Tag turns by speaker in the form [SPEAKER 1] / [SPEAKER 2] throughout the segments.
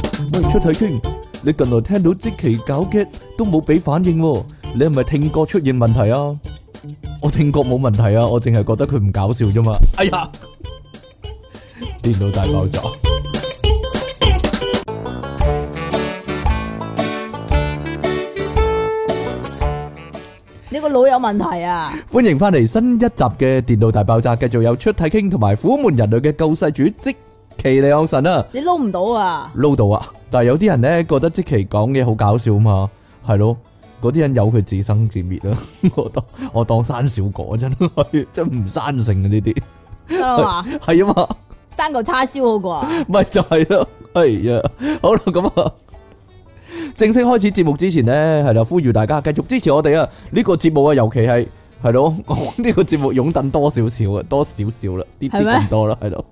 [SPEAKER 1] 出體傾，你近來聽到積淇搞嘅都冇俾反應喎，你係咪聽覺出現問題啊？我聽覺冇問題啊，我淨係覺得佢唔搞笑啫嘛。哎呀，電腦大爆炸！
[SPEAKER 2] 你個腦有問題啊！
[SPEAKER 1] 歡迎翻嚟新一集嘅電腦大爆炸，繼續有出體傾同埋虎門人類嘅救世主積淇離岸神啊！
[SPEAKER 2] 你撈唔到啊！
[SPEAKER 1] 撈到啊！但係有啲人咧覺得即期講嘢好搞笑啊嘛，係咯，嗰啲人由佢自生自滅 啦。我當我當生小果真係，真唔生性啊呢啲，
[SPEAKER 2] 得啦嘛，
[SPEAKER 1] 係啊嘛，
[SPEAKER 2] 生嚿叉燒好過啊！
[SPEAKER 1] 咪就係咯，係啊，好啦咁啊。正式開始節目之前呢，係啦，呼籲大家繼續支持我哋啊！呢、個節目啊，尤其係係咯， 呢個節目擁趸多少少啊，多少少啦，啲啲
[SPEAKER 2] 係咩
[SPEAKER 1] 咁多啦，係咯。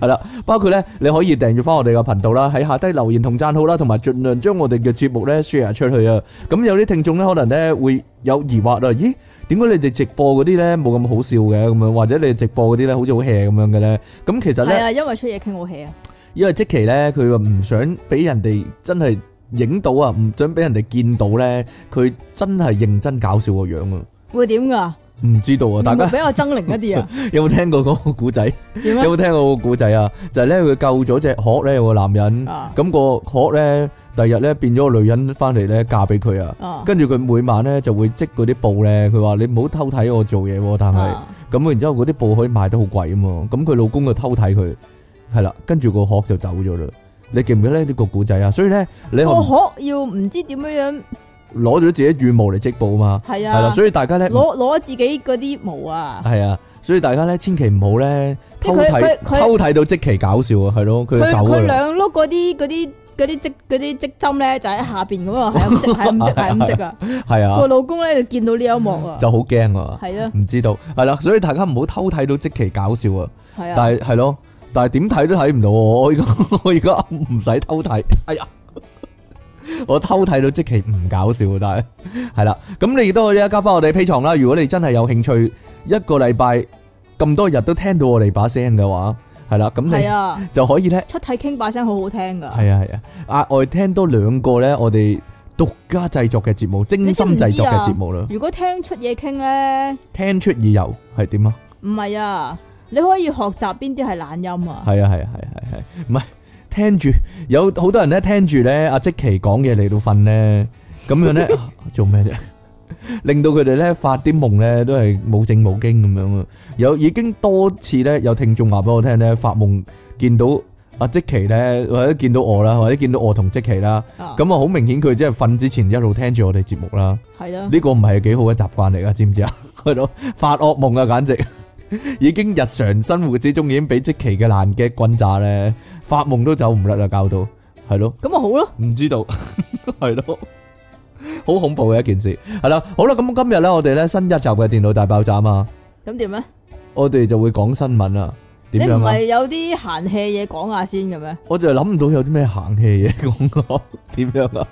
[SPEAKER 1] 係啦，包括呢，你可以訂閱翻我哋嘅頻道啦，喺下低留言同讚好啦，同埋盡量將我哋嘅節目呢 share 出去啊。咁有啲聽眾呢，可能呢會有疑惑啊，咦，點解你哋直播嗰啲呢冇咁好笑嘅咁樣，或者你哋直播嗰啲呢好似好 hea 咁樣嘅呢？咁其實呢
[SPEAKER 2] 係。啊，因為出嘢傾好氣啊！
[SPEAKER 1] 因為即期咧，佢話唔想俾人哋真係影到啊，唔想俾人哋見到咧，佢真係認真搞笑個樣啊！
[SPEAKER 2] 會點噶？
[SPEAKER 1] 唔知道啊，大
[SPEAKER 2] 面目
[SPEAKER 1] 家
[SPEAKER 2] 比較狰狞一啲啊？
[SPEAKER 1] 有冇聽過嗰個古仔？
[SPEAKER 2] 點
[SPEAKER 1] 有
[SPEAKER 2] 咧？
[SPEAKER 1] 冇聽過個古仔啊？就係咧，佢救咗只殼咧，有個男人，
[SPEAKER 2] 啊
[SPEAKER 1] 咁個殼咧，第日咧變咗個女人翻嚟咧，嫁俾佢啊！
[SPEAKER 2] 啊
[SPEAKER 1] 跟住佢每晚咧就會織嗰啲布咧，佢話你唔好偷睇我做嘢喎，但係。
[SPEAKER 2] 啊
[SPEAKER 1] 咁然之後嗰啲布可以賣得好貴啊嘛，咁佢老公就偷睇佢，係啦，跟住個殼就走咗啦。你記唔記得呢個古仔啊？所以咧，你可
[SPEAKER 2] 個
[SPEAKER 1] 能
[SPEAKER 2] 殼要唔知點樣樣
[SPEAKER 1] 攞咗自己羽毛嚟織布啊嘛，
[SPEAKER 2] 係
[SPEAKER 1] 係啦，
[SPEAKER 2] 啊？
[SPEAKER 1] 所以大家咧，
[SPEAKER 2] 攞攞自己嗰啲毛啊！
[SPEAKER 1] 係啊，所以大家咧千祈唔好咧
[SPEAKER 2] 即
[SPEAKER 1] 偷
[SPEAKER 2] 係佢
[SPEAKER 1] 睇
[SPEAKER 2] 佢佢
[SPEAKER 1] 偷睇到即期搞笑啊，係咯，佢
[SPEAKER 2] 佢
[SPEAKER 1] 就走
[SPEAKER 2] 佢
[SPEAKER 1] 㗎啦，
[SPEAKER 2] 兩碌嗰啲嗰啲嗰啲織嗰啲織針咧，就喺下邊咁 啊，係咁織，係咁織，係咁織啊！
[SPEAKER 1] 係
[SPEAKER 2] 個
[SPEAKER 1] 啊，
[SPEAKER 2] 老公咧就見到呢一幕啊，
[SPEAKER 1] 就好驚啊，
[SPEAKER 2] 係咯，
[SPEAKER 1] 唔知道係啦，所以大家唔好偷睇到即期搞笑啊，
[SPEAKER 2] 係啊，
[SPEAKER 1] 但係係咯，但係點睇都睇唔到喎我而家 我而家唔使偷睇，哎呀，我偷睇到即期唔搞笑，但係係啦，咁你亦都可以加翻我哋 P 床啦。如果你真係有興趣，一個禮拜咁多日都聽到我哋把聲嘅話，係啦，咁
[SPEAKER 2] 係
[SPEAKER 1] 你
[SPEAKER 2] 啊。
[SPEAKER 1] 就可以咧，
[SPEAKER 2] 出體傾把聲好好聽噶，
[SPEAKER 1] 係啊係啊，額外聽多兩個咧，我哋獨家製作嘅節目，精心製作嘅節目啦，
[SPEAKER 2] 如果聽出嘢傾咧，
[SPEAKER 1] 聽出耳油係點啊？
[SPEAKER 2] 唔係啊，你可以學習邊啲係懶音啊，
[SPEAKER 1] 系啊系啊系系系，唔系聽住有好多人咧聽住咧阿即奇講嘢嚟到瞓咧，咁樣咧啊做咩啫？ 令到佢哋咧發啲夢咧都係冇正冇經咁樣啊！有已經多次咧有聽眾話俾我聽咧，發夢見到阿即奇咧，或者見到我啦，或者見到我同即奇啦，
[SPEAKER 2] 啊
[SPEAKER 1] 咁啊好明顯佢即係瞓之前一路聽住我哋節目啦。
[SPEAKER 2] 係啊，
[SPEAKER 1] 呢個唔係幾好嘅習慣嚟噶，知唔知啊？ 係咯，發惡夢啊，簡直已經日常生活之中已經俾即期嘅爛 g 轟炸咧，發夢都走唔甩啦，啊搞到係咯，
[SPEAKER 2] 咁咪好咯，
[SPEAKER 1] 唔知 道係咯。好恐怖嘅一件事，係啦，好啦，咁今日咧，我哋咧新一集嘅電腦大爆炸啊嘛，
[SPEAKER 2] 咁點咧？
[SPEAKER 1] 我哋就會講新聞啊，
[SPEAKER 2] 你
[SPEAKER 1] 點
[SPEAKER 2] 唔
[SPEAKER 1] 樣啊？
[SPEAKER 2] 係有啲閒氣嘢講下先嘅咩？
[SPEAKER 1] 我就諗唔到有啲咩閒氣嘢講啊， 點樣啊？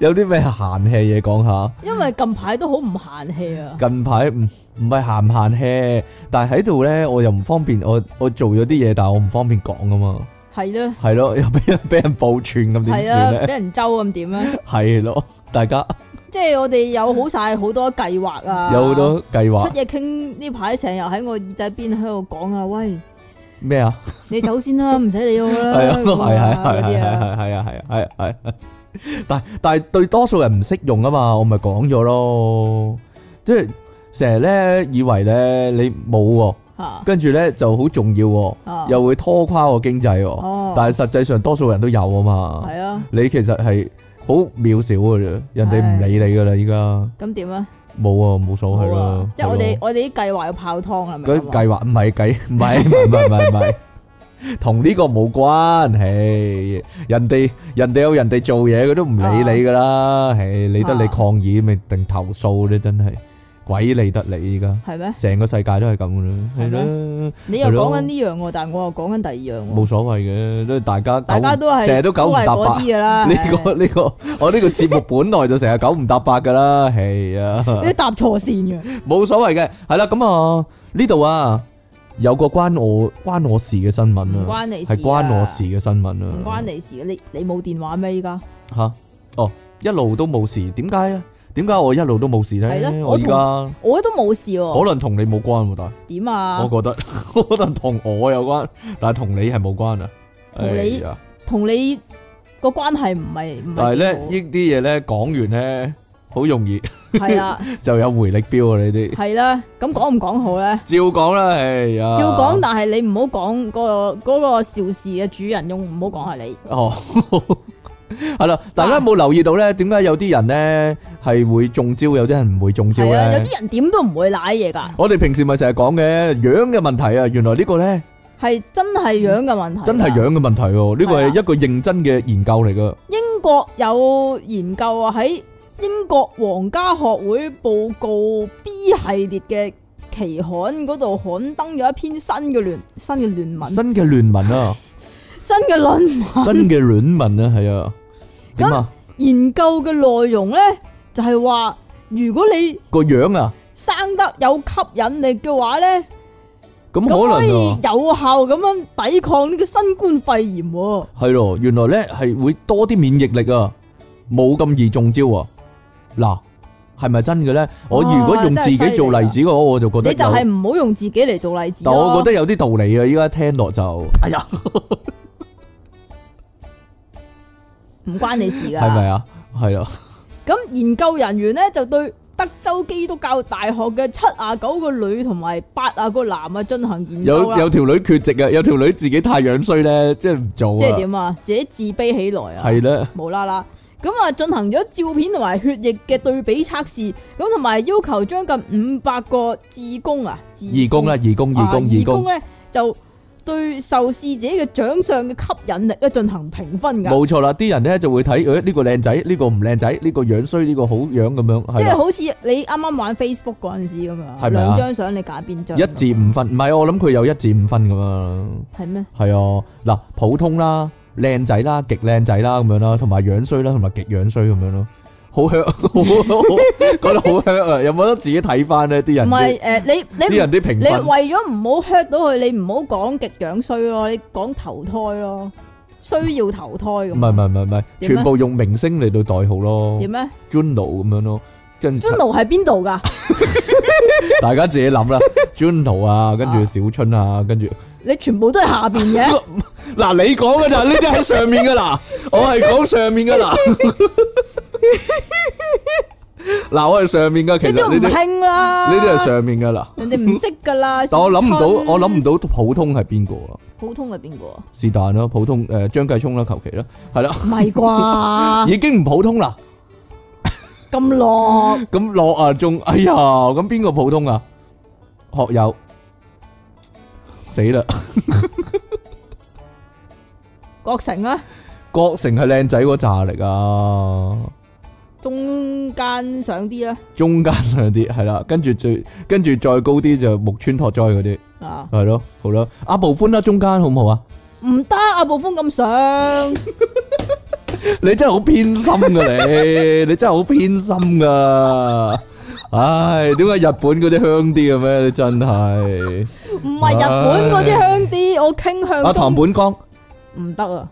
[SPEAKER 1] 有啲咩閒氣嘢講下？
[SPEAKER 2] 因為近排都好唔閒氣啊，
[SPEAKER 1] 近排唔唔係閒唔閒 h 但係喺度咧，我又唔方便，我我做咗啲嘢，但係我唔方便講啊嘛，
[SPEAKER 2] 係咯，
[SPEAKER 1] 係咯， 又俾人俾人報串咁點
[SPEAKER 2] 係
[SPEAKER 1] 算
[SPEAKER 2] 啊，俾
[SPEAKER 1] 咧？
[SPEAKER 2] 人周咁點啊？
[SPEAKER 1] 係咯，大家
[SPEAKER 2] 即係我哋有好晒好多計劃啊，
[SPEAKER 1] 有好多計
[SPEAKER 2] 出
[SPEAKER 1] 劃
[SPEAKER 2] 嘢傾呢排成日喺我耳仔邊喺度講啊，喂，
[SPEAKER 1] 咩啊？
[SPEAKER 2] 你走先啦，唔使理我 啦，
[SPEAKER 1] 係啊，
[SPEAKER 2] 咁
[SPEAKER 1] 係係係係
[SPEAKER 2] 嗰啲啊
[SPEAKER 1] 係係啊係啊係啊係啊係啊，但係但係對多數人唔適用啊嘛，我咪講咗咯，即係成日咧以為咧你冇喎，
[SPEAKER 2] 嚇
[SPEAKER 1] 跟住咧就好重要喎，
[SPEAKER 2] 啊
[SPEAKER 1] 又會拖垮個經濟喎，
[SPEAKER 2] 哦，
[SPEAKER 1] 但係實際上多數人都有啊嘛。
[SPEAKER 2] 係啊，
[SPEAKER 1] 你其實係好渺小嘅啫，人哋唔理你噶啦，依家
[SPEAKER 2] 咁點啊？
[SPEAKER 1] 冇啊，冇所謂
[SPEAKER 2] 好
[SPEAKER 1] 啦
[SPEAKER 2] 啊。即係我哋
[SPEAKER 1] 係咯
[SPEAKER 2] 我哋啲計劃要泡湯啦，咪
[SPEAKER 1] 嗰啲
[SPEAKER 2] 咁啊
[SPEAKER 1] 計劃唔係計，唔係唔係唔係唔係唔 係，同呢個冇關係。人哋人哋有人哋做嘢，佢都唔理你噶啦。唉，理得你
[SPEAKER 2] 啊
[SPEAKER 1] 抗議咪定投訴咧，真係鬼理得你依家。
[SPEAKER 2] 係咩？
[SPEAKER 1] 成個世界都係咁噶啦，係
[SPEAKER 2] 係咩
[SPEAKER 1] 啦，
[SPEAKER 2] 你又
[SPEAKER 1] 係咯
[SPEAKER 2] 講緊呢樣喎，但係我又講緊第二樣喎。
[SPEAKER 1] 冇所謂嘅，都係大家
[SPEAKER 2] 大家都係
[SPEAKER 1] 成日都九唔
[SPEAKER 2] 係
[SPEAKER 1] 搭
[SPEAKER 2] 嗰
[SPEAKER 1] 八
[SPEAKER 2] 啲。㗎啦。
[SPEAKER 1] 呢
[SPEAKER 2] 唉
[SPEAKER 1] 個呢個，我呢個節目本來就成日九唔搭八噶啦， 係啊，
[SPEAKER 2] 你都搭錯線嘅，
[SPEAKER 1] 冇所謂嘅，係啦，咁啊呢度啊，有個關我關我事嘅新聞
[SPEAKER 2] 唔
[SPEAKER 1] 啊，
[SPEAKER 2] 關你事啊，
[SPEAKER 1] 係關我事嘅新聞
[SPEAKER 2] 唔
[SPEAKER 1] 啊
[SPEAKER 2] 關，你事啊，你你冇電話咩？依家
[SPEAKER 1] 吓哦，一路都冇事，點解咧？點解我一路都冇事
[SPEAKER 2] 係
[SPEAKER 1] 咧？
[SPEAKER 2] 咯
[SPEAKER 1] 我而
[SPEAKER 2] 我同
[SPEAKER 1] 家
[SPEAKER 2] 我都冇事喎，
[SPEAKER 1] 可能同你冇關喎，但係。
[SPEAKER 2] 點啊？
[SPEAKER 1] 我覺得 可能同我有關，但係同你係冇關啊。
[SPEAKER 2] 同你
[SPEAKER 1] 哎呀
[SPEAKER 2] 同你個關係唔係唔係幾好？
[SPEAKER 1] 但係咧呢啲嘢咧講完咧，好容易
[SPEAKER 2] 係啦
[SPEAKER 1] 就有回力標啊！呢啲
[SPEAKER 2] 係啦，咁講唔講好咧？
[SPEAKER 1] 照講啦，哎呀，
[SPEAKER 2] 照講，但係你唔好講嗰個嗰個邵氏嘅主人翁，唔好講係你。
[SPEAKER 1] 哦， 係啦，大家有冇留意到咧？點解有啲人咧係會中招，有啲人唔會中招
[SPEAKER 2] 係啊，有
[SPEAKER 1] 咧？
[SPEAKER 2] 啲人點都唔會舐嘢㗎，
[SPEAKER 1] 我哋平時咪成日講嘅樣嘅問題啊，原來呢個咧
[SPEAKER 2] 係真係樣嘅問題。啊
[SPEAKER 1] 真係。樣嘅問題喎，呢個係一個認真嘅研究嚟噶。
[SPEAKER 2] 英國有研究啊，喺英國皇家學會報告 B 系列嘅期刊嗰度刊登咗一篇新嘅論新嘅論文，
[SPEAKER 1] 新嘅亂文 啊，
[SPEAKER 2] 新嘅論
[SPEAKER 1] 新嘅亂文啊，係啊，點啊
[SPEAKER 2] 研究嘅內容呢，就係話，如果你
[SPEAKER 1] 個樣啊？
[SPEAKER 2] 生得有吸引力嘅話呢，
[SPEAKER 1] 咁
[SPEAKER 2] 咁
[SPEAKER 1] 可
[SPEAKER 2] 可以
[SPEAKER 1] 能
[SPEAKER 2] 有
[SPEAKER 1] 啊，
[SPEAKER 2] 效咁樣抵抗呢個新冠肺炎喎、
[SPEAKER 1] 係咯，原來咧係會多啲免疫力啊，冇咁易中招啊。嗱，係咪真嘅咧？我如果用自己做例子嘅話，我就覺得
[SPEAKER 2] 你就哦係
[SPEAKER 1] 有，
[SPEAKER 2] 唔好用自己嚟做例子
[SPEAKER 1] 但我
[SPEAKER 2] 咯
[SPEAKER 1] 覺。得有啲道理啊。依家聽落就，哎呀，
[SPEAKER 2] 唔關你事㗎。
[SPEAKER 1] 係咪啊？係啊，
[SPEAKER 2] 咁研究人員咧就對德州基督教大學嘅七啊九個女同埋八啊個男啊進行研究
[SPEAKER 1] 有
[SPEAKER 2] 啦
[SPEAKER 1] 有。條女缺席啊，有條女自己太樣衰咧，即係唔
[SPEAKER 2] 即
[SPEAKER 1] 做
[SPEAKER 2] 係
[SPEAKER 1] 啊，
[SPEAKER 2] 點啊？自己自卑起來啊，
[SPEAKER 1] 係啦，
[SPEAKER 2] 無啦啦。咁啊，進行咗照片同埋血液嘅對比測試，咁同埋要求將近五百個志工啊，志
[SPEAKER 1] 義工啦，義工，義
[SPEAKER 2] 啊
[SPEAKER 1] 工，義工，
[SPEAKER 2] 咧就對受試者嘅長相嘅吸引力咧進行評分㗎，
[SPEAKER 1] 冇錯啦。啲人咧就會睇，誒呢個靚仔，呢個唔靚仔，呢個樣衰，呢個好樣咁樣，
[SPEAKER 2] 即
[SPEAKER 1] 係
[SPEAKER 2] 係
[SPEAKER 1] 啦，
[SPEAKER 2] 好似你啱啱玩 Facebook 嗰陣時咁
[SPEAKER 1] 係
[SPEAKER 2] 樣，
[SPEAKER 1] 咪啊
[SPEAKER 2] 兩張相你揀邊張？啊
[SPEAKER 1] 一至五分，唔係我諗佢有一至五分咁樣。
[SPEAKER 2] 係咩？
[SPEAKER 1] 係啊，嗱，普通啦，靚仔啦，極靚仔啦，咁樣啦，同埋樣衰啦，同埋極樣衰咁樣咯，好香， 好覺得好香啊！有冇得自己睇翻呢？啲
[SPEAKER 2] 唔
[SPEAKER 1] 人啲
[SPEAKER 2] 係誒，你你
[SPEAKER 1] 啲人啲評
[SPEAKER 2] 你
[SPEAKER 1] 分
[SPEAKER 2] 為咗唔好 hurt 到佢，你唔好講極樣衰咯，你講投胎咯，需要投胎咁。
[SPEAKER 1] 唔係唔係唔係唔係，
[SPEAKER 2] 點咧
[SPEAKER 1] 全部用明星嚟到代號咯
[SPEAKER 2] 點咩
[SPEAKER 1] ，Juno 咁樣咯，跟住
[SPEAKER 2] ？Juno 係邊度㗎？
[SPEAKER 1] 大家自己諗啦，Juno 啊，跟住
[SPEAKER 2] 啊
[SPEAKER 1] 小春啊，跟住
[SPEAKER 2] 你全部都係下邊嘅，
[SPEAKER 1] 嗱你講嘅咋，呢啲喺上面噶 啦，我係講上面噶啦，嗱我係上面 噶，其
[SPEAKER 2] 你
[SPEAKER 1] 實
[SPEAKER 2] 都唔
[SPEAKER 1] 呢啲。
[SPEAKER 2] 興啦。
[SPEAKER 1] 呢啲係上面噶啦，
[SPEAKER 2] 人哋唔識㗎啦。
[SPEAKER 1] 但我諗唔到，
[SPEAKER 2] 小春
[SPEAKER 1] 我諗唔到普通係邊個啊？
[SPEAKER 2] 普通係邊個啊？
[SPEAKER 1] 是但啦，普通誒張繼聰啦，求其啦，係啦，
[SPEAKER 2] 唔 係啩？
[SPEAKER 1] 已經唔普通啦。
[SPEAKER 2] 咁落
[SPEAKER 1] 咁落啊，仲哎呀，咁邊個普通啊？學友死啦！
[SPEAKER 2] 郭成啊，
[SPEAKER 1] 郭成係靚仔嗰扎嚟噶，
[SPEAKER 2] 中間上啲啊啦
[SPEAKER 1] 中間上啲係啦，跟住最跟住再高啲就木村拓哉嗰啲，
[SPEAKER 2] 啊，
[SPEAKER 1] 係咯，好啦，阿部寬啦，中間好唔好啊？
[SPEAKER 2] 唔得啊！暴風咁上，
[SPEAKER 1] 你真係好偏心噶你，你真係好偏心噶。唉，點解日本嗰啲香啲嘅咩？你真係
[SPEAKER 2] 唔係日本嗰啲香啲，我傾
[SPEAKER 1] 阿
[SPEAKER 2] 向
[SPEAKER 1] 唐
[SPEAKER 2] 中
[SPEAKER 1] 本剛
[SPEAKER 2] 唔得啊。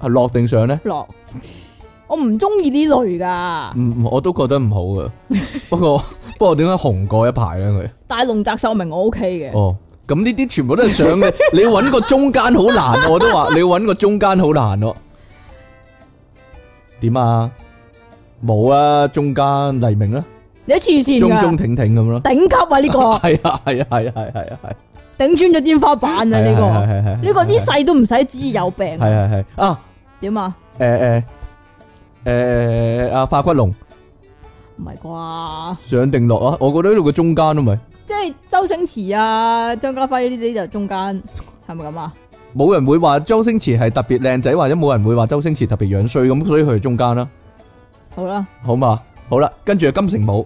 [SPEAKER 1] 係落定上咧？
[SPEAKER 2] 落。我唔中意呢類噶，
[SPEAKER 1] 唔，嗯我都覺得唔好噶。不過不過點解紅過一排咧佢？
[SPEAKER 2] 但係龍澤秀明我 O K 嘅，
[SPEAKER 1] 哦，咁呢啲全部都係上嘅，你要揾個中間好難，我都話你要揾個中間好難咯。點啊？冇啊，中間黎明啦，
[SPEAKER 2] 你黐線
[SPEAKER 1] 中中
[SPEAKER 2] 噶，
[SPEAKER 1] 挺挺咁咯。
[SPEAKER 2] 頂級 啊呢個，
[SPEAKER 1] 係啊係啊係啊係啊係啊。
[SPEAKER 2] 頂穿咗天花
[SPEAKER 1] 係
[SPEAKER 2] 板啊呢
[SPEAKER 1] 係
[SPEAKER 2] 個，
[SPEAKER 1] 係係
[SPEAKER 2] 呢個啲細都唔使知有病
[SPEAKER 1] 係，係係啊
[SPEAKER 2] 點啊？
[SPEAKER 1] 誒誒誒阿化骨龍
[SPEAKER 2] 唔係啩？
[SPEAKER 1] 上定落啊！我覺得呢度個中間都咪
[SPEAKER 2] 即係周星馳啊、張家輝呢啲就中間，係咪咁啊？
[SPEAKER 1] 冇人會話周星馳係特別靚仔，或者冇人會話周星馳特別樣衰咁，所以佢係中間啦，
[SPEAKER 2] 好啦，
[SPEAKER 1] 好嘛？好啦，跟住金城武，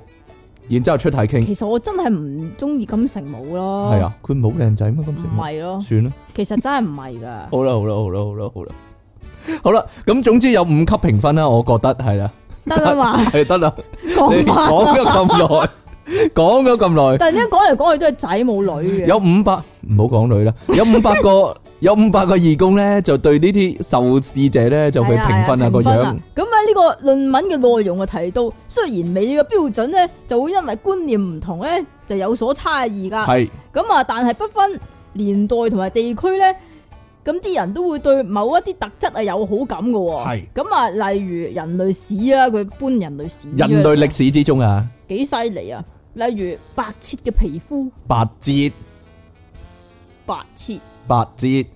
[SPEAKER 1] 然之後出太傾，
[SPEAKER 2] 其實我真係唔中意金城武咯，
[SPEAKER 1] 嗯係，啊，佢冇靚仔咩？金
[SPEAKER 2] 唔
[SPEAKER 1] 城武
[SPEAKER 2] 係咯，
[SPEAKER 1] 算啦，
[SPEAKER 2] 其實真係唔係 噶，
[SPEAKER 1] 好啦好啦好啦好啦好啦，好啦，咁總之有五級評分啦，我覺得係啦，à.
[SPEAKER 2] 得啦嘛，
[SPEAKER 1] 係得啦，你
[SPEAKER 2] 講
[SPEAKER 1] 講
[SPEAKER 2] 翻
[SPEAKER 1] 咗咁耐，講咗咁耐。
[SPEAKER 2] 突然間講嚟講去都係仔冇女
[SPEAKER 1] 有
[SPEAKER 2] 嘅，
[SPEAKER 1] 五百唔好講女 啦，有五百個有五百個義工咧，就對呢啲受試者咧就去
[SPEAKER 2] 係啊
[SPEAKER 1] 評分啊
[SPEAKER 2] 係
[SPEAKER 1] 個
[SPEAKER 2] 評分啊
[SPEAKER 1] 樣，
[SPEAKER 2] 咁喺呢個論文嘅內容啊提到，雖然美嘅標準咧就會因為觀念唔同咧就有所差異㗎。
[SPEAKER 1] 係
[SPEAKER 2] 咁啊，但係不分年代同埋地區咧，咁啲人都會對某一啲特質係有好感嘅喎。
[SPEAKER 1] 係
[SPEAKER 2] 咁啊，例如人類史啊，佢搬人類史出嚟，
[SPEAKER 1] 人類歷史之中啊，
[SPEAKER 2] 幾犀利啊！例如白切嘅皮膚，
[SPEAKER 1] 八折
[SPEAKER 2] 白切
[SPEAKER 1] 八折， 係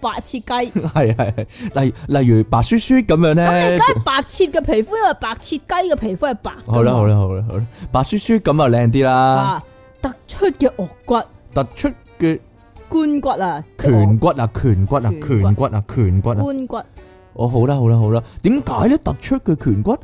[SPEAKER 2] 白 切雞。
[SPEAKER 1] 係係，例例如白雪雪咁樣
[SPEAKER 2] 咁
[SPEAKER 1] 咧
[SPEAKER 2] 你梗。係白切嘅皮膚，因為白切雞嘅皮膚係白㗎嘛。
[SPEAKER 1] 好啦好啦好啦好啦，白雪雪咁啊靚啲啦，
[SPEAKER 2] 啊，突出嘅顎骨、
[SPEAKER 1] 突出嘅
[SPEAKER 2] 官骨啊，即係
[SPEAKER 1] 颧骨啊颧骨啊
[SPEAKER 2] 拳骨
[SPEAKER 1] 颧骨啊颧骨
[SPEAKER 2] 顎
[SPEAKER 1] 啊，
[SPEAKER 2] 官骨
[SPEAKER 1] 哦好啦好啦好啦，點解咧突出嘅颧骨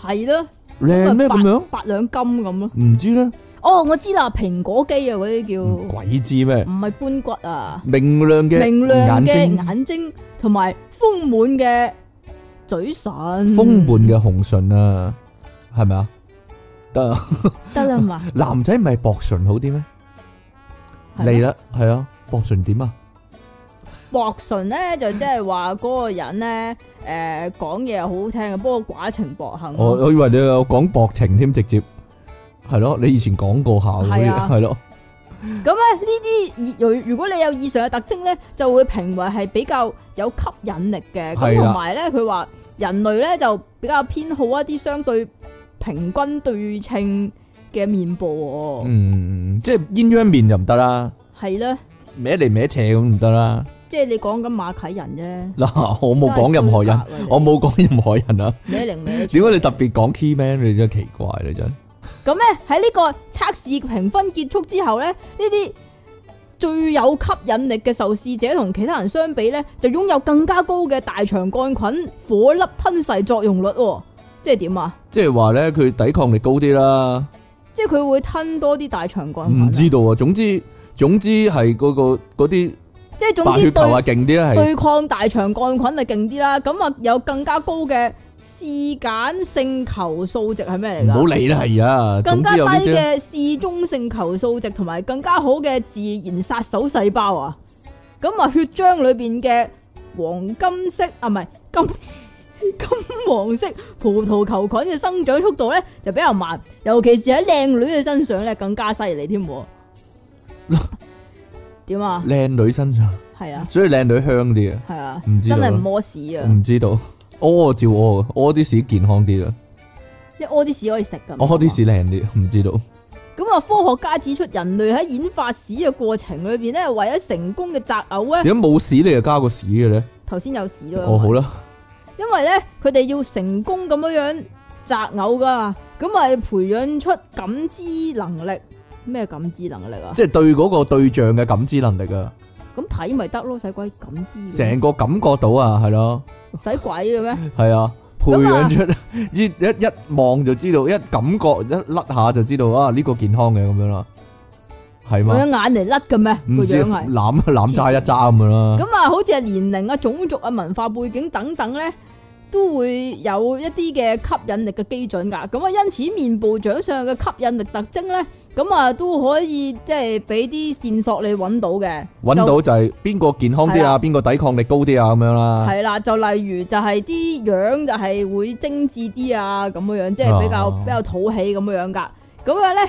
[SPEAKER 2] 係咯，
[SPEAKER 1] 靚咩咁樣？
[SPEAKER 2] 八兩金咁咯。
[SPEAKER 1] 唔知咧，
[SPEAKER 2] 哦，我知啦，蘋果肌啊，嗰啲叫唔
[SPEAKER 1] 鬼知咩？
[SPEAKER 2] 係官骨啊。
[SPEAKER 1] 明亮嘅
[SPEAKER 2] 明亮
[SPEAKER 1] 眼
[SPEAKER 2] 嘅
[SPEAKER 1] 睛，
[SPEAKER 2] 眼睛，同埋豐滿嘅嘴唇，
[SPEAKER 1] 豐滿嘅紅唇啊，係咪啊？得啊，
[SPEAKER 2] 得啦嘛，
[SPEAKER 1] 男仔咪薄唇好啲咩？嚟
[SPEAKER 2] 啦！
[SPEAKER 1] 啦，係啊，薄唇點啊？
[SPEAKER 2] 薄唇咧就即係話嗰個人咧，诶講嘢好聽嘅，不過寡情薄幸
[SPEAKER 1] 我
[SPEAKER 2] 咯。
[SPEAKER 1] 我以為你有講薄情添，直接係咯，你以前講過下嗰
[SPEAKER 2] 係
[SPEAKER 1] 啲
[SPEAKER 2] 啊
[SPEAKER 1] 係咯，
[SPEAKER 2] 咁咧呢啲以如如果你有以上嘅特徵咧，就會評為係比較有吸引力嘅。咁
[SPEAKER 1] 係啦
[SPEAKER 2] 同埋咧，佢話人類咧就比較偏好一啲相對平均對稱嘅面部喎。
[SPEAKER 1] 嗯，即係鴛鴦面就唔得啦，
[SPEAKER 2] 係咧，
[SPEAKER 1] 歪嚟歪斜咁唔得啦。
[SPEAKER 2] 即係你講緊馬啟仁啫。
[SPEAKER 1] 嗱，我冇講任何人
[SPEAKER 2] 真係衰格啊，你
[SPEAKER 1] 我冇講任何人啊。
[SPEAKER 2] 咩零咩？
[SPEAKER 1] 點解你特別講 key man？你真係奇怪，你真
[SPEAKER 2] 咁咧喺呢個測試評分結束之後咧，呢啲最有吸引力嘅受試者同其他人相比咧，就擁有更加高嘅大腸桿菌火粒吞噬作用率、喎。即係點啊？
[SPEAKER 1] 即係話咧，佢抵抗力高啲啦。
[SPEAKER 2] 即係佢會吞多啲大腸桿菌啊。
[SPEAKER 1] 唔知道啊，總之總之係嗰、個嗰啲
[SPEAKER 2] 即係總
[SPEAKER 1] 白血
[SPEAKER 2] 之
[SPEAKER 1] 球啊
[SPEAKER 2] 對
[SPEAKER 1] 勁啲啦，係
[SPEAKER 2] 對抗大腸桿菌就勁啲啦。咁啊有更加高嘅嗜鹼性球數值係咩
[SPEAKER 1] 唔
[SPEAKER 2] 嚟
[SPEAKER 1] 好
[SPEAKER 2] 㗎？
[SPEAKER 1] 理啦，係啊，
[SPEAKER 2] 更
[SPEAKER 1] 總
[SPEAKER 2] 加
[SPEAKER 1] 之
[SPEAKER 2] 低
[SPEAKER 1] 有呢啲啦
[SPEAKER 2] 嘅嗜中性球素值同埋更加好嘅自然殺手細胞啊！咁啊，血漿裏邊嘅黃金色啊，唔係金 金黃色葡萄球菌嘅生長速度咧就比較慢，尤其是喺靚女嘅身上咧更加犀利添 喎。點啊？
[SPEAKER 1] 靚女身上，
[SPEAKER 2] 係啊，
[SPEAKER 1] 所以靚女香啲啊，
[SPEAKER 2] 係啊，
[SPEAKER 1] 唔知道
[SPEAKER 2] 真
[SPEAKER 1] 啊
[SPEAKER 2] 係唔屙屎啊！
[SPEAKER 1] 唔知道屙照屙，屙啲屎健康啲啦，啊
[SPEAKER 2] 一屙啲屎可以食噶。
[SPEAKER 1] 屙啲屎靚啲，唔知道
[SPEAKER 2] 咁啊，科學家指出，人類喺演化屎嘅過程裏邊咧，為咗成功嘅擇偶咧。
[SPEAKER 1] 點解冇屎你就加個屎嘅咧？
[SPEAKER 2] 頭先有屎咯，
[SPEAKER 1] 哦好啦，
[SPEAKER 2] 因為咧佢哋要成功咁樣樣擇偶噶，咁咪培養出感知能力。咩感知能力啊？
[SPEAKER 1] 即係對嗰個對象嘅感知能力啊，
[SPEAKER 2] 咁睇咪得咯，使鬼感知嘅？
[SPEAKER 1] 成個感覺到啊，係咯，
[SPEAKER 2] 使鬼嘅 咩？
[SPEAKER 1] 係啊。培養出
[SPEAKER 2] 啊
[SPEAKER 1] 一一一望就知道，一感覺一甩下就知道啊！呢、個健康嘅咁樣啦，係
[SPEAKER 2] 用
[SPEAKER 1] 嘛？
[SPEAKER 2] 眼嚟甩嘅咩？個
[SPEAKER 1] 唔知
[SPEAKER 2] 樣
[SPEAKER 1] 啊
[SPEAKER 2] 係
[SPEAKER 1] 攬攬揸一揸咁樣啦，
[SPEAKER 2] 咁啊，好似係年齡啊、種族啊、文化背景等等咧，都會有一啲嘅吸引力嘅基準噶。咁啊，因此面部長相嘅吸引力特徵咧，咁啊都可以即係俾啲線索你揾到嘅，
[SPEAKER 1] 揾
[SPEAKER 2] 就
[SPEAKER 1] 到就係邊個健康啲
[SPEAKER 2] 係
[SPEAKER 1] 啊，
[SPEAKER 2] 啦
[SPEAKER 1] 邊個抵抗力高啲啊咁樣啦，
[SPEAKER 2] 系啦，就例如就係啲樣就係會精緻啲啊，咁樣樣即係比較
[SPEAKER 1] 啊
[SPEAKER 2] 比較討喜咁樣樣噶。咁樣咧，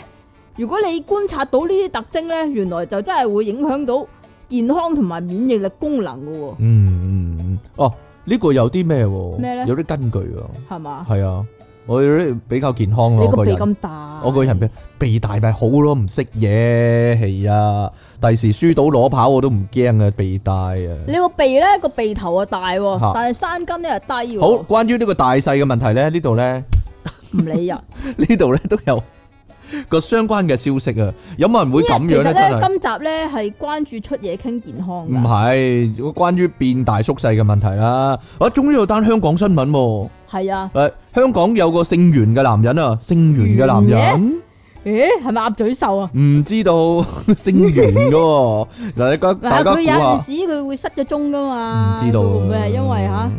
[SPEAKER 2] 如果你觀察到呢啲特徵咧，原來就真係會影響到健康同埋免疫力功能噶喎，
[SPEAKER 1] 嗯嗯嗯，哦呢個有啲咩喎？
[SPEAKER 2] 咩呢
[SPEAKER 1] 有啲根據喎，
[SPEAKER 2] 係嘛？
[SPEAKER 1] 係啊，我有啲比較健康咯，嗯
[SPEAKER 2] 你
[SPEAKER 1] 我
[SPEAKER 2] 個
[SPEAKER 1] 個
[SPEAKER 2] 鼻
[SPEAKER 1] 人，
[SPEAKER 2] 咁大，
[SPEAKER 1] 我個人鼻鼻大咪好咯，唔識嘢係啊，第時輸到攞跑我都唔驚啊，鼻大啊。
[SPEAKER 2] 你個鼻咧個鼻頭啊大
[SPEAKER 1] 嚇
[SPEAKER 2] 喎，但係山根咧又低喎，
[SPEAKER 1] 好，關於呢個大細嘅問題咧，呢度咧。
[SPEAKER 2] 唔理啊人。
[SPEAKER 1] 呢度咧都有個相關嘅消息啊！有冇 人會咁
[SPEAKER 2] 其
[SPEAKER 1] 樣咧？真
[SPEAKER 2] 實咧
[SPEAKER 1] 係
[SPEAKER 2] 今集咧係關注出嘢傾健康
[SPEAKER 1] 唔
[SPEAKER 2] 㗎，
[SPEAKER 1] 係關於變大縮細嘅問題啦！啊，終於有單香港新聞喎、
[SPEAKER 2] 係啊，
[SPEAKER 1] 誒、香港有個姓袁嘅男人啊，姓袁嘅男人
[SPEAKER 2] 咦係咪鴨嘴獸啊？
[SPEAKER 1] 唔知道 姓袁嘅喎，嗱，
[SPEAKER 2] 唔
[SPEAKER 1] 大
[SPEAKER 2] 係
[SPEAKER 1] 家大
[SPEAKER 2] 佢有
[SPEAKER 1] 家
[SPEAKER 2] 陣
[SPEAKER 1] 估
[SPEAKER 2] 時佢會失咗蹤噶嘛，
[SPEAKER 1] 下，唔知道
[SPEAKER 2] 會唔會係因為吓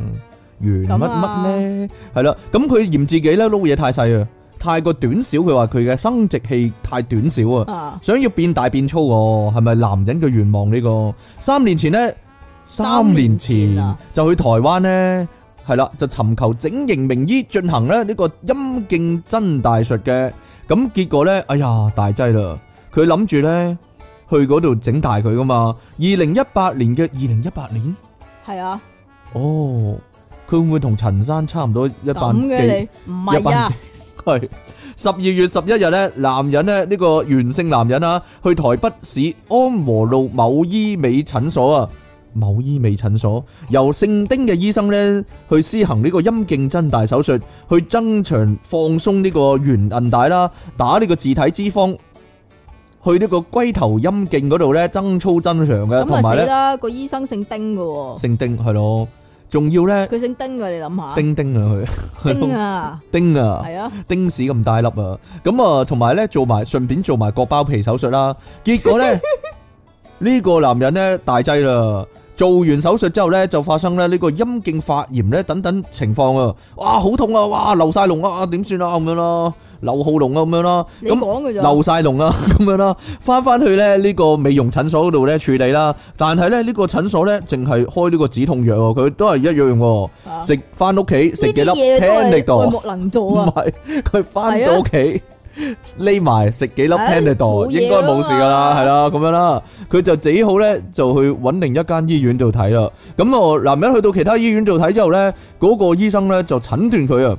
[SPEAKER 1] 袁乜
[SPEAKER 2] 咁
[SPEAKER 1] 乜
[SPEAKER 2] 啊
[SPEAKER 1] 咧？係啦，咁佢嫌自己咧撈嘢太細啊，太過短小，佢話佢嘅生殖器太短小啊。
[SPEAKER 2] 啊，
[SPEAKER 1] 想要變大變粗喎，係咪男人嘅願望呢個？三年前呢，三
[SPEAKER 2] 三
[SPEAKER 1] 年
[SPEAKER 2] 年
[SPEAKER 1] 前
[SPEAKER 2] 前啊
[SPEAKER 1] 就去台灣呢，係啦，就尋求整形名醫進行咧呢個陰莖增大術嘅。咁結果呢，哎呀大劑啦！佢諗住呢，去嗰度整大佢噶嘛。二零一八年嘅二零一八年，
[SPEAKER 2] 係啊，
[SPEAKER 1] 哦，佢會唔會同陳生差唔多一班
[SPEAKER 2] 咁嘅你唔
[SPEAKER 1] 一
[SPEAKER 2] 係
[SPEAKER 1] 班
[SPEAKER 2] 啊，
[SPEAKER 1] 系十二月十一日咧，男人咧呢個原姓男人啊，去台北市安和路某醫美診所啊，某醫美診所由姓丁嘅醫生咧去施行呢個陰莖增大手術，去增長放鬆呢個圓韌帶啦，打呢個自體脂肪。去呢個龜頭陰莖嗰度咧增粗增長嘅，
[SPEAKER 2] 咁啊
[SPEAKER 1] 同埋
[SPEAKER 2] 死
[SPEAKER 1] 咧
[SPEAKER 2] 啦！個醫生姓丁嘅喎，
[SPEAKER 1] 姓丁係咯，仲要咧
[SPEAKER 2] 佢姓丁嘅，你諗
[SPEAKER 1] 丁丁啊
[SPEAKER 2] 下，
[SPEAKER 1] 佢
[SPEAKER 2] 丁啊，
[SPEAKER 1] 丁啊。
[SPEAKER 2] 係啊，
[SPEAKER 1] 丁屎咁大粒啊！咁啊，同埋咧做埋順便做埋割包皮手術啦。結果 咧呢個男人咧大劑啦，做完手術之後咧就發生咧呢個陰莖發炎咧等等情況啊！哇，好痛啊！哇，流晒膿啊！點算啊？咁樣啦，流號膿啊咁樣啦。
[SPEAKER 2] 你
[SPEAKER 1] 咁
[SPEAKER 2] 講嘅咋？
[SPEAKER 1] 流晒膿啦， 咁樣啦，翻翻去咧呢個美容診所嗰度咧處理啦。但係咧呢個診所咧淨係開呢個止痛藥喎，佢都係一樣喎，
[SPEAKER 2] 啊
[SPEAKER 1] 食翻屋企食幾粒
[SPEAKER 2] 呢啲嘢都係
[SPEAKER 1] Panic 度
[SPEAKER 2] 愛。莫能助
[SPEAKER 1] 唔
[SPEAKER 2] 啊！
[SPEAKER 1] 係，佢翻到屋企匿埋食幾粒 Panadol，
[SPEAKER 2] 唉冇嘢
[SPEAKER 1] 應該冇事噶啦，
[SPEAKER 2] 啊嘛
[SPEAKER 1] 係啦，咁樣啦，佢就只好咧就去揾另一間醫院度睇啦。咁我男人去到其他醫院度睇之後咧，嗰、個醫生咧就診斷佢啊，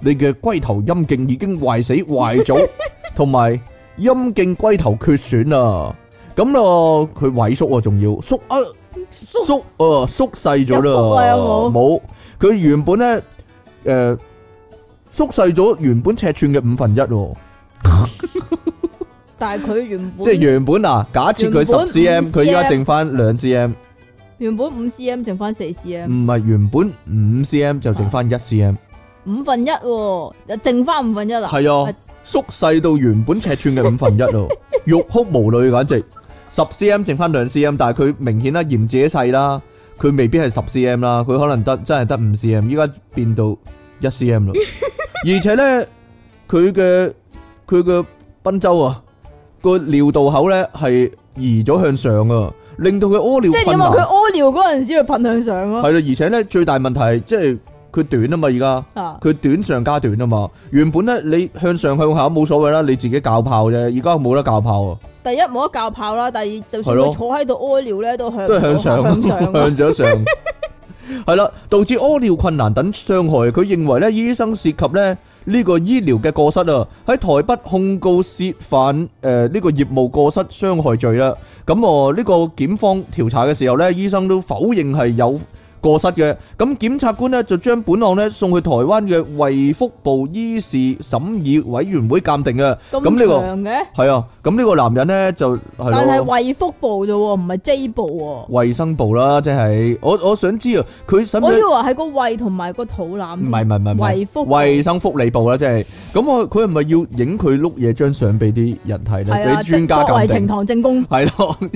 [SPEAKER 1] 你嘅龜頭陰莖已經壞死壞咗，同埋陰莖龜頭缺損啦。咁啊，佢萎縮啊，仲要縮啊，縮啊，縮細咗
[SPEAKER 2] 一幅啊
[SPEAKER 1] 啦
[SPEAKER 2] 有，冇
[SPEAKER 1] 冇。佢原本咧，誒縮細咗原本尺寸嘅五分一喎，
[SPEAKER 2] 但係佢原
[SPEAKER 1] 即係
[SPEAKER 2] 本
[SPEAKER 1] 原本啊，假設佢
[SPEAKER 2] 原本
[SPEAKER 1] 十 cm，
[SPEAKER 2] 5
[SPEAKER 1] 佢依家剩翻兩 cm，
[SPEAKER 2] 原本五 cm 剩翻四 cm，
[SPEAKER 1] 唔係原本五 cm 就剩翻一 cm，
[SPEAKER 2] 五分一喎，就剩翻五分一啦。
[SPEAKER 1] 係啊，縮細到原本尺寸嘅五分一 咯，欲哭無淚簡直。十 cm 剩翻兩 cm，但係佢明顯啦，嫌自己細啦，佢未必係十 cm 啦，佢可能得真係得五 cm，依家變到一 cm 啦，而且咧佢嘅佢嘅賓州啊個尿道口咧係移咗向上啊，令到佢屙尿
[SPEAKER 2] 即係
[SPEAKER 1] 困
[SPEAKER 2] 點啊？
[SPEAKER 1] 難
[SPEAKER 2] 佢。屙尿嗰陣時，佢噴向上
[SPEAKER 1] 係
[SPEAKER 2] 咯。
[SPEAKER 1] 啦，而且咧最大問題係即係佢短啊嘛，而家
[SPEAKER 2] 啊，
[SPEAKER 1] 佢短上加短啊嘛。原本咧你向上向下冇所謂啦，你自己教炮啫，而家冇得教炮啊，
[SPEAKER 2] 第一冇得教炮啦，第二就算
[SPEAKER 1] 係咯
[SPEAKER 2] 佢坐喺度屙尿咧，都向
[SPEAKER 1] 都係向上，
[SPEAKER 2] 向上啊
[SPEAKER 1] 向咗上。係啦，導致屙尿困難等傷害。佢認為咧，醫生涉及咧呢個醫療嘅過失啊，喺台北控告涉犯誒呢個業務過失傷害罪啦。咁我呢個檢方調查嘅時候呢，醫生都否認係有過失嘅。咁檢察官呢，就將本案呢送去台灣嘅衛福部醫事審議委員會鑑定嘅。咁
[SPEAKER 2] 咁
[SPEAKER 1] 呢個
[SPEAKER 2] 長嘅。
[SPEAKER 1] 係啊，咁呢個男人呢，就
[SPEAKER 2] 但
[SPEAKER 1] 係
[SPEAKER 2] 係
[SPEAKER 1] 咯。
[SPEAKER 2] 衛福部啫喎，唔係 J 部
[SPEAKER 1] 衛生部啦，即係我我想知啊，佢使
[SPEAKER 2] 喎。
[SPEAKER 1] 唔
[SPEAKER 2] 我以
[SPEAKER 1] 使
[SPEAKER 2] 為係個胃同埋個肚腩
[SPEAKER 1] 唔
[SPEAKER 2] 添。
[SPEAKER 1] 係唔係唔係唔係
[SPEAKER 2] 衛福部
[SPEAKER 1] 衛生福利部啦，即係咁我佢係咪要影佢碌嘢張相俾啲人睇咧？
[SPEAKER 2] 係
[SPEAKER 1] 俾
[SPEAKER 2] 啊，
[SPEAKER 1] 專
[SPEAKER 2] 即
[SPEAKER 1] 家
[SPEAKER 2] 作為
[SPEAKER 1] 鑑定
[SPEAKER 2] 呈。堂證供。
[SPEAKER 1] 系咯，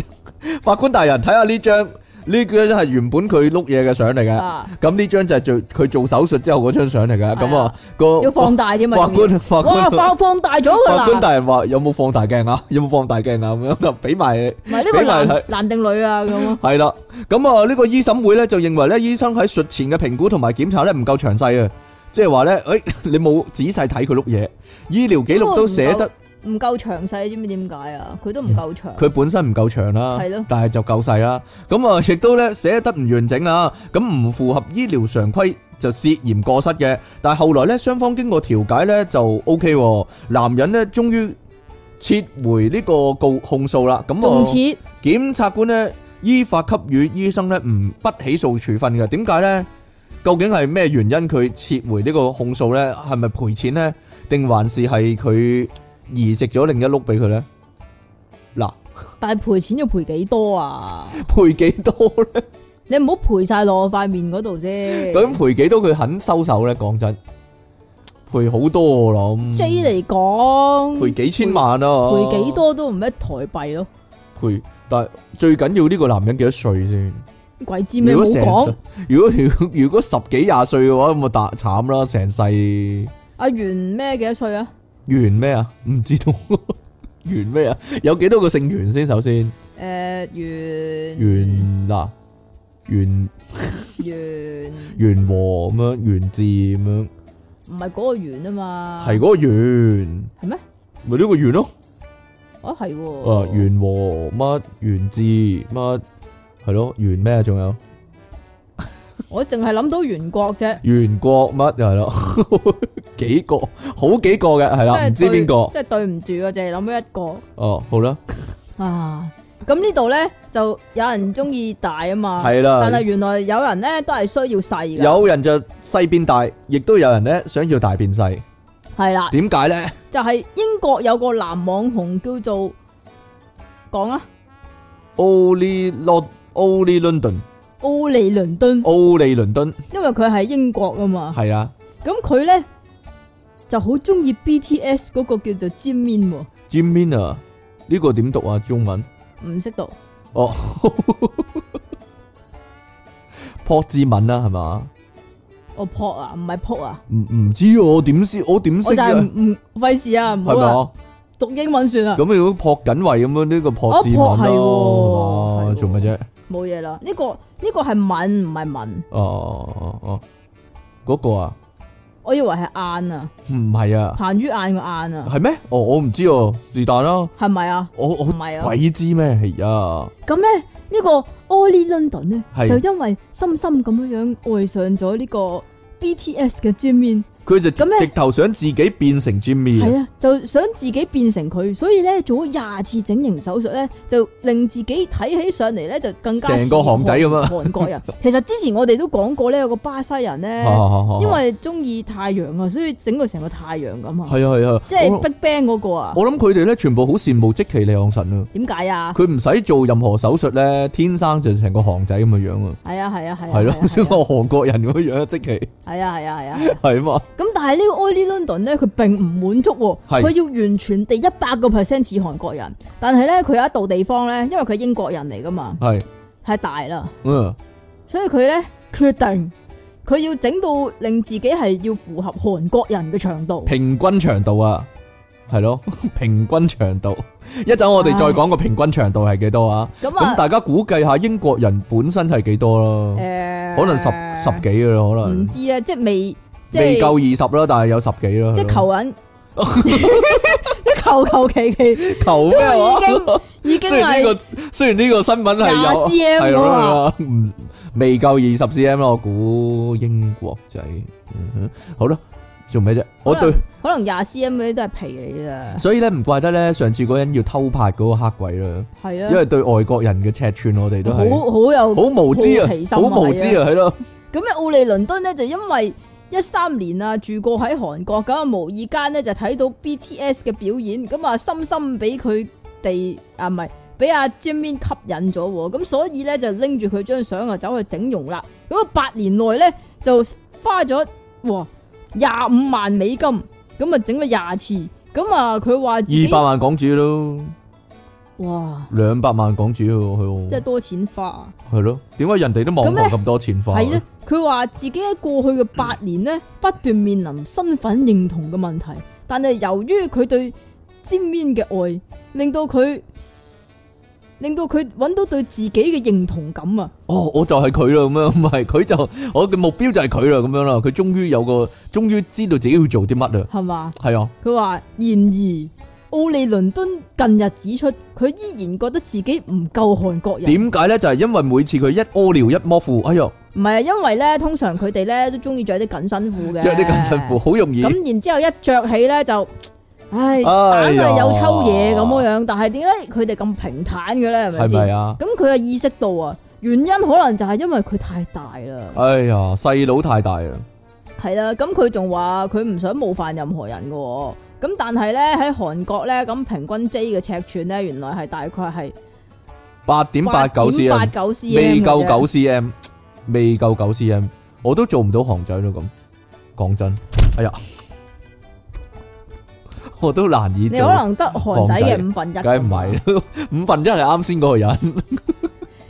[SPEAKER 1] 法官大人睇下呢張，呢張系原本佢碌嘢嘅相嚟嘅，
[SPEAKER 2] 啊，
[SPEAKER 1] 咁呢張就係做佢做手術之後嗰張相嚟嘅，咁啊個
[SPEAKER 2] 要放大添啊！
[SPEAKER 1] 法
[SPEAKER 2] 仲要
[SPEAKER 1] 官法
[SPEAKER 2] 哇，
[SPEAKER 1] 官
[SPEAKER 2] 放放大咗
[SPEAKER 1] 法
[SPEAKER 2] 㗎
[SPEAKER 1] 官
[SPEAKER 2] 啦，
[SPEAKER 1] 大人話有冇放大鏡啊？有冇放大鏡啊？咁樣 俾埋
[SPEAKER 2] 唔係呢個
[SPEAKER 1] 俾埋
[SPEAKER 2] 男
[SPEAKER 1] 佢
[SPEAKER 2] 男定女啊咁啊，
[SPEAKER 1] 係啦，咁啊呢個醫審會咧就認為咧醫生喺術前嘅評估同埋檢查咧唔夠詳細啊，即係話咧，誒 你冇仔細睇佢碌嘢，醫療記錄都寫得。
[SPEAKER 2] 唔夠詳細，你知唔知點解啊？佢都唔
[SPEAKER 1] 嗯
[SPEAKER 2] 夠長。
[SPEAKER 1] 佢本身唔夠長啦
[SPEAKER 2] 係咯，
[SPEAKER 1] 但係就夠細啦。咁啊，亦都咧寫得唔完整啊，咁唔符合醫療常規就涉嫌過失嘅。但係後來咧，雙方經過調解咧就 O K，男人咧終於撤回呢個告控訴啦。咁
[SPEAKER 2] 仲似
[SPEAKER 1] 啊，檢察官咧依法給予醫生咧唔不起訴處分嘅。點解咧？究竟係咩原因佢撤回呢個控訴咧？係咪賠錢咧？定還是係佢移植咗另一碌俾佢咧？嗱。
[SPEAKER 2] 但係賠錢要賠幾多啊？
[SPEAKER 1] 賠幾多 咧？
[SPEAKER 2] 你唔好賠晒落我塊面嗰度啫。
[SPEAKER 1] 究竟賠幾多佢肯收手咧？講真，賠好多我諗
[SPEAKER 2] J 嚟講，
[SPEAKER 1] 賠幾千萬啊！
[SPEAKER 2] 賠幾？多都唔一台幣咯，
[SPEAKER 1] 賠，但係最緊要呢個男人幾多歲先？
[SPEAKER 2] 鬼知咩
[SPEAKER 1] 如
[SPEAKER 2] 冇
[SPEAKER 1] 果成
[SPEAKER 2] 講
[SPEAKER 1] 十。，如果 如果如果十幾廿歲嘅話，咁啊大慘啦，成世
[SPEAKER 2] 阿袁咩幾多歲啊？
[SPEAKER 1] 袁咩啊？唔知道 袁咩啊？有幾多個姓袁先？首先
[SPEAKER 2] 诶，袁
[SPEAKER 1] 袁嗱袁
[SPEAKER 2] 袁
[SPEAKER 1] 袁和咁樣，袁志咁樣，
[SPEAKER 2] 唔係嗰個袁啊嘛，
[SPEAKER 1] 係嗰個袁
[SPEAKER 2] 係咩？
[SPEAKER 1] 咪呢個袁咯？
[SPEAKER 2] 哦係喎，
[SPEAKER 1] 啊，袁和乜袁志乜係咯？袁咩啊？仲有
[SPEAKER 2] 我淨係諗到袁國啫，
[SPEAKER 1] 袁國乜係咯？ 幾個好幾個嘅係
[SPEAKER 2] 即
[SPEAKER 1] 啦，
[SPEAKER 2] 係
[SPEAKER 1] 啊唔知
[SPEAKER 2] 對
[SPEAKER 1] 邊個
[SPEAKER 2] 即係對唔住啊，淨係諗到一個。
[SPEAKER 1] 哦？好啦，
[SPEAKER 2] 啊，咁呢度咧就有人中意大啊嘛，
[SPEAKER 1] 係啦
[SPEAKER 2] 但係原來有人咧都係需要細嘅，
[SPEAKER 1] 有人就細變大，亦都有人咧想要大變細，
[SPEAKER 2] 係啦，
[SPEAKER 1] 點解咧？
[SPEAKER 2] 就係英國有個男網紅叫做講啊，
[SPEAKER 1] 奧利洛奧利倫敦，
[SPEAKER 2] 奧利倫敦，
[SPEAKER 1] 奧利倫敦
[SPEAKER 2] 因為佢係英國啊嘛，
[SPEAKER 1] 係啊
[SPEAKER 2] 咁佢咧就好中意 BTS 嗰個叫做 Jimin，喎
[SPEAKER 1] ，Jimin 啊，呢個點讀啊？中文
[SPEAKER 2] 唔識讀，
[SPEAKER 1] 哦，朴志敏啦，係嘛？
[SPEAKER 2] 我撲啊，唔係撲啊，
[SPEAKER 1] 唔唔知啊我點知我點
[SPEAKER 2] 我
[SPEAKER 1] 識
[SPEAKER 2] 就
[SPEAKER 1] 啊？
[SPEAKER 2] 係唔唔費事啊，唔好
[SPEAKER 1] 係咪
[SPEAKER 2] 啊，
[SPEAKER 1] 啊？
[SPEAKER 2] 讀英文算啦，
[SPEAKER 1] 咁如果朴槿惠咁樣呢個朴志敏
[SPEAKER 2] 哦朴係
[SPEAKER 1] 咯，
[SPEAKER 2] 喎
[SPEAKER 1] 係嘛
[SPEAKER 2] 係喎
[SPEAKER 1] 做乜啫？
[SPEAKER 2] 冇嘢啦，呢個呢個係敏唔係文，
[SPEAKER 1] 哦哦哦哦，嗰個啊，
[SPEAKER 2] 我以為係晏啊。
[SPEAKER 1] 唔係啊，
[SPEAKER 2] 彭于晏個晏啊，
[SPEAKER 1] 係咩？哦，我唔知哦，是但啦，
[SPEAKER 2] 係咪啊？
[SPEAKER 1] 我我
[SPEAKER 2] 唔係啊
[SPEAKER 1] 鬼知咩？係啊，
[SPEAKER 2] 咁咧呢個 Ollie London 咧，
[SPEAKER 1] 係
[SPEAKER 2] 就因為深深咁樣樣愛上咗呢個 BTS 嘅 Jimin，
[SPEAKER 1] 佢就
[SPEAKER 2] 咁
[SPEAKER 1] 直
[SPEAKER 2] 咧
[SPEAKER 1] 頭想自己變成 Jimmy 啊
[SPEAKER 2] 係啊，就想自己變成佢，所以咧做咗廿次整形手術咧，就令自己睇起上嚟咧就更加
[SPEAKER 1] 成個
[SPEAKER 2] 似
[SPEAKER 1] 韓仔咁啊
[SPEAKER 2] 韓韓國 人。其實之前我哋都講過咧，有個巴西人咧，
[SPEAKER 1] 哦啊
[SPEAKER 2] 因為中意太陽啊，所以整到成個太陽咁啊，
[SPEAKER 1] 系啊系啊，
[SPEAKER 2] 即係
[SPEAKER 1] 我
[SPEAKER 2] Big Bang 嗰個啊，
[SPEAKER 1] 我諗佢哋咧全部好羨慕即其利昂神啊！
[SPEAKER 2] 點解啊？
[SPEAKER 1] 佢唔使做任何手術咧，天生就成個韓仔咁嘅樣啊，
[SPEAKER 2] 係啊係啊係啊，
[SPEAKER 1] 係
[SPEAKER 2] 係啊
[SPEAKER 1] 咯，先個韓國人咁嘅樣啊，即 其
[SPEAKER 2] 係啊係啊係啊。
[SPEAKER 1] 係嘛，
[SPEAKER 2] 咁但係呢個 Ollie London 咧，佢並唔滿足喎，
[SPEAKER 1] 係
[SPEAKER 2] 佢要完全地一百個 percent 似韓國人。但係咧，佢有一度地方咧，因為佢係英國人嚟噶嘛，
[SPEAKER 1] 係
[SPEAKER 2] 太大啦，
[SPEAKER 1] 嗯
[SPEAKER 2] 所以佢咧決定佢要整到令自己係要符合韓國人嘅長度。
[SPEAKER 1] 平均長度啊，係咯， 平均長度。一陣我哋再講個平均長度係幾多啊？
[SPEAKER 2] 啊咁
[SPEAKER 1] 咁
[SPEAKER 2] 啊，
[SPEAKER 1] 大家估計下英國人本身係幾多咯？
[SPEAKER 2] 誒
[SPEAKER 1] 可能十十幾嘅咯，可
[SPEAKER 2] 唔
[SPEAKER 1] 能
[SPEAKER 2] 知啊，即係未即
[SPEAKER 1] 未夠啊
[SPEAKER 2] 係
[SPEAKER 1] 二十啦，但係有十幾啦。
[SPEAKER 2] 即係
[SPEAKER 1] 係
[SPEAKER 2] 求
[SPEAKER 1] 咯
[SPEAKER 2] 緊， 即係求求其 其
[SPEAKER 1] 求咩話？
[SPEAKER 2] 都已經已經
[SPEAKER 1] 雖然呢
[SPEAKER 2] 係
[SPEAKER 1] 個雖然呢個新聞係有
[SPEAKER 2] 廿 cm
[SPEAKER 1] 係
[SPEAKER 2] 咁啊，
[SPEAKER 1] 啦，唔未夠二十 cm 啦，我估英國仔。嗯哼好啦，做咩啫？我對，
[SPEAKER 2] 可能廿 cm 嗰啲都係皮嚟㗎，
[SPEAKER 1] 所以咧唔怪得咧，上次嗰個人要偷拍嗰個黑鬼啦，
[SPEAKER 2] 係啊，
[SPEAKER 1] 因為對外國人嘅尺寸，我哋都
[SPEAKER 2] 好
[SPEAKER 1] 係
[SPEAKER 2] 好有
[SPEAKER 1] 好無知啊
[SPEAKER 2] 好奇，心啊
[SPEAKER 1] 好無知啊，係咯，
[SPEAKER 2] 咁咧，奧利倫敦咧就因為一三年啊住過喺韓國，咁啊無意間咧就睇到 BTS 嘅表演，咁啊深深俾佢哋啊唔係俾阿 Jimin 吸引咗喎，咁所以咧就拎住佢張相啊走去整容啦。咁啊八年內咧就花咗哇廿五萬美金，咁啊整咗廿次，咁啊佢話自己
[SPEAKER 1] 二百萬港紙咯，
[SPEAKER 2] 哇
[SPEAKER 1] 兩百萬港紙喎，
[SPEAKER 2] 即係
[SPEAKER 1] 係
[SPEAKER 2] 多錢花啊！
[SPEAKER 1] 係咯，點解人哋都網
[SPEAKER 2] 咁咧
[SPEAKER 1] 紅咁多錢花？
[SPEAKER 2] 係咧，佢話自己喺過去嘅八年呢，不斷面臨身份認同嘅問題，但係由於佢對尖面嘅愛，令到佢令到佢揾到對自己嘅認同感啊！
[SPEAKER 1] 哦，我就係佢啦，咁樣 唔係佢就我嘅目標就係佢啦，咁樣啦，佢終於有個，終於知道自己要做啲乜啦，
[SPEAKER 2] 係嘛？
[SPEAKER 1] 係啊，
[SPEAKER 2] 佢話，然而奧利倫敦近日指出，佢依然覺得自己唔夠韓國人。
[SPEAKER 1] 點解咧？就係、因為每次佢一屙尿一摸褲，哎呀，
[SPEAKER 2] 唔係啊，因為呢，通常佢哋呢都中意着啲緊身褲嘅，
[SPEAKER 1] 着啲緊身褲好容易，
[SPEAKER 2] 咁然之後一着起咧就，唉，
[SPEAKER 1] 哎呀
[SPEAKER 2] 硬係有抽嘢咁樣樣，但係點解佢哋咁平坦嘅咧？係咪
[SPEAKER 1] 係咪
[SPEAKER 2] 先？
[SPEAKER 1] 啊？
[SPEAKER 2] 咁佢嘅意識到啊，原因可能就係因為佢太大啦，
[SPEAKER 1] 哎呀，細佬太大啊！
[SPEAKER 2] 係啦。咁佢仲話佢唔想冒犯任何人嘅喎。咁但係咧喺韓國咧，咁平均 J 嘅尺寸咧，原來係大概係
[SPEAKER 1] 八點八九
[SPEAKER 2] 八
[SPEAKER 1] cm，
[SPEAKER 2] 九 C，
[SPEAKER 1] 未夠九 cm，未夠九 cm，我都做唔到行仔咯咁。講真，哎呀，我都難以
[SPEAKER 2] 你
[SPEAKER 1] 做
[SPEAKER 2] 可，能得韓仔
[SPEAKER 1] 韓仔
[SPEAKER 2] 嘅五分一，
[SPEAKER 1] 梗係唔係。啦 五分一係啱先嗰個人。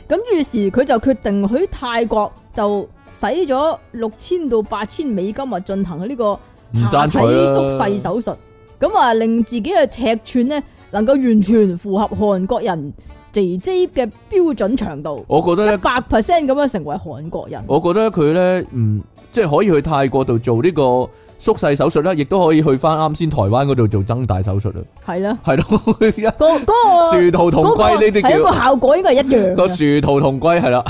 [SPEAKER 2] 咁於是佢就決定喺泰國就使咗六千到八千美金啊，進行呢個
[SPEAKER 1] 唔
[SPEAKER 2] 下
[SPEAKER 1] 爭
[SPEAKER 2] 體
[SPEAKER 1] 取啦
[SPEAKER 2] 縮細手術。咁啊令自己嘅尺寸呢能夠完全符合韓國人 J J 嘅標準長度，
[SPEAKER 1] 我覺得
[SPEAKER 2] 一
[SPEAKER 1] 咧，
[SPEAKER 2] 百 percent 咁樣成為韓國人。
[SPEAKER 1] 我覺得佢咧，嗯，即係可以去泰國度做呢個縮細手術啦，亦都可以去翻啱先台灣嗰度做增大手術啦，
[SPEAKER 2] 係啦，
[SPEAKER 1] 係咯，一
[SPEAKER 2] 嗰嗰
[SPEAKER 1] 殊途同
[SPEAKER 2] 哦個嗰個
[SPEAKER 1] 歸呢
[SPEAKER 2] 係一個
[SPEAKER 1] 啲
[SPEAKER 2] 效果應該係一樣
[SPEAKER 1] 叫個
[SPEAKER 2] 嘅。
[SPEAKER 1] 殊途同歸係啦，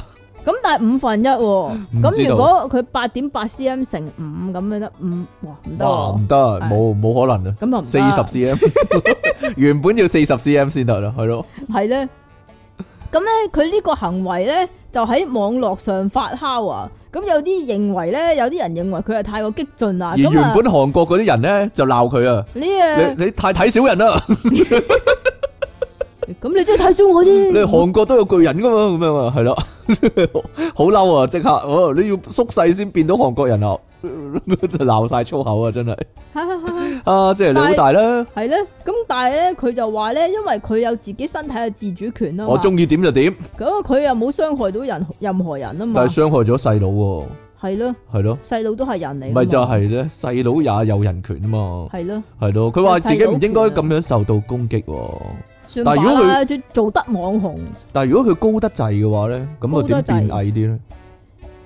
[SPEAKER 2] 咁但係五分一喎，
[SPEAKER 1] 知
[SPEAKER 2] 咁
[SPEAKER 1] 道
[SPEAKER 2] 如果佢八點八 cm 乘五咁樣得五，哇唔得
[SPEAKER 1] 哇
[SPEAKER 2] 喎
[SPEAKER 1] 啊唔，得，冇冇可能啊！
[SPEAKER 2] 咁就唔
[SPEAKER 1] 四十 cm，原 本要四十 cm 先得啦，係咯，
[SPEAKER 2] 系咧。咁咧，佢呢個行為咧就喺網絡上發酵啊！咁有啲認為咧，有啲人認為佢係太過激進啦。
[SPEAKER 1] 而
[SPEAKER 2] 咁
[SPEAKER 1] 原
[SPEAKER 2] 啊，
[SPEAKER 1] 本韓國嗰啲人咧就鬧佢啊，
[SPEAKER 2] 你啊，
[SPEAKER 1] 你你太睇小人啦。
[SPEAKER 2] 咁你真係睇小我啫。
[SPEAKER 1] 你韓國都有巨人噶嘛，咁樣啊，係咯， 好嬲啊！即刻，哦，你要縮細先變到韓國人啊， 就鬧晒粗口啊，真係啊，即係你好大啦，
[SPEAKER 2] 係咧，咁但係咧，佢就話咧，因為佢有自己身體嘅自主權啊嘛
[SPEAKER 1] 我，中意點就點，
[SPEAKER 2] 咁啊佢又冇傷害到人任何人啊嘛
[SPEAKER 1] 但，係傷害咗細佬喎，
[SPEAKER 2] 係咯，
[SPEAKER 1] 係咯，
[SPEAKER 2] 細路都係人嚟㗎嘛，
[SPEAKER 1] 咪就係咧，細佬也有人權啊嘛，
[SPEAKER 2] 係咯，
[SPEAKER 1] 係咯，佢話自己唔
[SPEAKER 2] 啊
[SPEAKER 1] 應該咁樣受到攻擊喎，
[SPEAKER 2] 算
[SPEAKER 1] 但係如
[SPEAKER 2] 罷
[SPEAKER 1] 果
[SPEAKER 2] 啦，做做得網紅，
[SPEAKER 1] 但係如果佢高得滯嘅話咧，咁我點
[SPEAKER 2] 高得滯
[SPEAKER 1] 變矮啲咧？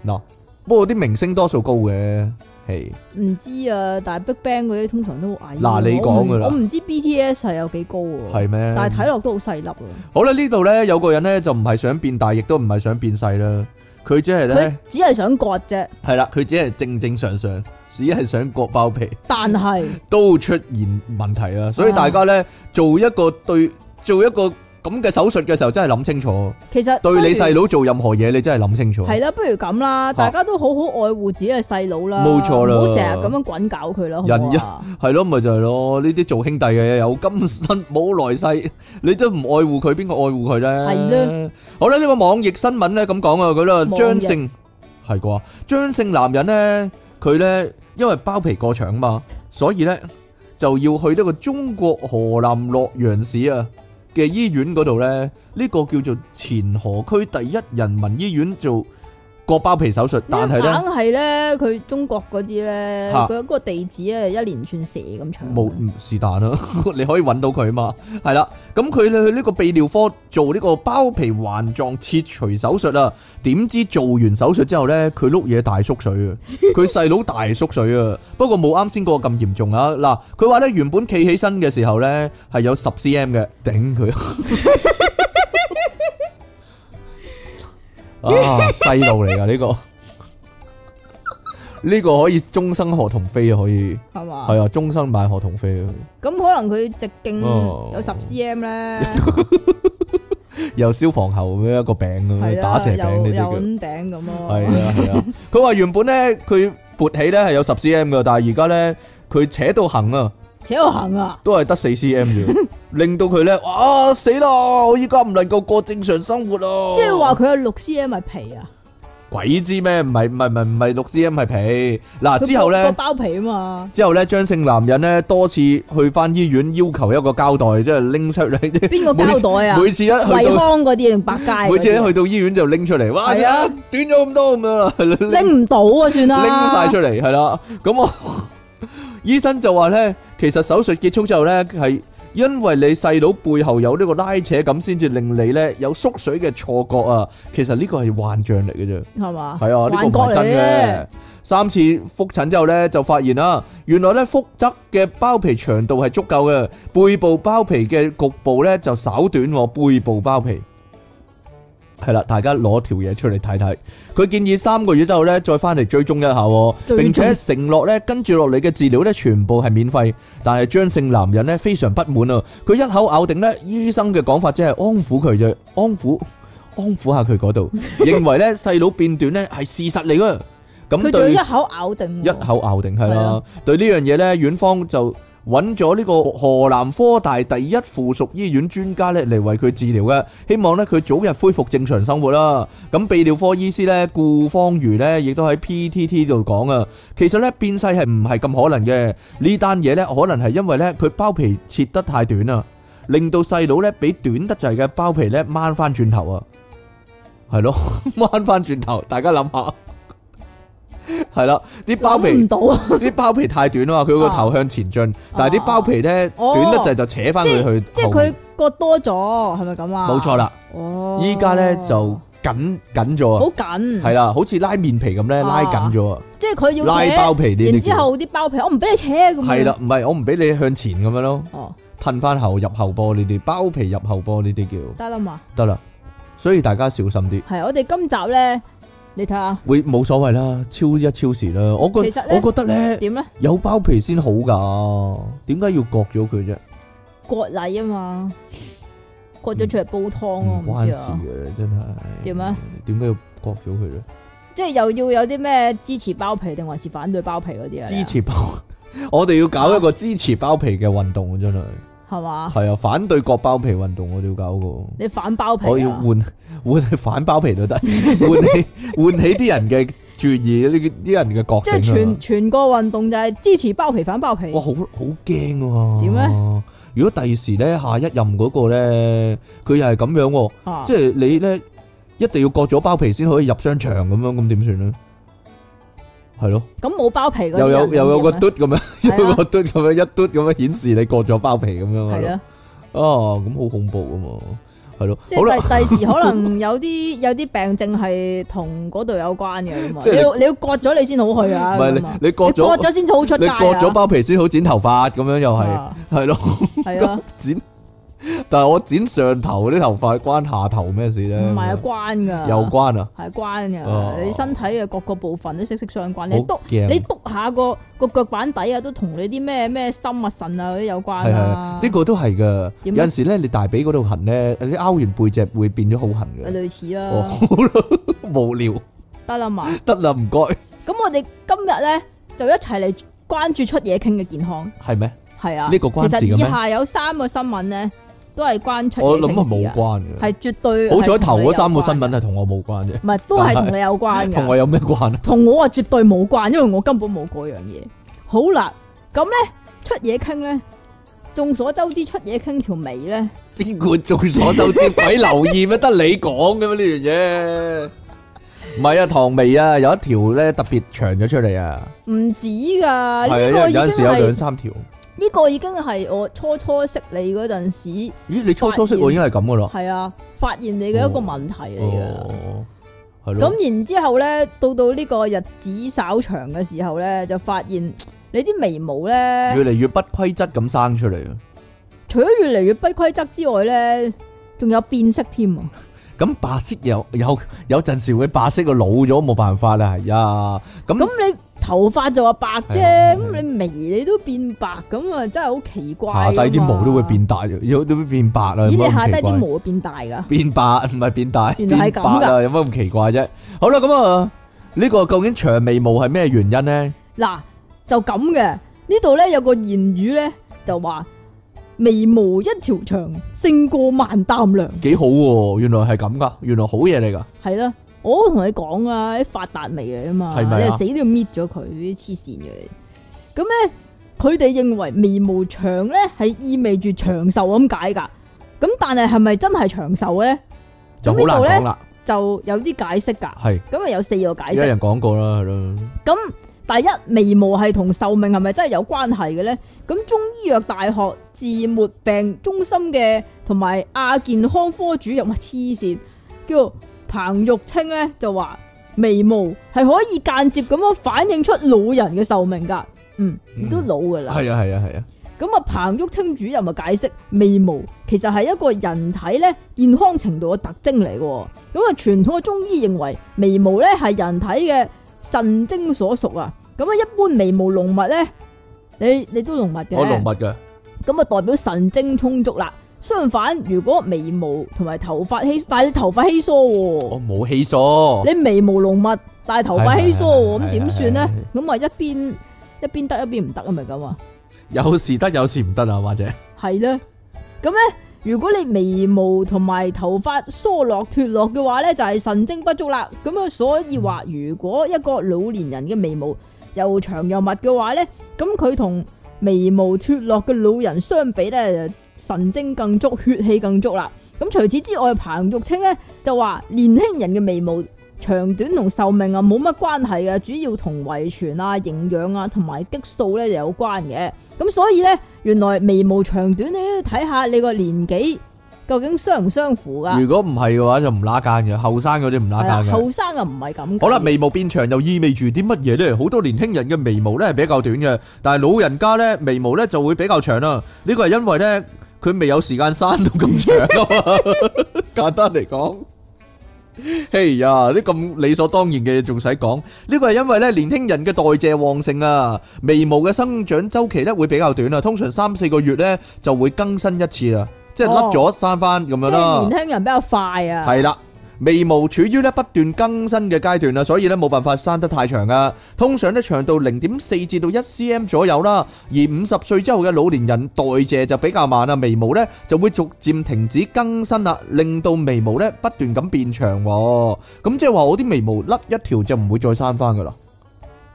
[SPEAKER 1] 嗱，不過啲明星多數高嘅，係。
[SPEAKER 2] 唔知啊，但係 BigBang 嗰啲通常都好矮。
[SPEAKER 1] 嗱你
[SPEAKER 2] 我唔
[SPEAKER 1] 講㗎啦
[SPEAKER 2] 我唔知 BTS 係有幾高喎。
[SPEAKER 1] 係咩
[SPEAKER 2] 但係睇落都好細粒啊！
[SPEAKER 1] 好啦，呢度咧有個人咧就唔係想變大，亦都唔係想變細啦。佢只係
[SPEAKER 2] 佢
[SPEAKER 1] 咧
[SPEAKER 2] 只係想割啫，
[SPEAKER 1] 係啦，佢只係正正常常，只係想割包皮，
[SPEAKER 2] 但係
[SPEAKER 1] 都出現問題啊！所以
[SPEAKER 2] 啊
[SPEAKER 1] 大家咧做一個對做一個咁嘅手術嘅時候，真係諗清楚。
[SPEAKER 2] 其實
[SPEAKER 1] 對你細
[SPEAKER 2] 佬
[SPEAKER 1] 佬做任何嘢，你真係諗清楚。
[SPEAKER 2] 係啦，不如咁啦，大家都好好愛護自己嘅細佬啦，
[SPEAKER 1] 冇錯啦
[SPEAKER 2] 唔好成日咁樣滾搞佢啦，好
[SPEAKER 1] 人
[SPEAKER 2] 唔
[SPEAKER 1] 一
[SPEAKER 2] 好啊？
[SPEAKER 1] 係咯，咪就係咯，呢啲做兄弟嘅有今生冇來世， 你都唔愛護佢，邊個愛護佢咧？
[SPEAKER 2] 係咧。
[SPEAKER 1] 好啦，呢個網易新聞咧咁講啊，佢啦
[SPEAKER 2] 易
[SPEAKER 1] 張姓係啩？張姓男人咧，佢咧因為包皮過長嘛，所以咧就要去呢個中國河南洛陽市啊嘅醫院嗰度咧，呢、個叫做前河區第一人民醫院做割包皮手術，但係
[SPEAKER 2] 硬
[SPEAKER 1] 咧。
[SPEAKER 2] 係咧，佢中國嗰啲咧，
[SPEAKER 1] 嚇
[SPEAKER 2] 佢嗰個地址咧一連串蛇咁長，
[SPEAKER 1] 冇唔是但啦， 你可以揾到佢嘛，係啦。咁佢呢去呢個泌尿科做呢個包皮環狀切除手術啊，點知做完手術之後呢，佢碌嘢大縮水啊，佢細佬大縮水啊。 不過冇啱先嗰個咁嚴重啊。嗱，佢話呢原本企起身嘅時候呢，係有十 cm 嘅，頂佢 啊，細路嚟噶呢個。呢個可以終生學童飛啊，可以。
[SPEAKER 2] 係嘛？
[SPEAKER 1] 系啊，終身買學童 飛啊，
[SPEAKER 2] 咁可能佢直徑
[SPEAKER 1] 哦
[SPEAKER 2] 有十 cm 咧，
[SPEAKER 1] 又消防喉咁樣一個餅咁
[SPEAKER 2] 係啊
[SPEAKER 1] 樣
[SPEAKER 2] 啦
[SPEAKER 1] 打蛇
[SPEAKER 2] 有
[SPEAKER 1] 餅呢
[SPEAKER 2] 有
[SPEAKER 1] 啲
[SPEAKER 2] 五頂咁
[SPEAKER 1] 叫，
[SPEAKER 2] 咯，
[SPEAKER 1] 係啊係 啊。佢話原本咧佢勃起咧係有十 cm 噶，但係而家咧佢扯到行啊，
[SPEAKER 2] 且我行啊！
[SPEAKER 1] 都係得四 cm 啫，令到佢咧哇死啦！我依家唔能夠過正常生活啊！
[SPEAKER 2] 即系话佢有六 cm 咪皮啊，
[SPEAKER 1] 鬼知咩？唔係唔係唔係唔係六 cm 係皮嗱，
[SPEAKER 2] 佢
[SPEAKER 1] 之後
[SPEAKER 2] 個
[SPEAKER 1] 咧。
[SPEAKER 2] 包皮 啊嘛，
[SPEAKER 1] 之後咧，張姓男人咧多次去翻醫院要求一個膠袋，即係拎出嚟。
[SPEAKER 2] 邊個膠袋啊
[SPEAKER 1] 每次每次一去
[SPEAKER 2] 惠
[SPEAKER 1] 到
[SPEAKER 2] 康嗰啲定百佳嗰啲啊，
[SPEAKER 1] 每次一去到醫院就拎出嚟，哇！
[SPEAKER 2] 係啊
[SPEAKER 1] 呀，短咗咁多咁樣 啦，拎
[SPEAKER 2] 拎唔到啊，算啦，
[SPEAKER 1] 拎晒出嚟係啦。咁我醫生就話咧，其實手術結束之後咧，係因為你細佬背後有呢個拉扯咁，先至令你咧有縮水嘅錯覺啊。其實呢個係幻象嚟嘅啫。
[SPEAKER 2] 係嘛，
[SPEAKER 1] 係啊，呢個唔係
[SPEAKER 2] 幻覺嚟
[SPEAKER 1] 真
[SPEAKER 2] 嘅
[SPEAKER 1] 嘅。三次復診之後呢，就發現啦，原來呢腹側嘅包皮長度係足夠嘅，背部包皮嘅局部呢就稍短喎，背部包皮。係啦，大家攞條嘢出嚟睇睇。佢建議三個月之後呢，再翻嚟追蹤一下喎，
[SPEAKER 2] 追蹤
[SPEAKER 1] 並且承諾呢，跟住落嚟嘅治療呢，全部係免費。但係張姓男人呢，非常不滿啊，佢一口咬定呢，醫生嘅講法只係安撫佢啫，安撫安撫下佢嗰 度，認為呢細佬變短呢係事實嚟噶。咁
[SPEAKER 2] 佢仲要
[SPEAKER 1] 對
[SPEAKER 2] 一口咬定
[SPEAKER 1] 一
[SPEAKER 2] 喎，
[SPEAKER 1] 口咬定係
[SPEAKER 2] 係
[SPEAKER 1] 啦
[SPEAKER 2] 啊。
[SPEAKER 1] 對呢樣嘢呢，院方就揾咗呢個河南科大第一附屬醫院專家呢嚟為佢治療嘅，希望呢佢早日恢復正常生活啦。咁泌尿科醫師呢，顧芳如呢，亦都喺 PTT 度講啊，其實呢變細係唔係咁可能嘅？呢單嘢呢，可能係因為呢佢包皮切得太短啊，令到細佬呢俾短得滯嘅包皮呢掹翻轉 頭啊，係咯，掹翻轉頭，大家諗下。系啦，啲包皮
[SPEAKER 2] 諗唔到 啊！
[SPEAKER 1] 啲包皮太短啊嘛，佢個頭向前進，但係啲包皮咧
[SPEAKER 2] 哦
[SPEAKER 1] 短得滯就扯翻佢去
[SPEAKER 2] 即係
[SPEAKER 1] 後面
[SPEAKER 2] 佢割多咗，係咪咁啊？
[SPEAKER 1] 冇錯。啦，
[SPEAKER 2] 哦，
[SPEAKER 1] 依家咧就緊緊咗
[SPEAKER 2] 好
[SPEAKER 1] 啊，
[SPEAKER 2] 緊，
[SPEAKER 1] 係啦，好似拉面皮咁咧
[SPEAKER 2] 啊
[SPEAKER 1] 拉緊咗啊，
[SPEAKER 2] 即係佢要
[SPEAKER 1] 拉包
[SPEAKER 2] 扯，
[SPEAKER 1] 皮呢
[SPEAKER 2] 然
[SPEAKER 1] 啲
[SPEAKER 2] 之
[SPEAKER 1] 叫
[SPEAKER 2] 後啲包皮，我唔俾你扯咁樣。
[SPEAKER 1] 係啦，，唔係我唔俾你向前咁樣咯，
[SPEAKER 2] 哦，
[SPEAKER 1] 噴翻後入後波呢啲包皮入後波呢啲叫
[SPEAKER 2] 得啦嘛，
[SPEAKER 1] 得啦，所以大家小心啲。
[SPEAKER 2] 係我哋今集咧，你睇下
[SPEAKER 1] 會冇所謂啦，超一超時啦。我覺
[SPEAKER 2] 其實呢
[SPEAKER 1] 我覺得咧
[SPEAKER 2] 點咧？
[SPEAKER 1] 有包皮先好噶，點解要割咗佢啫？
[SPEAKER 2] 割禮啊嘛，割咗出嚟煲湯啊，
[SPEAKER 1] 唔
[SPEAKER 2] 我
[SPEAKER 1] 關
[SPEAKER 2] 唔知
[SPEAKER 1] 事
[SPEAKER 2] 啊。
[SPEAKER 1] 嘅真係。
[SPEAKER 2] 點啊？
[SPEAKER 1] 點解要割咗佢咧？
[SPEAKER 2] 即係又要有啲咩支持包皮定還是反對包皮嗰啲啊？
[SPEAKER 1] 支持包， 我哋要搞一
[SPEAKER 2] 啊
[SPEAKER 1] 個支持包皮嘅運動啊真係。
[SPEAKER 2] 係嘛？
[SPEAKER 1] 係啊，反對割包皮運動我哋要搞個。
[SPEAKER 2] 你反包皮
[SPEAKER 1] 我要
[SPEAKER 2] 啊？
[SPEAKER 1] 換換起反包皮都得，喚起 喚起啲人嘅注意，呢啲啲人嘅覺
[SPEAKER 2] 即係
[SPEAKER 1] 醒啊
[SPEAKER 2] 全！全個運動就係支持包皮反包皮。
[SPEAKER 1] 哇，好好驚喎！
[SPEAKER 2] 點咧？
[SPEAKER 1] 如果第二時咧，下一任嗰個咧，佢又係咁樣喎，
[SPEAKER 2] 啊
[SPEAKER 1] 即係你咧一定要割咗包皮先可以入商場咁樣，咁點算咧？係咯，
[SPEAKER 2] 咁冇包皮嗰啲
[SPEAKER 1] 又有
[SPEAKER 2] 人
[SPEAKER 1] 又有個
[SPEAKER 2] 點
[SPEAKER 1] 嘟咁樣，
[SPEAKER 2] 係
[SPEAKER 1] 有
[SPEAKER 2] 啊
[SPEAKER 1] 個嘟咁樣一嘟咁樣顯示你割咗包皮咁樣
[SPEAKER 2] 樣係
[SPEAKER 1] 係咯，
[SPEAKER 2] 啊，
[SPEAKER 1] 哦，咁好恐怖啊嘛，係咯，
[SPEAKER 2] 即
[SPEAKER 1] 好啦，
[SPEAKER 2] 係第第時可能有啲 有啲病症係同嗰度有關嘅咁啊
[SPEAKER 1] 即係
[SPEAKER 2] 你
[SPEAKER 1] 你
[SPEAKER 2] 要你要割咗你先好去啊，
[SPEAKER 1] 唔係
[SPEAKER 2] 咁啊
[SPEAKER 1] 你你割
[SPEAKER 2] 你割
[SPEAKER 1] 咗
[SPEAKER 2] 咗先好出街
[SPEAKER 1] 你
[SPEAKER 2] 啊
[SPEAKER 1] 割咗包皮先好剪頭髮咁樣又係
[SPEAKER 2] 啊
[SPEAKER 1] 係咯，
[SPEAKER 2] 係啊，
[SPEAKER 1] 剪，但係我剪上頭嗰啲頭髮關下頭咩事咧？
[SPEAKER 2] 唔係啊關噶，
[SPEAKER 1] 嗯有關啊！
[SPEAKER 2] 係關
[SPEAKER 1] 哦
[SPEAKER 2] 嘅，你身體嘅各個部分都息息相關。你
[SPEAKER 1] 好
[SPEAKER 2] 篤
[SPEAKER 1] 驚
[SPEAKER 2] 你篤下個個腳板底啊，都同你啲咩咩心啊腎啊嗰啲有關
[SPEAKER 1] 係係
[SPEAKER 2] 啦
[SPEAKER 1] 係，。呢個都係噶。有
[SPEAKER 2] 點咧
[SPEAKER 1] 陣時咧，你大髀嗰度痕咧，你拗完背脊會變咗好痕嘅。
[SPEAKER 2] 類似
[SPEAKER 1] 哦，
[SPEAKER 2] 啦，
[SPEAKER 1] 好啦，無聊
[SPEAKER 2] 得啦嘛。
[SPEAKER 1] 得啦，唔該，
[SPEAKER 2] 咁我哋今日咧就一齊嚟關注出嘢傾嘅健康，
[SPEAKER 1] 係咩？
[SPEAKER 2] 係啊。
[SPEAKER 1] 呢個關事嘅
[SPEAKER 2] 其
[SPEAKER 1] 咩
[SPEAKER 2] 實以下有三個新聞咧，都係關出
[SPEAKER 1] 我
[SPEAKER 2] 嘢
[SPEAKER 1] 諗
[SPEAKER 2] 傾
[SPEAKER 1] 係
[SPEAKER 2] 事
[SPEAKER 1] 冇
[SPEAKER 2] 啊，
[SPEAKER 1] 關嘅。
[SPEAKER 2] 係絕對
[SPEAKER 1] 好
[SPEAKER 2] 係
[SPEAKER 1] 彩頭
[SPEAKER 2] 同你有
[SPEAKER 1] 嗰三個
[SPEAKER 2] 關
[SPEAKER 1] 新聞
[SPEAKER 2] 嘅，
[SPEAKER 1] 係同我冇關啫，
[SPEAKER 2] 唔係都係同你有關 嘅
[SPEAKER 1] 同。我有咩 關啊？
[SPEAKER 2] 同我啊絕對冇關，因為我根本冇嗰樣嘢。好啦，咁咧出嘢傾咧，眾所周知出嘢傾條眉咧，
[SPEAKER 1] 邊個眾所周知鬼留意咩？得你講嘅咩呢樣嘢？唔係啊，唐眉啊，有一條咧特別長咗出嚟啊，
[SPEAKER 2] 唔止㗎，呢
[SPEAKER 1] 係啊，
[SPEAKER 2] 個已
[SPEAKER 1] 有
[SPEAKER 2] 經
[SPEAKER 1] 陣時有兩
[SPEAKER 2] 係
[SPEAKER 1] 三條。
[SPEAKER 2] 呢個已經係我初初識你嗰陣時，
[SPEAKER 1] 咦，你初初識我已經係咁噶啦，
[SPEAKER 2] 係啊，發現你嘅一個問題嚟㗎。
[SPEAKER 1] 哦，係咯。
[SPEAKER 2] 咁然之後咧，到到呢個日子稍長嘅時候咧，就發現你啲眉毛咧，
[SPEAKER 1] 越嚟越不規則咁生出嚟啊！
[SPEAKER 2] 除咗越嚟越不規則之外咧，仲有變色添啊！
[SPEAKER 1] 咁白色有有有陣時會白色嘅老咗冇辦法啦，係啊，咁
[SPEAKER 2] 咁你頭髮就話白啫，
[SPEAKER 1] 係啊係啊
[SPEAKER 2] 咁你眉你都變白，咁啊真係好奇怪。
[SPEAKER 1] 下低啲毛都會。變大，有都會變白啊！
[SPEAKER 2] 咦？
[SPEAKER 1] 有乜咁
[SPEAKER 2] 你下低
[SPEAKER 1] 奇怪
[SPEAKER 2] 啲毛會變大㗎？
[SPEAKER 1] 變白唔係變大，
[SPEAKER 2] 原來
[SPEAKER 1] 變
[SPEAKER 2] 係咁
[SPEAKER 1] 白
[SPEAKER 2] 㗎
[SPEAKER 1] 啊！有乜咁奇怪啫？好啦，咁啊，呢個究竟長眉毛係咩原因呢？
[SPEAKER 2] 嗱，就咁嘅。呢度咧有個言語咧就話眉毛一條長勝過萬擔糧，
[SPEAKER 1] 幾好喎，原來係咁噶，原來好嘢嚟噶，
[SPEAKER 2] 係啦。我都同你講啊，啲發達眉嚟啊嘛，
[SPEAKER 1] 係咪啊
[SPEAKER 2] 你死都要搣咗佢，啲黐線嘅你。咁咧，佢哋認為眉毛長咧係意味住長壽咁解㗎。咁但係係咪真係長壽咧？
[SPEAKER 1] 就好
[SPEAKER 2] 咁呢
[SPEAKER 1] 難
[SPEAKER 2] 度呢
[SPEAKER 1] 講啦。
[SPEAKER 2] 就有啲解釋㗎。
[SPEAKER 1] 係
[SPEAKER 2] 咁啊有四個解
[SPEAKER 1] 有
[SPEAKER 2] 釋。
[SPEAKER 1] 人講過啦，係咯，
[SPEAKER 2] 咁第一，眉毛係同壽命係咪真係有關係嘅咧？咁中醫藥大學治末病中心嘅同埋亞健康科主任，哇黐線，叫彭玉清咧就話眉毛係可以間接咁樣反映出老人嘅壽命㗎。嗯，都老㗎啦。
[SPEAKER 1] 係啊，係啊，係啊，
[SPEAKER 2] 咁啊，彭旭清主任啊解釋，眉毛其實係一個人體咧健康程度嘅特徵嚟嘅喎。咁啊，傳統嘅中醫認為眉毛咧係人體嘅神經所屬啊。咁啊，一般眉毛濃密咧，你你都濃密嘅，
[SPEAKER 1] 我濃密噶，
[SPEAKER 2] 咁啊代表神經充足啦。相反，如果眉毛同埋頭髮稀，但係你頭髮稀疏喎、
[SPEAKER 1] 我冇稀疏，
[SPEAKER 2] 你眉毛濃密，但係頭髮稀疏喎，
[SPEAKER 1] 係係係
[SPEAKER 2] 咁點算
[SPEAKER 1] 係
[SPEAKER 2] 咧
[SPEAKER 1] 係？
[SPEAKER 2] 咁啊，一邊一邊得一邊唔得啊，咪咁啊？
[SPEAKER 1] 有時得有時唔得啊，或者
[SPEAKER 2] 系咧，咁咧，如果你眉毛同埋頭髮疏落脱落嘅話咧，就係神經不足啦。咁啊，所以話如果一個老年人嘅眉毛又長又密嘅話咧，咁佢同眉毛脱落嘅老人相比咧，就神經更足，血氣更足啦。咁除此之外，彭玉清咧就話年輕人嘅眉毛長短同壽命啊冇乜關係嘅，主要同遺傳啊、營養啊同埋激素咧就有關嘅。咁所以咧，原來眉毛長短你都要睇下你個年紀究竟相唔相符噶。
[SPEAKER 1] 如果唔係嘅話，就唔拉間嘅，後生嗰啲唔拉
[SPEAKER 2] 係
[SPEAKER 1] 間
[SPEAKER 2] 啦，
[SPEAKER 1] 嘅。
[SPEAKER 2] 後生啊唔係咁計。
[SPEAKER 1] 好啦，眉毛變長又意味住啲乜嘢呢？好多年輕人嘅眉毛呢係比較短嘅，但係老人家呢眉毛呢就會比較長啦。呢個係因為呢，佢未有時間生到咁長 啊嘛。簡單嚟講，嘿呀，啲咁理所當然嘅嘢仲使講？呢個係因為呢年輕人嘅代謝旺盛啊，眉毛嘅生長周期呢會比較短啊，通常三四個月呢就會更新一次啊，即係
[SPEAKER 2] 哦
[SPEAKER 1] 甩咗生翻咁樣
[SPEAKER 2] 即
[SPEAKER 1] 啦
[SPEAKER 2] 係。年輕人比較快啊。
[SPEAKER 1] 系啦。眉毛處於咧不斷更新嘅階段啦，啊所以咧冇辦法生得太長噶。通常咧長到零點四至到一 cm 左右啦。而五十歲之後嘅老年人代謝就比較慢啦，眉毛咧就會逐漸停止更新啦，令到眉毛咧不斷咁變長喎。咁即係話我啲眉毛甩一條就唔會再生翻噶啦。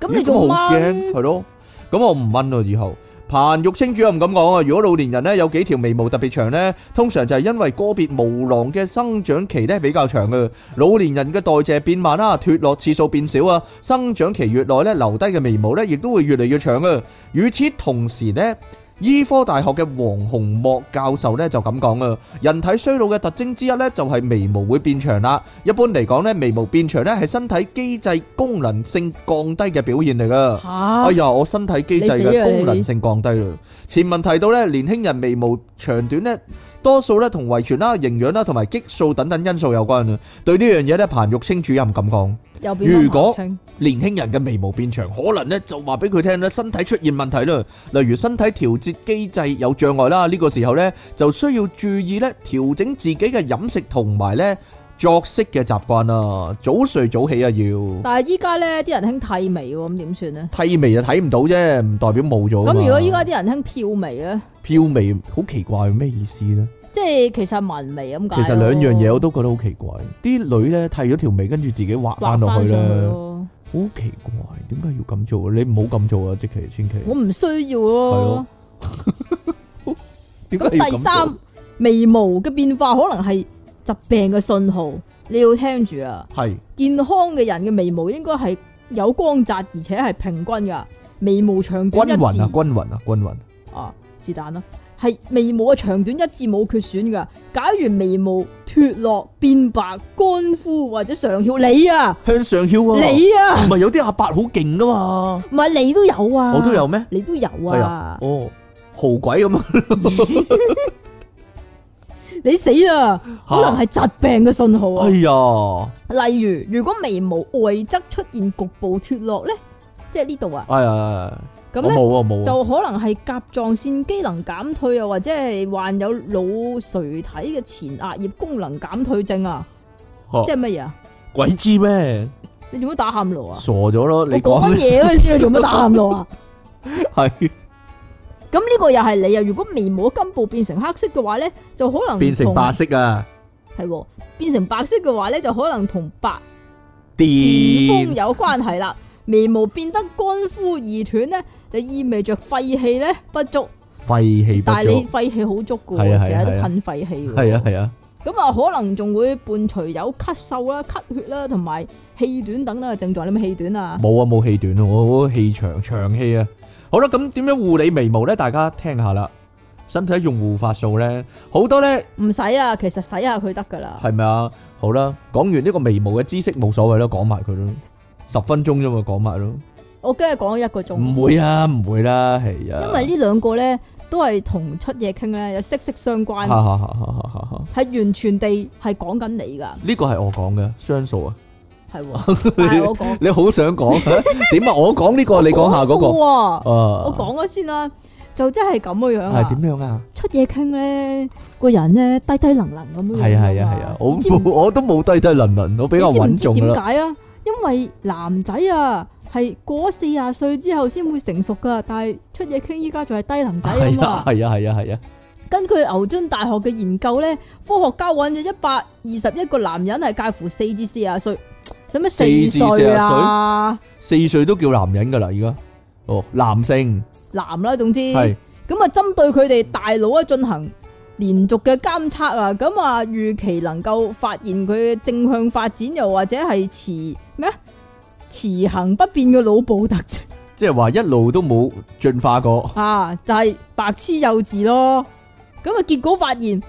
[SPEAKER 2] 咁
[SPEAKER 1] 咦
[SPEAKER 2] 你做
[SPEAKER 1] 我好
[SPEAKER 2] 乜
[SPEAKER 1] 驚？？係咯，咁我唔問咯以後。彭玉清主任咁講啊，如果老年人咧有幾條眉毛特別長咧，通常就係因為個別毛囊嘅生長期咧比較長嘅，老年人嘅代謝變慢啦，脱落次數變少啊，生長期越耐咧，留低嘅眉毛咧亦都會越嚟越長嘅。與此同時咧。醫科大學嘅黃洪莫教授咧就咁講啊，人體衰老嘅特徵之一咧就係眉毛會變長啦。一般嚟講咧，眉毛變長咧係身體機制功能性降低嘅表現嚟噶。哎
[SPEAKER 2] 吓，
[SPEAKER 1] 呀，我身體機制嘅功能性降低啦。前文提到咧，年輕人眉毛長短咧，多數咧同遺傳啦、營養啦同埋激素等等因素有關啊。對呢樣嘢咧，彭玉清主任咁講。
[SPEAKER 2] 又變咗
[SPEAKER 1] 如果
[SPEAKER 2] 麻青
[SPEAKER 1] 年輕人嘅眉毛變長，可能咧就話俾佢聽咧，身體出現問題啦，例如身體調節機制有障礙啦，呢、個時候咧就需要注意咧調整自己嘅飲食同埋咧作息嘅習慣啦，早睡早起啊要。
[SPEAKER 2] 但係依家咧啲人興剃眉喎，咁點算咧？
[SPEAKER 1] 剃眉就睇唔到啫，唔代表冇咗㗎嘛。
[SPEAKER 2] 咁如果依家啲人興漂眉咧，
[SPEAKER 1] 漂眉好奇怪，咩意思呢？
[SPEAKER 2] 即係其實紋眉咁解啊
[SPEAKER 1] 其
[SPEAKER 2] 咯。
[SPEAKER 1] 實兩樣嘢我都覺得好奇怪，啲女咧剃咗條眉，跟住自己畫翻
[SPEAKER 2] 畫
[SPEAKER 1] 落
[SPEAKER 2] 翻
[SPEAKER 1] 去
[SPEAKER 2] 上去
[SPEAKER 1] 咧，
[SPEAKER 2] 咯。
[SPEAKER 1] 好奇怪，點解要咁做啊？你唔好咁做啊，即其千祈。
[SPEAKER 2] 我唔需要
[SPEAKER 1] 係
[SPEAKER 2] 咯
[SPEAKER 1] 咯。點
[SPEAKER 2] 咁
[SPEAKER 1] 解要咁
[SPEAKER 2] 第三
[SPEAKER 1] 做？，
[SPEAKER 2] 眉毛嘅變化可能係疾病嘅信號，你要聽住啦。
[SPEAKER 1] 係。
[SPEAKER 2] 健康嘅人嘅眉毛應該係有光澤，而且係平均噶，眉毛長短一
[SPEAKER 1] 均
[SPEAKER 2] 致
[SPEAKER 1] 匀啊，均匀啊，均匀。
[SPEAKER 2] 啊，是但啦，係眉毛嘅啊長短一致冇缺損噶。假如眉毛脱落、變白、乾枯或者上翹，你啊，
[SPEAKER 1] 向上翹啊！
[SPEAKER 2] 你啊，
[SPEAKER 1] 唔係有啲阿伯好勁噶嘛？
[SPEAKER 2] 唔係你都有啊，
[SPEAKER 1] 我都，有咩？
[SPEAKER 2] 你都有
[SPEAKER 1] 係啊
[SPEAKER 2] 啊，，
[SPEAKER 1] 哦，豪鬼咁啊！
[SPEAKER 2] 你死啊， 可能係疾病嘅信號啊
[SPEAKER 1] 哎。呀，
[SPEAKER 2] 例如，如果眉毛外側出現局部脱落咧，即係呢度啊，
[SPEAKER 1] 哎呀，
[SPEAKER 2] 咁
[SPEAKER 1] 我
[SPEAKER 2] 咧
[SPEAKER 1] 冇啊冇啊，
[SPEAKER 2] 就可能係甲狀腺機能減退啊，或者係患有腦垂體嘅前額葉功能減退症啊，
[SPEAKER 1] 嚇
[SPEAKER 2] 即係乜嘢啊？
[SPEAKER 1] 鬼知咩？
[SPEAKER 2] 你做乜打喊路啊？
[SPEAKER 1] 傻咗咯！你
[SPEAKER 2] 我講
[SPEAKER 1] 講
[SPEAKER 2] 乜嘢嗰陣時，你做乜打喊路啊？
[SPEAKER 1] 係
[SPEAKER 2] 咁呢個又係你啊！如果眉毛根部變成黑色嘅話咧，就可能
[SPEAKER 1] 變成
[SPEAKER 2] 同
[SPEAKER 1] 白色啊？
[SPEAKER 2] 係喎，變成白色嘅話咧，就可能同白電
[SPEAKER 1] 電
[SPEAKER 2] 風有關係啦。眉毛變得乾枯易斷咧，就意味着廢氣咧不足。
[SPEAKER 1] 廢氣不
[SPEAKER 2] 但係你
[SPEAKER 1] 足，
[SPEAKER 2] 廢氣好足噶
[SPEAKER 1] 係啊係啊
[SPEAKER 2] 喎，成日都
[SPEAKER 1] 係啊
[SPEAKER 2] 噴廢氣㗎喎。
[SPEAKER 1] 係啊係啊，
[SPEAKER 2] 咁啊，可能仲會伴隨有咳嗽啦、咳血啦，同埋氣短等等嘅症狀。你咪氣短啊？
[SPEAKER 1] 冇啊冇氣短啊，我好氣長長氣啊！好啦，咁點樣護理眉毛咧？大家聽下啦，使唔使用護髮素咧？好多咧。
[SPEAKER 2] 唔使啊，其實洗下佢得噶啦。
[SPEAKER 1] 系咪啊？好啦，講完呢個眉毛嘅知識冇所謂啦，講埋佢咯，十分鐘啫嘛，講埋咯，
[SPEAKER 2] 我今日講咗一個鐘，
[SPEAKER 1] 唔會啊，唔會啦，係啊，
[SPEAKER 2] 因為呢兩個咧都係同出嘢傾咧有息息相
[SPEAKER 1] 哈
[SPEAKER 2] 關，
[SPEAKER 1] 哈哈哈哈哈哈
[SPEAKER 2] 係完全地係講緊你噶，
[SPEAKER 1] 呢個係我講嘅，雙數啊，
[SPEAKER 2] 係喎。但係我講
[SPEAKER 1] 你好想 講點啊？我講呢個，你講下嗰個，
[SPEAKER 2] 個。我
[SPEAKER 1] 啊，
[SPEAKER 2] 講咗先啦，就真係咁嘅樣啊
[SPEAKER 1] 係！點樣啊？
[SPEAKER 2] 出嘢傾咧，個人咧低低能能咁樣樣嘛。
[SPEAKER 1] 係啊係啊係啊，我
[SPEAKER 2] 你知唔
[SPEAKER 1] 冇我都冇低低能能，我比較穩重
[SPEAKER 2] 你
[SPEAKER 1] 㗎
[SPEAKER 2] 知唔知
[SPEAKER 1] 啦
[SPEAKER 2] 點，解啊？因為男仔啊，係過咗四廿歲之後先會成熟噶，但係出嘢傾依家仲係低能 仔啊
[SPEAKER 1] 係啊
[SPEAKER 2] 嘛。
[SPEAKER 1] 係啊係啊係啊，
[SPEAKER 2] 根據牛津大學嘅研究咧，科學家揾咗一百二十一個男人係介乎四至四廿歲，使乜
[SPEAKER 1] 4至
[SPEAKER 2] 四歲啊？
[SPEAKER 1] 四歲都叫男人㗎啦，而家哦，男性
[SPEAKER 2] 男啦，總之
[SPEAKER 1] 係
[SPEAKER 2] 咁啊，針對佢哋大腦啊進行連續嘅監測啊，咁啊預期能夠發現佢嘅正向發展，又或者係持咩啊持恒不變嘅腦部特徵
[SPEAKER 1] 即係話一路都冇進化過，
[SPEAKER 2] 啊，就係、白痴幼稚咯。咁啊，結果發現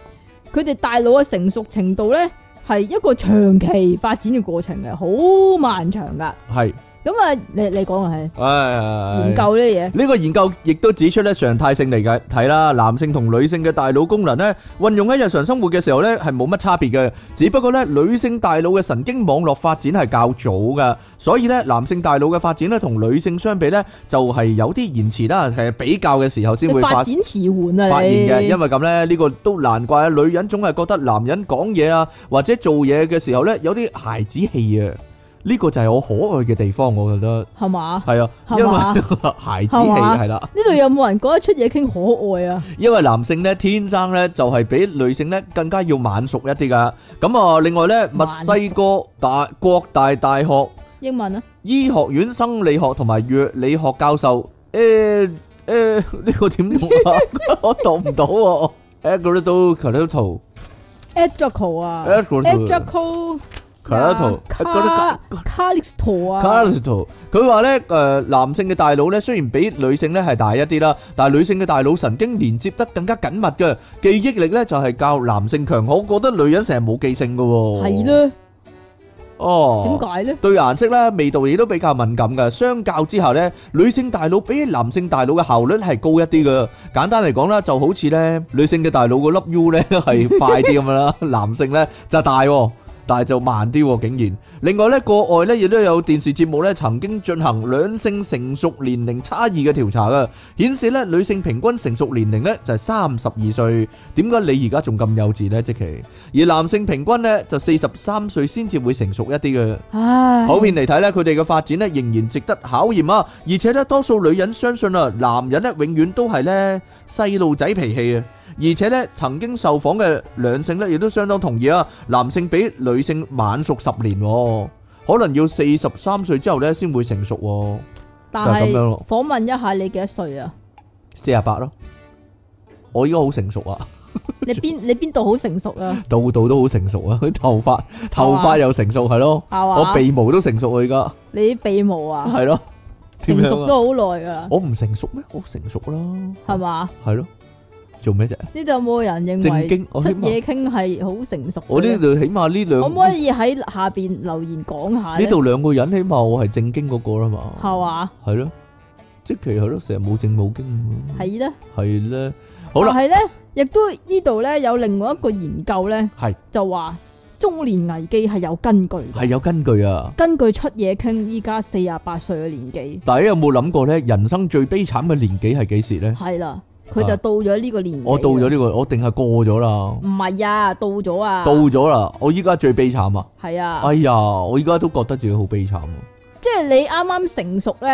[SPEAKER 2] 佢哋大腦嘅成熟程度咧，係一個長期發展嘅過程嚟，好漫長噶。
[SPEAKER 1] 係
[SPEAKER 2] 咁啊，你你講啊，係
[SPEAKER 1] 唉
[SPEAKER 2] 研究呢啲嘢。
[SPEAKER 1] 呢個研究亦都指出咧，常態性嚟嘅睇啦，男性同女性嘅大腦功能咧，運用喺日常生活嘅時候咧，係冇乜差別嘅。只不過咧，女性大腦嘅神經網絡發展係較早嘅，所以咧，男性大腦嘅發展咧，同女性相比咧，就係有啲延遲啦，係比較嘅時候先
[SPEAKER 2] 你
[SPEAKER 1] 會
[SPEAKER 2] 發
[SPEAKER 1] 發
[SPEAKER 2] 展遲緩啊！
[SPEAKER 1] 發現
[SPEAKER 2] 你
[SPEAKER 1] 嘅，因為咁咧，呢個都難怪啊！女人總係覺得男人講嘢啊，或者做嘢嘅時候咧，有啲孩子氣啊，呢個就係我可愛嘅地方，我覺得
[SPEAKER 2] 係嘛？
[SPEAKER 1] 係啊，因
[SPEAKER 2] 係
[SPEAKER 1] 為
[SPEAKER 2] 嘛
[SPEAKER 1] 孩子氣
[SPEAKER 2] 係嘛
[SPEAKER 1] 係啦。
[SPEAKER 2] 呢度有冇人覺得出嘢傾可愛啊？
[SPEAKER 1] 因為男性咧天生咧就係比女性咧更加要晚熟一啲噶。咁啊，另外咧，墨
[SPEAKER 2] 晚熟
[SPEAKER 1] 西哥大國大大學
[SPEAKER 2] 英文啊，
[SPEAKER 1] 醫學院生理學同埋藥理學教授，誒誒 呢個點讀啊？ 我讀唔到喎。Agrido c a r i t o
[SPEAKER 2] a d r a c o 啊 a d r a
[SPEAKER 1] Agrido
[SPEAKER 2] c o
[SPEAKER 1] c a r i t o c a
[SPEAKER 2] c a l i x t o 啊
[SPEAKER 1] r i t o 佢話咧誒男性嘅大腦咧雖然比女性咧係大一啲啦，但係女性嘅大腦神經連接得更加緊密嘅，記憶力咧就係較男性強。我覺得女人成日冇記性嘅喎。
[SPEAKER 2] 係。咧，
[SPEAKER 1] 哦。
[SPEAKER 2] 點解咧？
[SPEAKER 1] 對顏色啦、味道亦都比較敏感嘅。相較之下呢，女性大腦比起男性大腦嘅效率係高一啲嘅。簡單嚟講啦，就好似呢女性嘅大腦個粒 U 呢 係快啲咁樣啦，男性呢就大喎，但係就慢啲喎，竟然。另外呢，國外呢亦都有電視節目呢曾經進行兩性成熟年齡差異嘅調查嘅，顯示呢女性平均成熟年齡呢就係三十二歲。點解你而家仲咁幼稚呢？即其而男性平均呢就四十三歲先至會成熟一啲嘅。
[SPEAKER 2] 唉，
[SPEAKER 1] 普遍嚟睇咧，佢哋嘅發展咧仍然值得考驗啊！而且咧，多數女人相信啊，男人咧永遠都係咧細路仔脾氣啊！而且咧，曾經受訪嘅兩性咧，亦都相當同意啊，男性比女性晚熟十年喎，可能要四十三歲之後咧先會成熟喎，
[SPEAKER 2] 但
[SPEAKER 1] 就係咁
[SPEAKER 2] 係
[SPEAKER 1] 樣咯
[SPEAKER 2] 訪問一下你幾多歲啊？
[SPEAKER 1] 四廿八咯。我依家好成熟啊，
[SPEAKER 2] 你邊你邊度好成熟啊？
[SPEAKER 1] 度度都好成熟啊， 頭髮頭髮又成熟係咯，
[SPEAKER 2] 係嘛？
[SPEAKER 1] 我鼻毛都成熟啊，而家
[SPEAKER 2] 你啲鼻毛啊，
[SPEAKER 1] 係咯，點
[SPEAKER 2] 成熟
[SPEAKER 1] 樣啊？
[SPEAKER 2] 都好耐噶啦，
[SPEAKER 1] 我唔成熟咩？我成熟啦。
[SPEAKER 2] 係嘛？
[SPEAKER 1] 系咯，做咩啫？
[SPEAKER 2] 呢度有冇人認
[SPEAKER 1] 正
[SPEAKER 2] 為
[SPEAKER 1] 經，我
[SPEAKER 2] 出
[SPEAKER 1] 起码
[SPEAKER 2] 嘢傾係好成熟嘅呢？
[SPEAKER 1] 我呢度起碼呢
[SPEAKER 2] 可
[SPEAKER 1] 兩
[SPEAKER 2] 唔可以喺下边留言講下
[SPEAKER 1] 呢
[SPEAKER 2] 呢？
[SPEAKER 1] 度兩個人，起碼我係正經嗰個啦嘛，
[SPEAKER 2] 係嘛？
[SPEAKER 1] 係咯，即其係咯，成日冇正冇經咁樣，
[SPEAKER 2] 係咧。
[SPEAKER 1] 係咧，好啦，
[SPEAKER 2] 但系咧，亦都呢度咧有另外一個研究咧，
[SPEAKER 1] 係
[SPEAKER 2] 就話中年危機係有根據，
[SPEAKER 1] 係有根據啊！
[SPEAKER 2] 根據出嘢傾依家四廿八歲嘅年紀，
[SPEAKER 1] 大家有冇諗過咧？人生最悲慘嘅年紀係幾時咧？
[SPEAKER 2] 係啦，佢就到咗呢個年紀。
[SPEAKER 1] 啊
[SPEAKER 2] 啊
[SPEAKER 1] 我到咗，呢個，我定係過咗啦，
[SPEAKER 2] 唔係啊，到咗啊，
[SPEAKER 1] 到咗啦，我依家最悲慘啊！
[SPEAKER 2] 係啊，
[SPEAKER 1] 哎呀，我依家都覺得自己好悲慘啊，
[SPEAKER 2] 即係你啱啱成熟咧，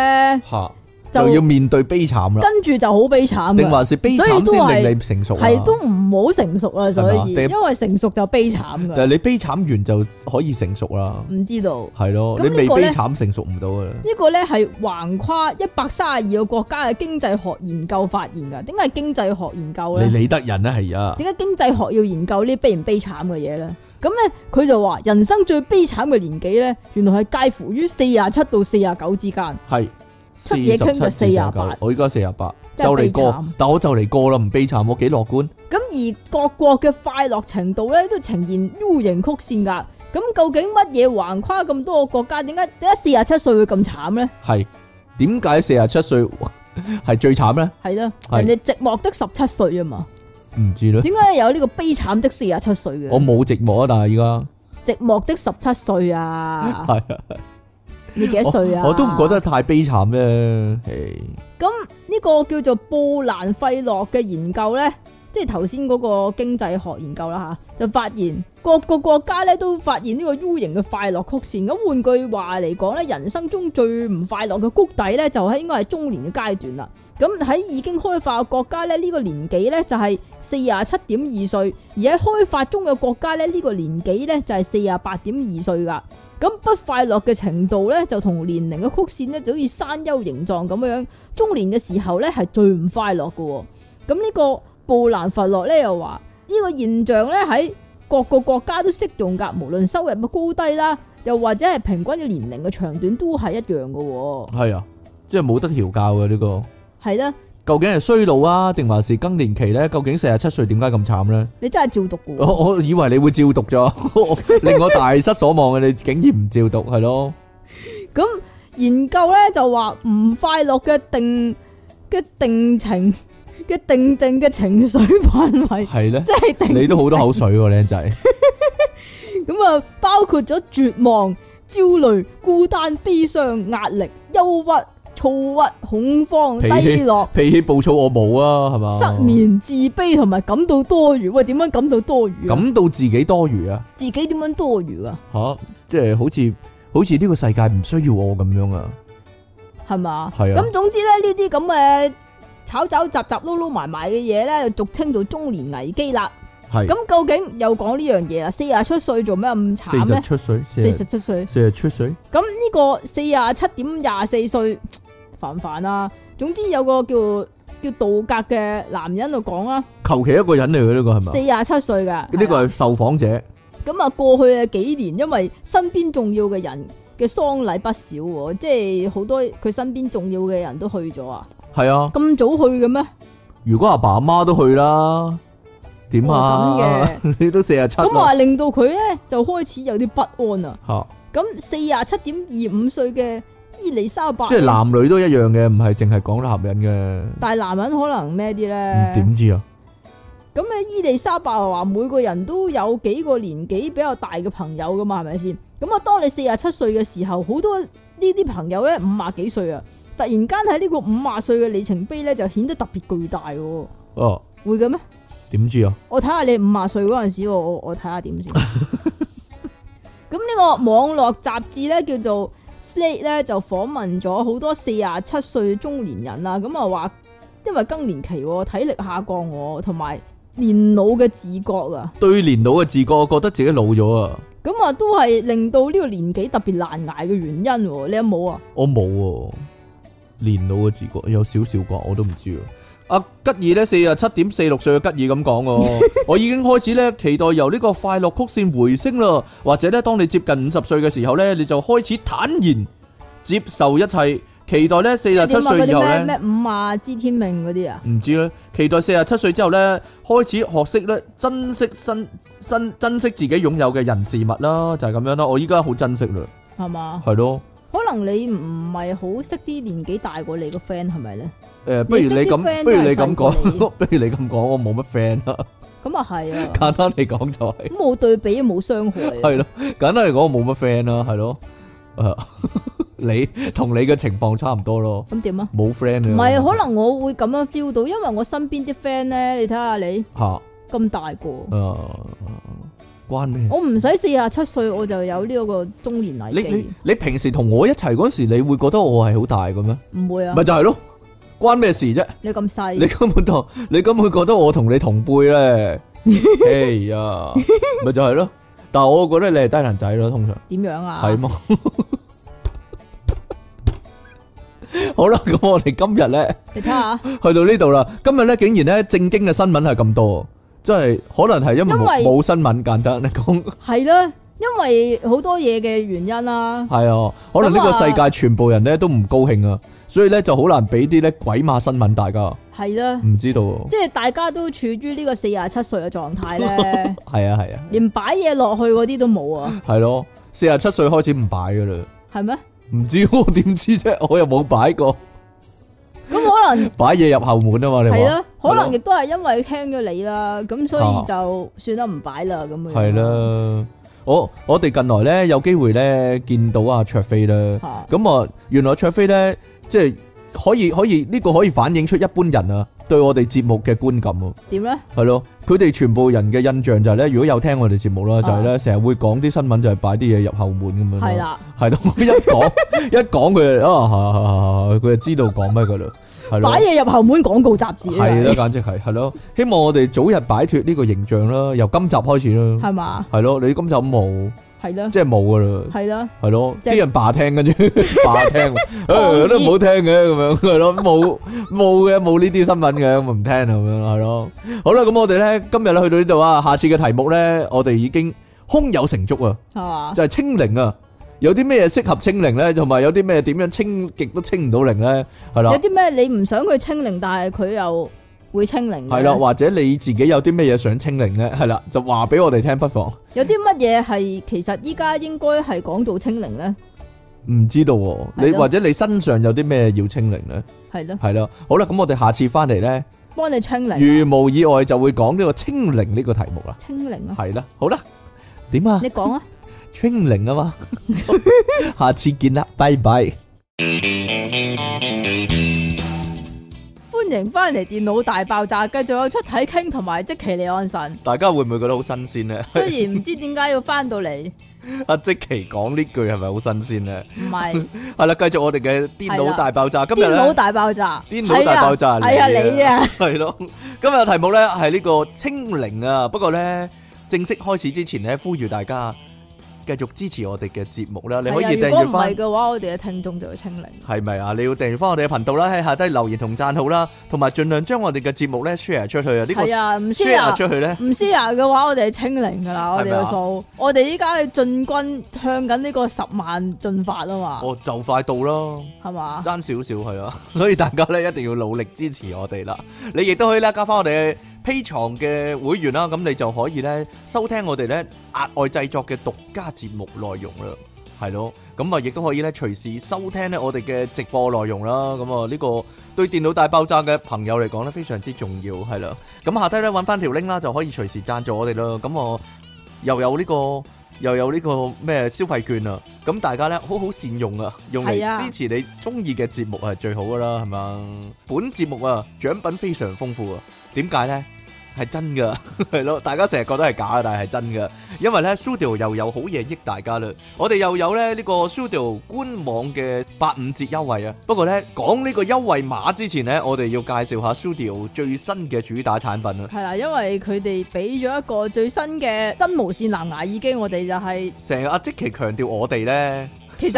[SPEAKER 1] 吓
[SPEAKER 2] 就
[SPEAKER 1] 就要面對悲慘啦，
[SPEAKER 2] 跟住就好悲慘
[SPEAKER 1] 定
[SPEAKER 2] 嘅，
[SPEAKER 1] 還是悲
[SPEAKER 2] 所以
[SPEAKER 1] 慘
[SPEAKER 2] 都係
[SPEAKER 1] 先令你成熟啊？
[SPEAKER 2] 係都唔好成熟啊，所
[SPEAKER 1] 係嘛
[SPEAKER 2] 以
[SPEAKER 1] 定
[SPEAKER 2] 因為成熟就悲慘
[SPEAKER 1] 但
[SPEAKER 2] 噶，
[SPEAKER 1] 係你悲慘完就可以成熟啦，
[SPEAKER 2] 唔知道。
[SPEAKER 1] 係咯，
[SPEAKER 2] 嗯咁
[SPEAKER 1] 你
[SPEAKER 2] 呢
[SPEAKER 1] 未
[SPEAKER 2] 個
[SPEAKER 1] 悲
[SPEAKER 2] 呢
[SPEAKER 1] 慘成熟唔到啊，
[SPEAKER 2] 呢個咧係橫跨一百三十二個國家嘅經濟學研究發現㗎，點解係經濟學研究咧
[SPEAKER 1] 你？理得人啊，係啊，
[SPEAKER 2] 點解經濟學要研究呢悲唔悲慘嘅嘢咧？咁咧佢就話人生最悲慘嘅年紀咧，原來係介乎於四廿七到四廿九之間。
[SPEAKER 1] 係
[SPEAKER 2] 出
[SPEAKER 1] 四
[SPEAKER 2] 嘢
[SPEAKER 1] 十
[SPEAKER 2] 傾
[SPEAKER 1] 七
[SPEAKER 2] 就
[SPEAKER 1] 至廿九
[SPEAKER 2] 48，
[SPEAKER 1] 我依家四廿八，就
[SPEAKER 2] 真係
[SPEAKER 1] 嚟
[SPEAKER 2] 悲
[SPEAKER 1] 過
[SPEAKER 2] 慘，
[SPEAKER 1] 但我就嚟過啦，唔悲慘，我幾樂觀，
[SPEAKER 2] 咁而各國嘅快樂程度咧都呈現 U 型曲線㗎。咁究竟乜嘢橫跨咁多個國家？點解點解四廿七歲會咁慘咧？
[SPEAKER 1] 係點解四廿七歲 係最慘咧？
[SPEAKER 2] 係啦，
[SPEAKER 1] 係
[SPEAKER 2] 人哋寂寞的十七歲啊嘛，
[SPEAKER 1] 唔知咧，
[SPEAKER 2] 點解有呢個悲慘的四廿七歲
[SPEAKER 1] 我
[SPEAKER 2] 嘅？
[SPEAKER 1] 冇寂寞啊，但係依家
[SPEAKER 2] 寂寞的十七歲 啊，
[SPEAKER 1] 係啊，
[SPEAKER 2] 你幾多歲啊？
[SPEAKER 1] 我都唔覺得太悲慘咧，係
[SPEAKER 2] 咁呢個叫做布蘭費洛嘅研究呢，即係頭先嗰個經濟學研究啦吓，就發現各個國家咧都發現呢個 U 型嘅快樂曲線。咁換句話嚟講呢，人生中最唔快樂嘅谷底呢，就係應該係中年嘅階段啦。咁喺已經開發嘅國家呢，呢、個年紀呢就係四廿七點二歲，而喺開發中嘅國家呢，呢、個年紀呢就係四廿八點二歲噶。咁不快樂嘅程度呢，就同年齡嘅曲線呢，就好似山丘形狀咁樣。中年嘅時候咧係最唔快樂嘅喎。咁呢個布蘭佛洛咧又話呢個現象咧喺各個國家都適用㗎，無論收入嘅高低啦，又或者係平均嘅年齡嘅長短都係一樣嘅喎。
[SPEAKER 1] 系啊，即系冇得調教嘅呢個。
[SPEAKER 2] 係啦，
[SPEAKER 1] 究竟係衰老啊，定還是更年期咧？究竟四十七歲點解咁慘咧？
[SPEAKER 2] 你真係照讀嘅
[SPEAKER 1] 我
[SPEAKER 2] 喎。
[SPEAKER 1] 我以為你會照讀咋， 令我大失所望嘅，你竟然唔照讀，係咯？
[SPEAKER 2] 咁研究咧就話唔快樂嘅定嘅定情嘅定定嘅情緒範 圍，
[SPEAKER 1] 係咧，
[SPEAKER 2] 即係定
[SPEAKER 1] 你都好多口水喎，靚仔。
[SPEAKER 2] 咁啊，包括咗絕望、焦慮、孤單、悲傷、壓力、憂鬱、躁鬱、恐慌、
[SPEAKER 1] 脾氣
[SPEAKER 2] 低落、
[SPEAKER 1] 脾氣暴躁我冇啊，係嘛？
[SPEAKER 2] 失，眠、自卑同埋感到多餘。喂，點樣感到多餘啊？
[SPEAKER 1] 感到自己多餘啊，
[SPEAKER 2] 自己點樣多餘啊？
[SPEAKER 1] 吓，即係好似好似呢個世界唔需要我咁樣啊，
[SPEAKER 2] 係嘛？
[SPEAKER 1] 係啊
[SPEAKER 2] 咁總之咧，呢啲咁嘅炒炒雜雜撈撈埋埋嘅嘢咧，就俗稱做中年危機啦。
[SPEAKER 1] 係。
[SPEAKER 2] 咁究竟又講呢樣嘢啊啦？四廿出歲做咩咁
[SPEAKER 1] 四
[SPEAKER 2] 慘
[SPEAKER 1] 十
[SPEAKER 2] 咧？
[SPEAKER 1] 出歲，
[SPEAKER 2] 四
[SPEAKER 1] 四
[SPEAKER 2] 十
[SPEAKER 1] 十
[SPEAKER 2] 七歲。
[SPEAKER 1] 四十出歲，
[SPEAKER 2] 咁呢個四廿七點廿四歲，煩唔煩啊？總之有個叫叫杜格嘅男人就講啦，
[SPEAKER 1] 求其一個人嚟嘅呢個係
[SPEAKER 2] 四
[SPEAKER 1] 咪？
[SPEAKER 2] 廿七歲㗎，
[SPEAKER 1] 啊呢
[SPEAKER 2] 係啦
[SPEAKER 1] 個係受訪者，
[SPEAKER 2] 咁啊過去嘅幾年，因為身邊重要嘅人嘅喪禮不少喎，即係好多佢身邊重要嘅人都去咗啊，
[SPEAKER 1] 係啊。
[SPEAKER 2] 咁早去嘅咩？
[SPEAKER 1] 如果阿爸阿媽都去啦，點
[SPEAKER 2] 哦
[SPEAKER 1] 啊？
[SPEAKER 2] 咁
[SPEAKER 1] 你都四十七
[SPEAKER 2] 咁
[SPEAKER 1] 啦，
[SPEAKER 2] 啊令到佢咧就開始有啲不安啊。
[SPEAKER 1] 吓，
[SPEAKER 2] 咁四廿七點二五歲嘅伊麗莎白，
[SPEAKER 1] 即係，男女都一樣嘅，唔係淨係講男人
[SPEAKER 2] 但係男人可能咩啲咧
[SPEAKER 1] 嘅，？點知啊？
[SPEAKER 2] 咁咧，伊麗莎白話每個人都有幾個年紀比較大嘅朋友噶嘛，係咪先？咁啊，當你四十七歲嘅時候，好多呢啲朋友咧五啊幾歲啊，突然間喺呢個五啊歲嘅里程碑咧就顯得特別巨大喎，
[SPEAKER 1] 哦，
[SPEAKER 2] 會嘅咩？
[SPEAKER 1] 點知啊？
[SPEAKER 2] 我睇下你五啊歲嗰陣時，我我我睇下點 先。咁呢個網絡雜誌咧叫做 Slate 咧就訪問咗好多四廿七歲中年人啦，咁啊話因為更年期喎，體力下降喎，同埋年老嘅自覺啊，
[SPEAKER 1] 對年老嘅自覺，覺得自己老咗啊！
[SPEAKER 2] 咁啊都係令到呢個年紀特別難捱嘅原因喎。你有冇啊？
[SPEAKER 1] 我冇喎，年老嘅自覺有少少啩，我都唔知喎。阿吉爾咧四十七點四六歲嘅吉爾咁講喎， 我已經開始咧期待由呢個快樂曲線回升啦，或者咧當你接近五十歲嘅時候咧，你就開始坦然接受一切，期待咧四十七
[SPEAKER 2] 點啊嗰
[SPEAKER 1] 歲以後
[SPEAKER 2] 啲咩
[SPEAKER 1] 咧。
[SPEAKER 2] 咩五啊知天命嗰啲啊？
[SPEAKER 1] 唔知咧，期待四十七歲之後咧，開始學識咧珍惜身身珍惜自己擁有嘅人事物啦，就係、咁樣啦。我依家好珍惜啦，
[SPEAKER 2] 係 嘛？
[SPEAKER 1] 係咯。
[SPEAKER 2] 可能你唔係好識啲年紀大過你嘅 friend 係咪咧？
[SPEAKER 1] 誒、不如你咁，
[SPEAKER 2] 你識啲 friend
[SPEAKER 1] 不如你咁
[SPEAKER 2] 都係細過 你
[SPEAKER 1] 講，不如你咁講，我冇乜 friend 啦。
[SPEAKER 2] 咁啊係啊。
[SPEAKER 1] 簡單嚟講就係、
[SPEAKER 2] 咁 冇對比冇傷害啊，
[SPEAKER 1] 係咯。簡單嚟講，我冇乜 friend 啦，係咯。誒、 你同你嘅情況差唔多咯，
[SPEAKER 2] 咁點啊？
[SPEAKER 1] 冇 friend
[SPEAKER 2] 唔
[SPEAKER 1] 啊。
[SPEAKER 2] 係，可能我會咁樣 feel 到，因為我身邊啲 friend 咧，你睇下你
[SPEAKER 1] 嚇誒、
[SPEAKER 2] 咁大個，
[SPEAKER 1] 關咩事？
[SPEAKER 2] 我唔使四十七歲我就有呢個中年
[SPEAKER 1] 你你
[SPEAKER 2] 危機，
[SPEAKER 1] 你平時同我一齊嗰時，你會覺得我係好大嘅咩？
[SPEAKER 2] 唔會啊
[SPEAKER 1] 咪，就係咯，關咩事啫？
[SPEAKER 2] 你咁細，
[SPEAKER 1] 你根本就你根本覺得我同你同 輩咧，哎呀，咪就係咯。但係我覺得你係低能仔咯，通常
[SPEAKER 2] 點樣啊？
[SPEAKER 1] 係嘛？ 好啦，咁我哋今日咧
[SPEAKER 2] 你睇下，
[SPEAKER 1] 去到呢度啦。今日咧竟然咧正經嘅新聞係咁多，即係可能係因為
[SPEAKER 2] 因為
[SPEAKER 1] 冇冇新聞簡單嚟講，
[SPEAKER 2] 係啦，因為好多嘢嘅原因啦，
[SPEAKER 1] 係啊，可能呢個世界全部人咧都唔高興啊，所以咧就好難俾啲咧鬼馬新聞大家，
[SPEAKER 2] 係啦，
[SPEAKER 1] 唔知道喎。，
[SPEAKER 2] 即係大家都處於呢個四十七歲嘅狀態咧
[SPEAKER 1] 係啊係啊。
[SPEAKER 2] 連擺嘢落去嗰啲都冇啊，
[SPEAKER 1] 系咯，四十七歲開始唔擺噶啦，
[SPEAKER 2] 係咩？
[SPEAKER 1] 唔知 我點知啫？我又冇擺過，
[SPEAKER 2] 咁可能。
[SPEAKER 1] 擺嘢入後門啊嘛，你
[SPEAKER 2] 系
[SPEAKER 1] 話
[SPEAKER 2] 啦，可
[SPEAKER 1] 係
[SPEAKER 2] 能
[SPEAKER 1] 咯啊
[SPEAKER 2] 亦都係因為聽咗你啦，咁所以就算啦，唔擺啦咁樣。
[SPEAKER 1] 係，啦。我我哋近來咧有機會咧見到阿卓飛啦，
[SPEAKER 2] 吓
[SPEAKER 1] 咁啊原來卓飛咧即係可以可以呢、個可以反映出一般人啊對我哋節目嘅觀感啊，
[SPEAKER 2] 点咧？
[SPEAKER 1] 係咯，佢哋全部人嘅印象就係、呢：咧，如果有聽我哋節目啦，就係咧成日會講啲新聞就係擺啲嘢入後門咁樣啦。
[SPEAKER 2] 係啦，
[SPEAKER 1] 啊係咯， 一講一講佢就啊，佢就知道講咩噶啦，係
[SPEAKER 2] 擺
[SPEAKER 1] 咯，
[SPEAKER 2] 嘢入後門廣告雜誌啊
[SPEAKER 1] 係
[SPEAKER 2] 係
[SPEAKER 1] 啦，簡直係係咯，希望我哋早日擺脱呢個形象啦，由今集開始啦，
[SPEAKER 2] 係嘛？
[SPEAKER 1] 係咯，你今集冇
[SPEAKER 2] 係系啦，
[SPEAKER 1] 即係冇噶啦，
[SPEAKER 2] 系啦，
[SPEAKER 1] 係咯，
[SPEAKER 2] 即係
[SPEAKER 1] 啲人霸聽跟 住霸聽，誒都唔好聽嘅咁樣，係咯，冇冇嘅，冇呢啲新聞嘅，咁唔聽咁樣係咯。好啦，咁我哋咧今日咧去到呢度啊，下次嘅題目咧，我哋已經胸有成竹啊。
[SPEAKER 2] 系嘛？
[SPEAKER 1] 就係清零啊！有啲咩適合清零咧，同埋有啲咩點樣清極都清唔到零咧，係
[SPEAKER 2] 有
[SPEAKER 1] 啦，
[SPEAKER 2] 啲咩你唔想佢清零，但系佢又会清零嘅
[SPEAKER 1] 係啦，或者你自己有啲咩嘢想清零咧，係啦，就話俾我哋聽，不妨
[SPEAKER 2] 有啲乜嘢係其實依家應該係講到清零咧？
[SPEAKER 1] 唔知道喎，你
[SPEAKER 2] 係咯
[SPEAKER 1] 或者你身上有啲咩要清零咧，
[SPEAKER 2] 係咯，
[SPEAKER 1] 係啦，好啦，咁我哋下次翻嚟咧，
[SPEAKER 2] 幫你清零啊，
[SPEAKER 1] 如無意外就會講呢個清零呢個題目啦，
[SPEAKER 2] 清零啊！
[SPEAKER 1] 係啦，好啦，點啊
[SPEAKER 2] 你？講啊，
[SPEAKER 1] 清零啊嘛， 下次見啦，拜拜。
[SPEAKER 2] 歡迎翻嚟電腦大爆炸，繼續有出體傾同埋即其利安神。
[SPEAKER 1] 大家會唔會覺得好新鮮咧？
[SPEAKER 2] 雖然唔知點解要翻到嚟，
[SPEAKER 1] 阿即奇講呢句係咪好新鮮咧？
[SPEAKER 2] 唔係
[SPEAKER 1] 系啦，繼續我哋嘅電腦大爆炸。今日
[SPEAKER 2] 啊電腦
[SPEAKER 1] 咧，
[SPEAKER 2] 大爆炸，
[SPEAKER 1] 電腦大爆炸
[SPEAKER 2] 係啊，係啊你啊，，
[SPEAKER 1] 係咯。今日嘅題目咧係呢個清零啊。不過咧，正式開始之前咧，呼籲大家繼續支持我哋嘅節目啦。你可
[SPEAKER 2] 係啊
[SPEAKER 1] 以
[SPEAKER 2] 如
[SPEAKER 1] 訂
[SPEAKER 2] 果
[SPEAKER 1] 閱
[SPEAKER 2] 唔係
[SPEAKER 1] 翻，
[SPEAKER 2] 嘅話，我哋嘅聽眾就會清零。
[SPEAKER 1] 係咪啊？你要訂閱翻我哋嘅頻道啦，喺下低留言同讚好啦，同埋盡量將我哋嘅節目咧 share 出去啊。呢個
[SPEAKER 2] 係啊，唔
[SPEAKER 1] share
[SPEAKER 2] share
[SPEAKER 1] 出去咧，
[SPEAKER 2] 唔 share 嘅話，我哋係清零噶啦，我哋
[SPEAKER 1] 係咪啊
[SPEAKER 2] 個數，我哋依家進軍向緊呢個十萬進發啊嘛，
[SPEAKER 1] 我就快到啦。
[SPEAKER 2] 係嘛？
[SPEAKER 1] 爭少少係啊， 所以大家咧一定要努力支持我哋啦。你亦都可以咧加翻我哋 P 床嘅會員啦，咁你就可以咧收聽我哋咧額外製作嘅獨家節目內容啦，係咯。咁啊，亦都可以咧隨時收聽咧我哋嘅直播內容啦。咁啊，呢個對電腦大爆炸嘅朋友嚟講咧非常之重要，係啦。咁下低咧揾翻條 link 啦，就可以隨時贊助我哋啦。咁我又有呢、個。又有呢個咩消費券啊！咁大家咧好好善用啊，用
[SPEAKER 2] 係啊
[SPEAKER 1] 嚟支持你中意嘅節目係最好噶啦，係嘛？本節目啊獎品非常豐富啊，點解咧？係真噶，係咯，大家成日覺得係假，但係係真噶，因為咧 Studio 又有好嘢益大家啦，我哋又有咧呢個 Studio 官網嘅八五折優惠啊。不過咧講呢個優惠碼之前咧，我哋要介紹下 Studio 最新嘅主打產品啊，
[SPEAKER 2] 系啦，因为佢哋俾咗一个最新嘅真无线蓝牙耳机，我哋就系、
[SPEAKER 1] 成日阿即奇強調我哋咧。
[SPEAKER 2] 其实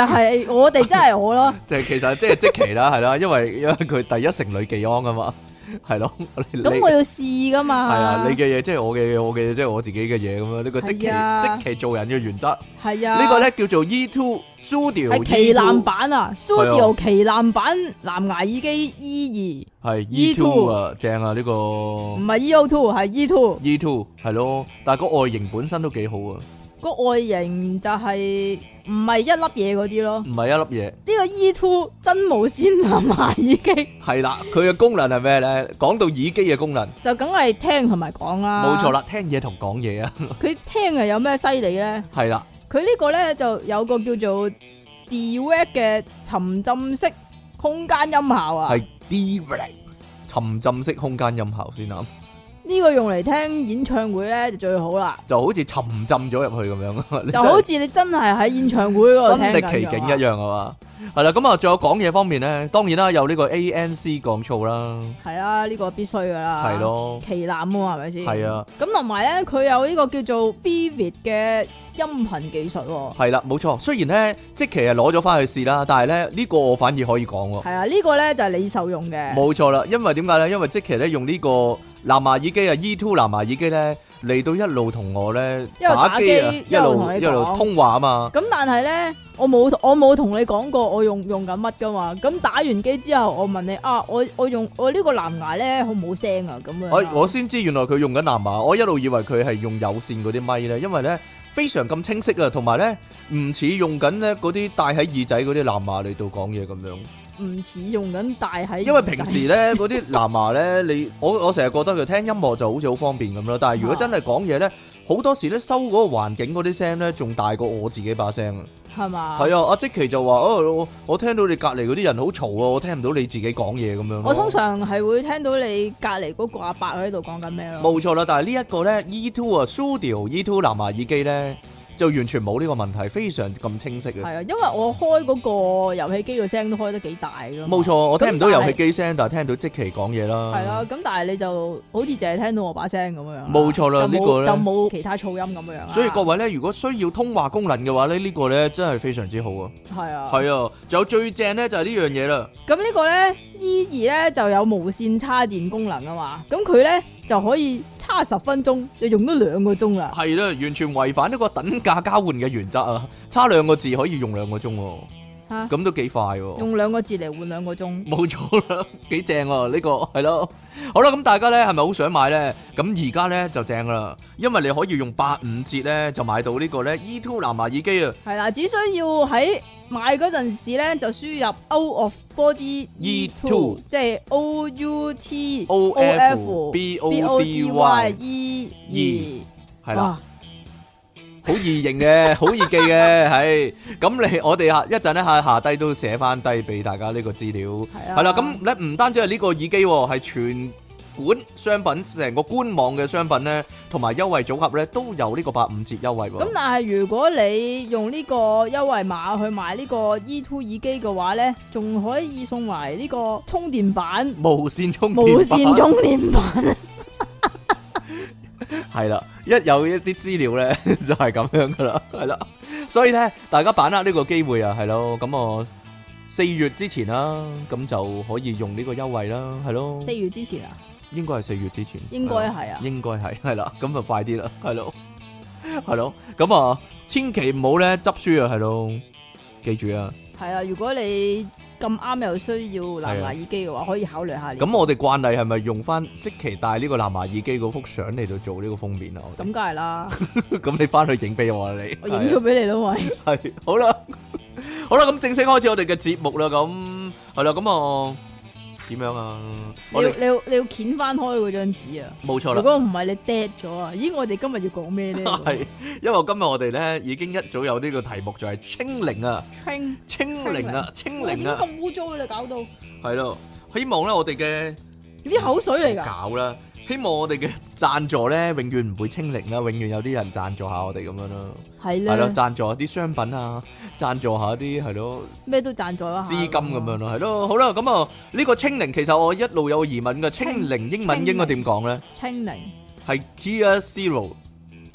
[SPEAKER 2] 系我哋真系我咯，
[SPEAKER 1] 就其實即係即期啦，係啦，因為因為佢第一城女技安啊嘛，係咯，你
[SPEAKER 2] 咁
[SPEAKER 1] 你
[SPEAKER 2] 我要试噶
[SPEAKER 1] 係
[SPEAKER 2] 嘛。
[SPEAKER 1] 啊，你嘅嘢即係我嘅嘢，我嘅嘢即係我自己嘅嘢咁樣，呢個即期
[SPEAKER 2] 係啊
[SPEAKER 1] 即期做人嘅原則，呢
[SPEAKER 2] 系啊，
[SPEAKER 1] 個咧叫做 E Two Studio E
[SPEAKER 2] 系旗
[SPEAKER 1] E2
[SPEAKER 2] 舰版啊，Studio 旗舰版蓝牙耳机 E
[SPEAKER 1] 係 E
[SPEAKER 2] E2
[SPEAKER 1] Two 啊，正啊呢
[SPEAKER 2] 二，
[SPEAKER 1] 個
[SPEAKER 2] 唔系 E O Two，系 E Two。
[SPEAKER 1] E Two 係咯，但係個外形本身都幾好啊，
[SPEAKER 2] 个外形就系唔系一粒嘢嗰啲咯。
[SPEAKER 1] 唔係一粒嘢。
[SPEAKER 2] 呢、個个 E Two 真無線藍牙耳機
[SPEAKER 1] 係啦，佢嘅功能係咩咧？講到耳機嘅功能，
[SPEAKER 2] 就梗係聽同埋講啦。
[SPEAKER 1] 冇錯。啦，聽嘢同講嘢啊，
[SPEAKER 2] 佢聽又有咩犀利咧？
[SPEAKER 1] 係啦，
[SPEAKER 2] 佢呢個咧就有個叫做 d w a c 嘅沉浸式空間音效啊，
[SPEAKER 1] 係 D 沉浸式空間音效先啱。啊
[SPEAKER 2] 呢個用嚟聽演唱會咧就最好啦，
[SPEAKER 1] 就好似沉浸咗入去咁樣， 你
[SPEAKER 2] 就
[SPEAKER 1] 真
[SPEAKER 2] 好
[SPEAKER 1] 係
[SPEAKER 2] 似你真係喺演唱會嗰度聽
[SPEAKER 1] 身歷
[SPEAKER 2] 緊
[SPEAKER 1] 其境
[SPEAKER 2] 㗎
[SPEAKER 1] 一樣啊嘛。係啦，咁啊，仲有講嘢方面咧，當然啦，有呢個 ANC 降噪啦，
[SPEAKER 2] 嘛，係啦，呢個必須噶啦，
[SPEAKER 1] 係，咯，
[SPEAKER 2] 旗艦啊嘛，係咪先？
[SPEAKER 1] 係啊，
[SPEAKER 2] 咁同埋咧，佢有呢個叫做 Vivid 嘅音頻技術喎，
[SPEAKER 1] 係啦，冇錯。雖然咧，即期係攞咗翻去試啦，但係咧呢個我反而可以講喎。
[SPEAKER 2] 係啊，呢個咧就係你受用嘅，
[SPEAKER 1] 冇錯啦，因為點解咧？因為即期咧用呢個藍牙耳機啊，E2 藍牙耳機咧嚟到一路同我咧
[SPEAKER 2] 一路打
[SPEAKER 1] 機啊，
[SPEAKER 2] 機
[SPEAKER 1] 一
[SPEAKER 2] 一路
[SPEAKER 1] 路
[SPEAKER 2] 同你
[SPEAKER 1] 一路
[SPEAKER 2] 講
[SPEAKER 1] 通話啊嘛。
[SPEAKER 2] 咁但係咧，我冇我冇同你講過我用用緊乜噶嘛。咁打完機之後，我問你啊，我我用我呢個藍牙咧好唔好聲啊？咁樣
[SPEAKER 1] 我
[SPEAKER 2] 啊。
[SPEAKER 1] 我先知原來佢用緊藍牙，我一路以為佢係用有線嗰啲咪咧，因為咧非常咁清晰啊，同埋咧唔似用緊咧嗰啲戴喺耳仔嗰啲藍牙嚟到講嘢咁樣。
[SPEAKER 2] 唔似用緊大喺，
[SPEAKER 1] 因為平時咧嗰啲藍牙咧，你我我成日覺得佢聽音樂就好似好方便咁啦，但係如果
[SPEAKER 2] 啊
[SPEAKER 1] 真係講嘢咧，好多時咧收嗰個環境嗰啲聲咧，仲大過我自己把聲啊。
[SPEAKER 2] 係嘛？
[SPEAKER 1] 係啊，阿即奇就話：哦，我我聽到你隔離嗰啲人好嘈啊，我聽唔到你自己講嘢咁樣咯。
[SPEAKER 2] 我通常係會聽到你隔離嗰個阿伯喺度講緊咩咯。
[SPEAKER 1] ，E 冇錯啦，但係呢一個咧 E2 啊 Studio E2 藍牙耳機咧，就完全冇呢個問題，非常咁清晰
[SPEAKER 2] 系
[SPEAKER 1] 嘅。
[SPEAKER 2] 啊，因為我開嗰個遊戲機嘅聲都開得幾大噶嘛。
[SPEAKER 1] 冇錯，我聽唔到
[SPEAKER 2] 咁但
[SPEAKER 1] 遊
[SPEAKER 2] 係
[SPEAKER 1] 戲機聲，但係聽到即期講嘢啦。
[SPEAKER 2] 係啦，咁但係你就好似淨係聽到我把聲咁樣啦。
[SPEAKER 1] 啊冇錯啦
[SPEAKER 2] 就冇
[SPEAKER 1] 呢個咧
[SPEAKER 2] 就冇其他噪音咁樣啊啦。
[SPEAKER 1] 所以各位咧，如果需要通話功能嘅話咧，呢、個咧真係非常之好啊！
[SPEAKER 2] 係啊，
[SPEAKER 1] 係啊，仲有最正咧就係呢樣嘢啦，
[SPEAKER 2] 咁呢個咧 E 二咧就有無線插電功能啊嘛，咁佢咧就可以插十分鐘，就用咗兩個鐘啦。
[SPEAKER 1] 係啦，完全違反呢個等價交換嘅原則啊！差兩個字可以用兩個鐘喎、
[SPEAKER 2] 吓
[SPEAKER 1] 咁都幾快喎、
[SPEAKER 2] 用兩個字嚟換兩個鐘，
[SPEAKER 1] 冇錯啦，幾正喎、呢、個係咯。好啦，咁大家咧係咪好想買咧？咁而家咧就正啦，因為你可以用八五折咧就買到呢個咧 E Two 藍牙耳機啊
[SPEAKER 2] 係啦，只需要喺買嗰陣時咧就輸入 O of Body
[SPEAKER 1] E
[SPEAKER 2] E
[SPEAKER 1] two
[SPEAKER 2] two，即係 O U T
[SPEAKER 1] O F B
[SPEAKER 2] B
[SPEAKER 1] O
[SPEAKER 2] O
[SPEAKER 1] D
[SPEAKER 2] D
[SPEAKER 1] Y
[SPEAKER 2] Y E 二
[SPEAKER 1] 係啦。，好易認 嘅，好易記嘅，係咁你我哋下一陣咧下下低都寫翻低俾大家呢個資料，
[SPEAKER 2] 係啊
[SPEAKER 1] 係啦，咁咧唔單止係呢個耳機喎，係全館商品成個官網嘅商品咧，同埋優惠組合咧都有呢個八五折優惠喎
[SPEAKER 2] 咁，但係如果你用呢個優惠碼去買呢個 E Two 耳機嘅話咧，仲可以送埋呢個充電板、
[SPEAKER 1] 無線充電
[SPEAKER 2] 無
[SPEAKER 1] 板
[SPEAKER 2] 線充電 板。
[SPEAKER 1] 係啦，一有一啲資料咧 就係咁樣噶啦，係啦，所以咧大家把握呢個機會啊，係咯，咁我四月之前啦，咁就可以用呢個優惠啦，係咯。
[SPEAKER 2] 四月之前啊，
[SPEAKER 1] 應該係四月之前，
[SPEAKER 2] 應該係啊
[SPEAKER 1] 應該係係啦，咁就啊快啲啦，係咯，係咯，咁啊，千祈唔好咧執輸啊，係咯，記住啊，啊
[SPEAKER 2] 係啊，如果你咁啱又需要藍牙耳機嘅話，可以考慮下呢個。
[SPEAKER 1] 咁我哋慣例係咪用翻即期戴呢個藍牙耳機嗰幅相嚟到做呢個封面啊？我
[SPEAKER 2] 咁梗 係啦，
[SPEAKER 1] 哋咁你翻去影俾我啊，你
[SPEAKER 2] 我影咗俾你啦，喂，
[SPEAKER 1] 係啊係好啦， 好啦，咁正式開始我哋嘅節目啦，咁係啦，咁啊點樣啊？
[SPEAKER 2] 你
[SPEAKER 1] 我
[SPEAKER 2] 要
[SPEAKER 1] 哋
[SPEAKER 2] 你要你要掀翻開嗰張紙啊！
[SPEAKER 1] 冇錯啦
[SPEAKER 2] 如。果唔係你 dead 咗啊！咦，我哋今日要講咩咧
[SPEAKER 1] 係，因為今日我哋咧已經一早有呢個題目就係清零啊，
[SPEAKER 2] ，train，
[SPEAKER 1] 清零啊，清
[SPEAKER 2] 喂點
[SPEAKER 1] 零啊。
[SPEAKER 2] 咁污糟嘅你搞到
[SPEAKER 1] 系咯，希望咧我哋嘅
[SPEAKER 2] 啲口水嚟㗎，
[SPEAKER 1] 搞啦，希望我哋嘅贊助咧永遠唔會清零啦，啊永遠有啲人贊助下我哋咁樣啦，
[SPEAKER 2] 係
[SPEAKER 1] 係咯，
[SPEAKER 2] 咧，
[SPEAKER 1] 贊助下啲商品啊，贊助下啲係咯
[SPEAKER 2] 咩都啊贊助啦，
[SPEAKER 1] 資金咁樣。咯，係咯，好啦，咁啊呢個清零其實我一路有個疑問嘅，清零英文應該點講咧？
[SPEAKER 2] 清零，
[SPEAKER 1] 係 Kia Zero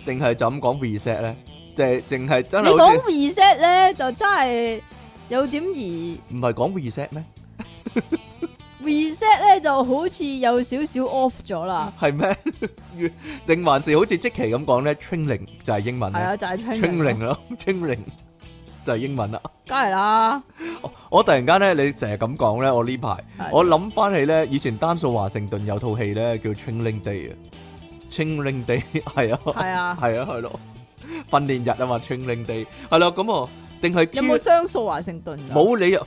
[SPEAKER 1] 定係就咁講 reset 咧？就係淨係真
[SPEAKER 2] 你
[SPEAKER 1] 係好
[SPEAKER 2] 講
[SPEAKER 1] 似
[SPEAKER 2] reset 咧就真係有點而。
[SPEAKER 1] 唔係講 reset 咩？
[SPEAKER 2] reset 咧就好似有少少 off 咗啦，
[SPEAKER 1] 係咩？ 定還是好似即期咁講咧？清零就嗯係英文
[SPEAKER 2] 係
[SPEAKER 1] 咧？
[SPEAKER 2] 啊，就係 training
[SPEAKER 1] 清零啦， 清零就係英文啦。
[SPEAKER 2] 梗係啦，
[SPEAKER 1] 我突然間咧，你成日咁講咧，我呢排
[SPEAKER 2] 係
[SPEAKER 1] 我諗翻起咧，以前丹素華盛頓有套戲咧叫《清零 Day》啊，《清零 Day》係啊，
[SPEAKER 2] 係啊，
[SPEAKER 1] 係啊，係咯，訓練日啊嘛，《清零 Day》係咯，咁啊，定係
[SPEAKER 2] 有冇
[SPEAKER 1] Q
[SPEAKER 2] 雙數華盛頓㗎？
[SPEAKER 1] 冇理由，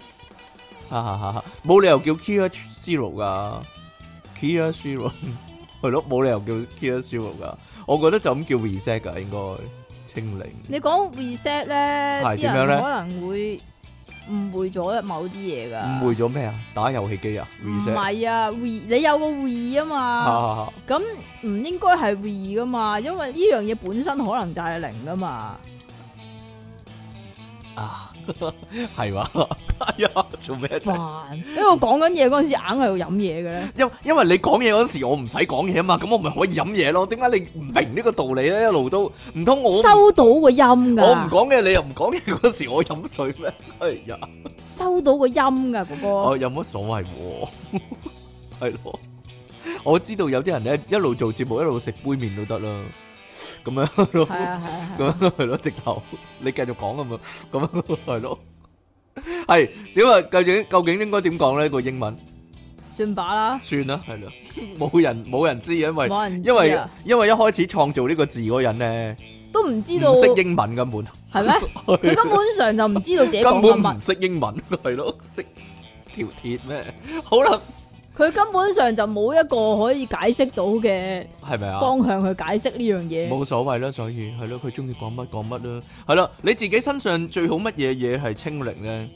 [SPEAKER 1] 哈哈哈哈，冇理由叫 Kia Zero 噶，Kia Zero 係咯，冇理由叫 Kia Zero 噶，我覺得就咁叫 reset 噶，應該清零。
[SPEAKER 2] 你講 reset 咧，
[SPEAKER 1] 係
[SPEAKER 2] 啲
[SPEAKER 1] 點樣咧
[SPEAKER 2] 人可能會誤會咗某啲嘢㗎。
[SPEAKER 1] 誤會咗咩啊？打遊戲機啊
[SPEAKER 2] 唔
[SPEAKER 1] ？reset
[SPEAKER 2] 係啊，re 你有個 re 啊嘛，
[SPEAKER 1] 啊
[SPEAKER 2] 咁唔應該係 re 噶嘛，因為呢樣嘢本身可能就係零噶嘛。
[SPEAKER 1] 啊，係嘛？哎呀，做咩啫？
[SPEAKER 2] 煩，因為我講緊嘢嗰陣時硬係要飲嘢嘅咧，
[SPEAKER 1] 因因為你講嘢嗰時我唔使講嘢啊嘛，咁我咪可以飲嘢咯。點解你唔明呢個道理咧？一路都唔通我唔
[SPEAKER 2] 收到個音㗎，
[SPEAKER 1] 我唔講嘢，你又唔講嘢嗰時我飲水咩？哎呀，
[SPEAKER 2] 收到個音㗎，哥哥。
[SPEAKER 1] 我有乜所謂喎？ 係咯，我知道有啲人咧一路做節目一路食杯麵都得啦，咁樣咯
[SPEAKER 2] 係。啊係啊係啊，
[SPEAKER 1] 咁樣係咯，直頭你繼續講咁樣，咁樣係咯，係點啊？究竟究竟應該點講咧？個英文
[SPEAKER 2] 算把啦，
[SPEAKER 1] 算啦，係咯，冇人冇人知，因為
[SPEAKER 2] 冇人知
[SPEAKER 1] 因為
[SPEAKER 2] 啊，
[SPEAKER 1] 因為一開始創造呢個字嗰人咧，
[SPEAKER 2] 都唔知道
[SPEAKER 1] 唔識英文根本，
[SPEAKER 2] 係咩？你根本上就唔知道自己
[SPEAKER 1] 根
[SPEAKER 2] 講緊
[SPEAKER 1] 本唔
[SPEAKER 2] 乜，
[SPEAKER 1] 識英文，係咯，識條鐵咩？ 好啦，
[SPEAKER 2] 佢根本上就冇一個可以解釋到嘅
[SPEAKER 1] 係咪啊？
[SPEAKER 2] 方向去解釋呢樣嘢。
[SPEAKER 1] 冇所謂啦，所以係咯，佢中意講乜講乜啦，係啦，你自己身上最好乜嘢嘢係清零咧？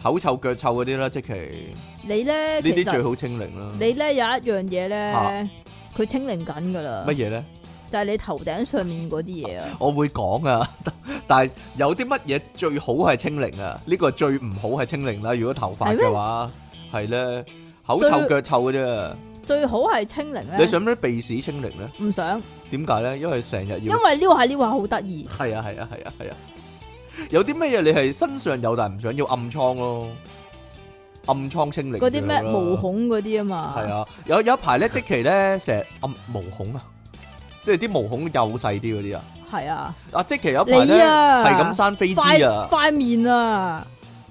[SPEAKER 1] 口臭腳臭嗰啲啦，即其呢
[SPEAKER 2] 你咧其
[SPEAKER 1] 啲最
[SPEAKER 2] 實
[SPEAKER 1] 好清零啦。
[SPEAKER 2] 你咧有一樣嘢咧
[SPEAKER 1] 嚇，
[SPEAKER 2] 佢清零緊㗎啦
[SPEAKER 1] 乜，嘢咧？
[SPEAKER 2] 就係你頭頂上面嗰啲嘢啊。
[SPEAKER 1] 我會講啊， 但係有啲乜嘢最好係清零啊？呢個最唔好係清零啦。如果頭髮
[SPEAKER 2] 係咩
[SPEAKER 1] 嘅話，係咧口臭腳
[SPEAKER 2] 最
[SPEAKER 1] 臭嘅啊啫。
[SPEAKER 2] 最好係清零咧，
[SPEAKER 1] 你想唔想鼻屎清零咧？
[SPEAKER 2] 唔想？
[SPEAKER 1] 點解咧？因為成日
[SPEAKER 2] 因
[SPEAKER 1] 要
[SPEAKER 2] 為撩下撩下好得意，
[SPEAKER 1] 係啊係啊係啊係啊。有啲乜嘢你係身上有但係唔想要暗瘡咯？暗瘡清零
[SPEAKER 2] 嗰啲
[SPEAKER 1] 最
[SPEAKER 2] 咩
[SPEAKER 1] 好啦
[SPEAKER 2] 毛孔嗰啲啊嘛。
[SPEAKER 1] 係啊，有有一排咧，即期咧成日暗毛孔啊，即係啲毛孔幼細啲嗰啲啊。
[SPEAKER 2] 係啊，
[SPEAKER 1] 啊，即期有一排咧
[SPEAKER 2] 你啊
[SPEAKER 1] 係咁生飛
[SPEAKER 2] 塊
[SPEAKER 1] 枝啊，
[SPEAKER 2] 塊面啊，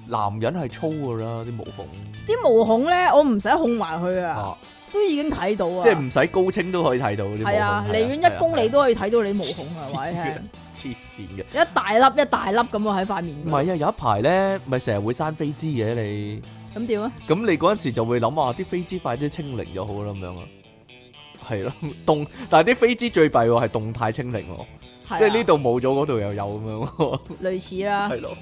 [SPEAKER 1] 男人係粗噶啦啲毛孔，
[SPEAKER 2] 啲毛孔咧，我唔使控埋佢啊，
[SPEAKER 1] 啊，
[SPEAKER 2] 都已經睇到啊。
[SPEAKER 1] 即係唔使高清都可以睇到啲毛孔。
[SPEAKER 2] 係啊，離遠一公里
[SPEAKER 1] 都
[SPEAKER 2] 都可以睇到你毛孔啊，話你聽
[SPEAKER 1] 黐線嘅。
[SPEAKER 2] 一大粒一大粒咁啊喺塊面
[SPEAKER 1] 唔
[SPEAKER 2] 度。
[SPEAKER 1] 係啊，有一排咧，咪成日會生飛枝嘅你，
[SPEAKER 2] 咁點啊？
[SPEAKER 1] 咁你嗰陣時就會諗啊，啲飛枝快啲清零就好啦咁樣啊。係咯， 動，但係啲飛枝最弊喎，係動態清零喎，
[SPEAKER 2] 係
[SPEAKER 1] 即係
[SPEAKER 2] 啊
[SPEAKER 1] 呢度冇咗，嗰度又有咁樣喎，
[SPEAKER 2] 類似啦，
[SPEAKER 1] 係咯。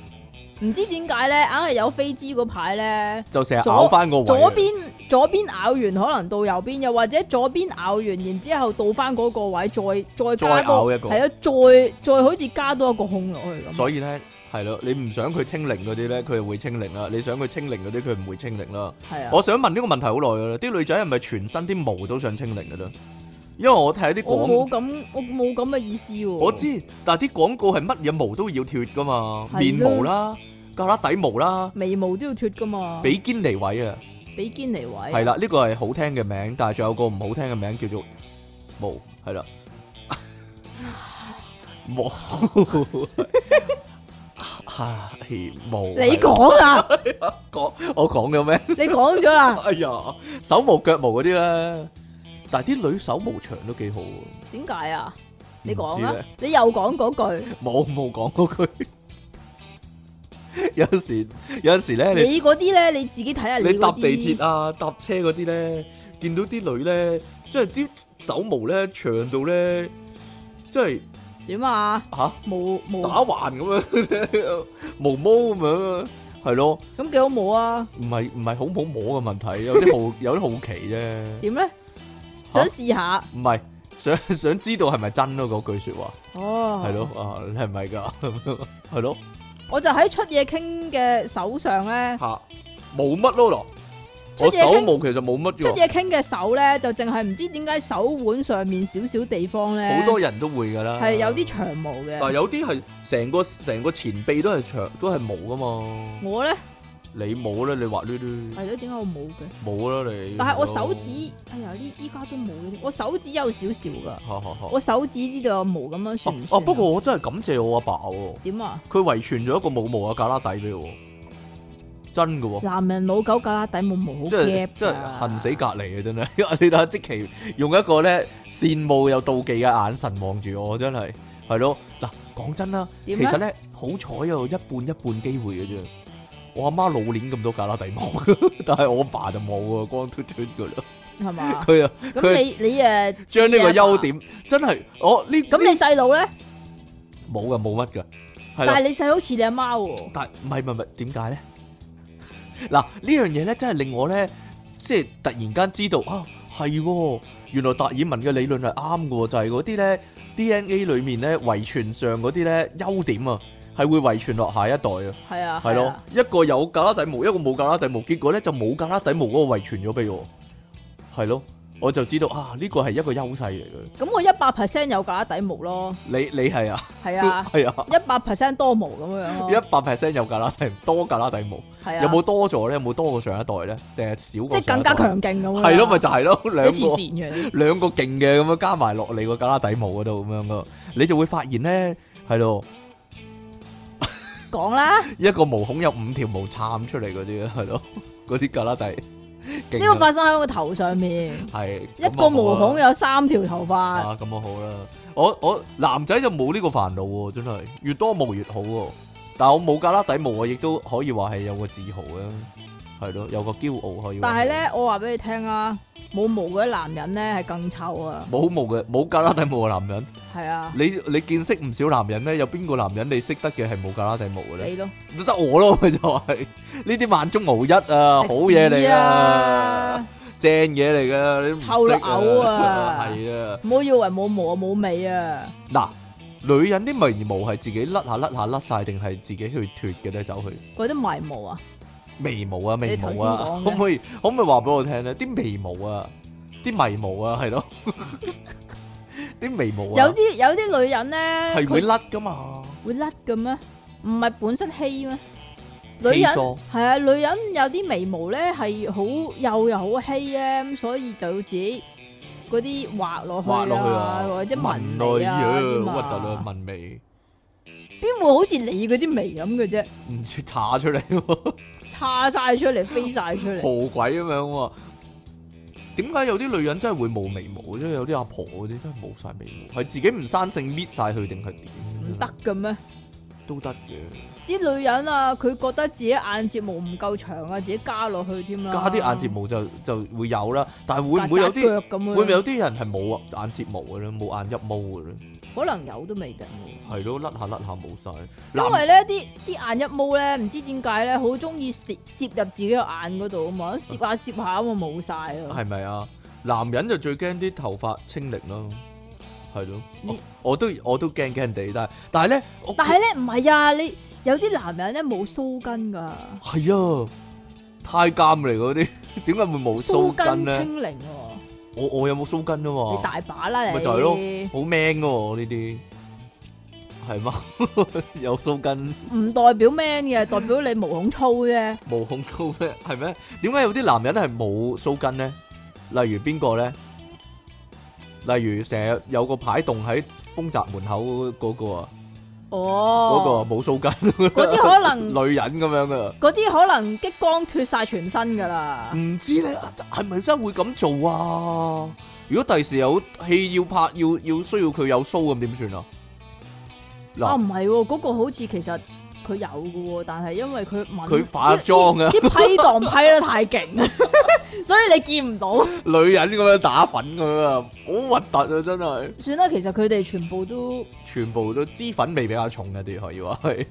[SPEAKER 2] 唔知點解咧，硬係有飛枝嗰排咧，
[SPEAKER 1] 就成日咬翻個位。啊
[SPEAKER 2] 左邊左邊咬完可能到右邊，又或者左邊咬完，然之後到翻嗰個位再再加
[SPEAKER 1] 再
[SPEAKER 2] 多
[SPEAKER 1] 咬一個
[SPEAKER 2] 係啊，再再好似加多一個空落去咁。
[SPEAKER 1] 所以咧係咯，你唔想佢清零嗰啲咧，佢就會清零啦；你想佢清零嗰啲，佢唔會清零啦。
[SPEAKER 2] 係啊，
[SPEAKER 1] 我想問呢個問題好耐噶啦，啲女仔係咪全身啲毛都想清零噶啦？因為我睇啲
[SPEAKER 2] 我
[SPEAKER 1] 廣
[SPEAKER 2] 冇，咁我冇咁嘅意思喎。
[SPEAKER 1] 我知，但係啲廣告係乜嘢毛都要脱噶嘛，
[SPEAKER 2] 係咯
[SPEAKER 1] 面毛啦、胳肋底毛啦、
[SPEAKER 2] 眉毛都要脱噶嘛，
[SPEAKER 1] 比堅尼位啊，
[SPEAKER 2] 比堅尼位
[SPEAKER 1] 係啊啦，呢個係好聽嘅名，但係仲有個唔好聽嘅名叫做毛，係啦，毛係毛，
[SPEAKER 2] 你講啦，
[SPEAKER 1] 講我講咗咩？
[SPEAKER 2] 你講咗啦，
[SPEAKER 1] 哎呀，手毛腳毛嗰啲咧，但係啲女手毛長都幾好喎。
[SPEAKER 2] 點解啊？你
[SPEAKER 1] 唔
[SPEAKER 2] 講
[SPEAKER 1] 知
[SPEAKER 2] 啊
[SPEAKER 1] 咧，
[SPEAKER 2] 你又講嗰句，
[SPEAKER 1] 冇冇講嗰句。有時有陣時咧，你
[SPEAKER 2] 你嗰啲咧你自己睇下
[SPEAKER 1] 你搭
[SPEAKER 2] 嗰
[SPEAKER 1] 地鐵
[SPEAKER 2] 啲，
[SPEAKER 1] 啊、搭車嗰啲咧，見到啲女咧，即係啲手毛咧長到咧，即係
[SPEAKER 2] 點啊？
[SPEAKER 1] 吓、
[SPEAKER 2] 冇
[SPEAKER 1] 打
[SPEAKER 2] 冇
[SPEAKER 1] 橫 咁樣，毛毛咁樣，係咯，
[SPEAKER 2] 咁幾好冇啊？
[SPEAKER 1] 唔係唔係好唔好摸嘅問題，有啲好有啲好奇啫。
[SPEAKER 2] 點咧？
[SPEAKER 1] 嚇
[SPEAKER 2] 想試下
[SPEAKER 1] 唔係想想知道係咪真咯？嗰句説話
[SPEAKER 2] 哦，
[SPEAKER 1] 係咯，啊你係 咪㗎？係咯
[SPEAKER 2] 我就喺出嘢傾嘅手上咧，
[SPEAKER 1] 嚇，冇乜咯咯，
[SPEAKER 2] 出
[SPEAKER 1] 我
[SPEAKER 2] 嘢
[SPEAKER 1] 手
[SPEAKER 2] 傾
[SPEAKER 1] 毛其實冇乜
[SPEAKER 2] 出
[SPEAKER 1] 啫
[SPEAKER 2] 嘢傾嘅手咧就淨係唔知點解手腕上面少少地方咧，
[SPEAKER 1] 喎，好多人都會㗎啦。
[SPEAKER 2] 係有啲，長毛
[SPEAKER 1] 但係
[SPEAKER 2] 嘅。
[SPEAKER 1] 有啲係成個成個前臂都係長都係毛㗎嘛。
[SPEAKER 2] 我咧
[SPEAKER 1] 你冇咧，你滑捋捋
[SPEAKER 2] 係咯，點解我冇嘅？
[SPEAKER 1] 冇啦你。
[SPEAKER 2] 但係我手指，
[SPEAKER 1] 啊
[SPEAKER 2] 哎呀呢依家都冇嘅，我手指有少少噶，
[SPEAKER 1] 嚇，嚇嚇
[SPEAKER 2] 我手指呢度有毛咁樣算唔
[SPEAKER 1] 哦
[SPEAKER 2] 算
[SPEAKER 1] 哦
[SPEAKER 2] 啊？
[SPEAKER 1] 不過我真係感謝我阿爸喎，
[SPEAKER 2] 點啊？
[SPEAKER 1] 佢遺傳咗一個冇毛嘅旮旯底俾我，真㗎喎。
[SPEAKER 2] 男人老狗旮旯底冇毛好
[SPEAKER 1] 即係
[SPEAKER 2] gap，
[SPEAKER 1] 即係恨死隔離啊！真係， 你睇下即奇用一個咧羨慕又妒忌嘅眼神望住我，真係係咯。嗱，講真啦，其
[SPEAKER 2] 點啊咧
[SPEAKER 1] 實咧好彩有一半一半機會嘅啫。我阿媽老年咁多旮旯底毛， 但係我阿爸就冇啊，光脫脫噶啦。
[SPEAKER 2] 係嘛？
[SPEAKER 1] 佢啊，
[SPEAKER 2] 咁
[SPEAKER 1] 佢
[SPEAKER 2] 你啊你誒
[SPEAKER 1] 將呢個優，
[SPEAKER 2] 知
[SPEAKER 1] 點真係我呢
[SPEAKER 2] 啊嘛咁
[SPEAKER 1] 呢
[SPEAKER 2] 你細佬咧？
[SPEAKER 1] 冇噶冇乜噶，係
[SPEAKER 2] 但
[SPEAKER 1] 啦。
[SPEAKER 2] 係你細佬似你阿媽喎，
[SPEAKER 1] 但唔係唔係唔係點解咧？嗱呢樣嘢咧，真係令我咧，即係突然間知道啊，係喎，原來達爾文嘅理論係啱嘅喎，就係嗰啲咧 DNA 裡面咧遺傳上嗰啲咧優點啊，係會遺傳落下一代啊，
[SPEAKER 2] 係啊，
[SPEAKER 1] 係
[SPEAKER 2] 係
[SPEAKER 1] 咯
[SPEAKER 2] 啊，
[SPEAKER 1] 一個有格拉底毛，一個冇格拉底毛，結果咧就冇格拉底毛嗰個遺傳咗俾我，係咯，我就知道啊，呢個係一個優勢嚟嘅，
[SPEAKER 2] 咁我一百 percent 有旮旯底毛咯，
[SPEAKER 1] 你你係啊，
[SPEAKER 2] 係 啊，
[SPEAKER 1] 係啊，
[SPEAKER 2] 一百 percent 多毛咁樣
[SPEAKER 1] 一
[SPEAKER 2] 咯，
[SPEAKER 1] 百 percent 有格拉底多格拉底毛。
[SPEAKER 2] 係啊，
[SPEAKER 1] 有冇多咗咧？有冇多過上一代咧？定係少
[SPEAKER 2] 即
[SPEAKER 1] 過？啊
[SPEAKER 2] 係更加。強勁咁樣？
[SPEAKER 1] 係咯，咪就係 咯，兩
[SPEAKER 2] 你慈善
[SPEAKER 1] 個
[SPEAKER 2] 嘅，
[SPEAKER 1] 兩個勁嘅咁樣加埋落你個旮旯底毛嗰度咁樣咯，你就會發現咧，係咯，
[SPEAKER 2] 講啦，
[SPEAKER 1] 一個毛孔有五條毛撐出嚟嗰啲，係咯，嗰啲旮旯底
[SPEAKER 2] 呢
[SPEAKER 1] 勁
[SPEAKER 2] 個
[SPEAKER 1] 啊。
[SPEAKER 2] 發生喺我個頭上面，
[SPEAKER 1] 係
[SPEAKER 2] 一個毛孔
[SPEAKER 1] 嘅
[SPEAKER 2] 有三條頭髮，
[SPEAKER 1] 啊，咁啊好啦。我我男仔就冇呢個煩惱喎，真係越多毛越好喎。但我冇旮旯底毛，我亦都可以話係有個自豪啊，係咯，有個驕傲可以話。
[SPEAKER 2] 但係咧，我話俾你聽啊，冇毛嗰啲男人咧係更臭啊，
[SPEAKER 1] 冇毛嘅冇旮旯底毛嘅男人。
[SPEAKER 2] 係啊，
[SPEAKER 1] 你你見識唔少男人咧，有邊個男人你識得嘅係冇格拉底毛嘅咧？
[SPEAKER 2] 你咯，
[SPEAKER 1] 都得我咯，咪就係呢啲萬中無一啊，好嘢嚟啊！！正嘢嚟噶，你都唔
[SPEAKER 2] 臭
[SPEAKER 1] 識
[SPEAKER 2] 到嘔啊
[SPEAKER 1] 係啊，
[SPEAKER 2] 唔好以為冇毛啊冇尾啊，
[SPEAKER 1] 嗱，女人啲眉毛係自己甩下甩下甩晒，定係自己去脱嘅咧？走去
[SPEAKER 2] 嗰啲迷毛啊，
[SPEAKER 1] 眉毛啊，眉毛
[SPEAKER 2] 你頭先
[SPEAKER 1] 啊
[SPEAKER 2] 講，
[SPEAKER 1] 可
[SPEAKER 2] 嘅
[SPEAKER 1] 唔可以可唔可以話俾我聽咧？啲眉毛啊，啲迷毛啊，係 咯，啲眉毛
[SPEAKER 2] 有
[SPEAKER 1] 啊，
[SPEAKER 2] 啲有啲女人咧，
[SPEAKER 1] 係
[SPEAKER 2] 佢
[SPEAKER 1] 會甩噶嘛？
[SPEAKER 2] 會甩嘅咩？唔係本身稀咩？女
[SPEAKER 1] 稀
[SPEAKER 2] 人
[SPEAKER 1] 疏
[SPEAKER 2] 係啊，女人有啲眉毛咧係好幼又好稀咧，咁所以就要自己嗰啲畫落去
[SPEAKER 1] 畫落去
[SPEAKER 2] 啊
[SPEAKER 1] 啊，，
[SPEAKER 2] 或者紋
[SPEAKER 1] 紋
[SPEAKER 2] 眉啊
[SPEAKER 1] 類
[SPEAKER 2] 啲
[SPEAKER 1] 啊，核突啦，
[SPEAKER 2] 啊，
[SPEAKER 1] 紋眉
[SPEAKER 2] 邊會好似你嗰啲眉咁嘅啫？
[SPEAKER 1] 唔知搽出嚟喎。
[SPEAKER 2] 叉晒出嚟，飛晒出嚟，
[SPEAKER 1] 蒲鬼咁樣喎。點解有啲女人真係會冇眉毛啫？有啲阿婆嗰啲真係冇晒眉毛，係自己唔生性搣晒佢定係點？
[SPEAKER 2] 唔得嘅咩？
[SPEAKER 1] 都得嘅，
[SPEAKER 2] 啲女人啊，佢覺得自己眼睫毛唔夠長啊，自己加落去添啦。
[SPEAKER 1] 加啲眼睫毛就就會有啦。但係會唔會有啲
[SPEAKER 2] 啲？
[SPEAKER 1] 會
[SPEAKER 2] 會
[SPEAKER 1] 唔會有啲人係冇眼睫毛嘅咧？冇眼一毛嘅咧？
[SPEAKER 2] 可能有都未定喎。
[SPEAKER 1] 係咯，甩下甩下冇晒。
[SPEAKER 2] 因
[SPEAKER 1] 男
[SPEAKER 2] 為咧啲啲眼一毛咧，唔知點解咧，好中意攝攝入自己個眼嗰度啊嘛，咁攝下攝下咁啊冇晒啦。
[SPEAKER 1] 係咪啊？男人就最驚啲頭髮清零咯，係咯。我
[SPEAKER 2] 你
[SPEAKER 1] 我都我都驚驚地，但係但係咧，我
[SPEAKER 2] 但係咧唔係啊，你有啲男人咧冇鬚根㗎，
[SPEAKER 1] 系啊，太監嚟嗰啲， 點解會冇鬚根
[SPEAKER 2] 根
[SPEAKER 1] 咧？
[SPEAKER 2] 清零喎，
[SPEAKER 1] 我我有冇鬚根啊
[SPEAKER 2] 你
[SPEAKER 1] 嘛？
[SPEAKER 2] 大把啦
[SPEAKER 1] 咪
[SPEAKER 2] 你。
[SPEAKER 1] 就係咯好 man 噶喎呢啲，係嘛？ 有鬚根
[SPEAKER 2] 唔代表 man 嘅，代表你毛孔粗啫。
[SPEAKER 1] 毛孔高咩？係咩？點解有啲男人係冇鬚根咧？例如邊個咧？例如成日有個牌棟喺豐澤門口嗰個啊，嗰個
[SPEAKER 2] 哦，
[SPEAKER 1] 冇鬚根，
[SPEAKER 2] 嗰啲可能
[SPEAKER 1] 女人咁樣噶，
[SPEAKER 2] 嗰啲可能激光脱晒全身噶啦，
[SPEAKER 1] 唔知咧係咪真係會咁做啊？如果第時有戲要拍，要要需要佢有 show 咁點算啊？嗱、
[SPEAKER 2] 啊唔係喎，嗰個好似其實佢有嘅喎，但係因為佢敏
[SPEAKER 1] 佢化妝啊
[SPEAKER 2] 啲啲批盪批得太勁 啊，所以你見唔到。
[SPEAKER 1] 女人咁樣打粉咁樣啊，好核突啊！真係，
[SPEAKER 2] 算啦，其實佢哋全部都
[SPEAKER 1] 全部都脂粉味比較重嘅啲可以話係，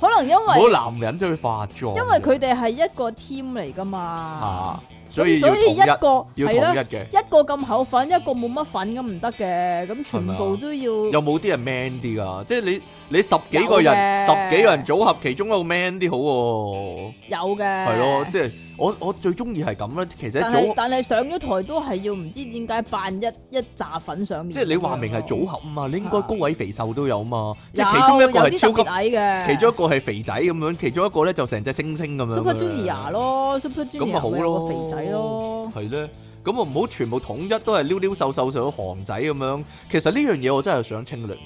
[SPEAKER 2] 可能因
[SPEAKER 1] 冇
[SPEAKER 2] 為
[SPEAKER 1] 男人就去化妝，
[SPEAKER 2] 因為佢哋係一個 team 嚟噶嘛
[SPEAKER 1] 啊，，所
[SPEAKER 2] 所
[SPEAKER 1] 以
[SPEAKER 2] 以
[SPEAKER 1] 要
[SPEAKER 2] 所以一
[SPEAKER 1] 統
[SPEAKER 2] 個
[SPEAKER 1] 一，要
[SPEAKER 2] 係
[SPEAKER 1] 統
[SPEAKER 2] 啦，
[SPEAKER 1] 一嘅。
[SPEAKER 2] 一個咁厚粉，一個冇乜粉咁唔得嘅，咁
[SPEAKER 1] 係咪
[SPEAKER 2] 全
[SPEAKER 1] 啊
[SPEAKER 2] 部都要
[SPEAKER 1] 有冇啲人 man 啲噶？即係你你十幾個人，
[SPEAKER 2] 有
[SPEAKER 1] 十
[SPEAKER 2] 嘅
[SPEAKER 1] 幾個人組合，其中一個 man 啲好喎。
[SPEAKER 2] 有嘅，
[SPEAKER 1] 係咯，即係我我最中意係咁啦。其實
[SPEAKER 2] 但係
[SPEAKER 1] 組
[SPEAKER 2] 但係上咗台都係要唔知點解扮一一扎粉上面，
[SPEAKER 1] 即係你話明係組合啊嘛，你應該高位肥瘦都有啊嘛。即
[SPEAKER 2] 有，
[SPEAKER 1] 係其中一個
[SPEAKER 2] 有
[SPEAKER 1] 係
[SPEAKER 2] 啲
[SPEAKER 1] 超
[SPEAKER 2] 特別啊
[SPEAKER 1] 級，
[SPEAKER 2] 矮嘅，
[SPEAKER 1] 其中一個係肥仔咁樣，其中一個咧就成隻星星咁樣。
[SPEAKER 2] Super Junior 咯，Super
[SPEAKER 1] 咁咪
[SPEAKER 2] Junior
[SPEAKER 1] 好
[SPEAKER 2] 咪有個
[SPEAKER 1] 咯，
[SPEAKER 2] 肥仔咯，
[SPEAKER 1] 係咧。咁我唔好全部統一都係溜溜瘦瘦上行仔咁樣。其實呢樣嘢我真係想清零，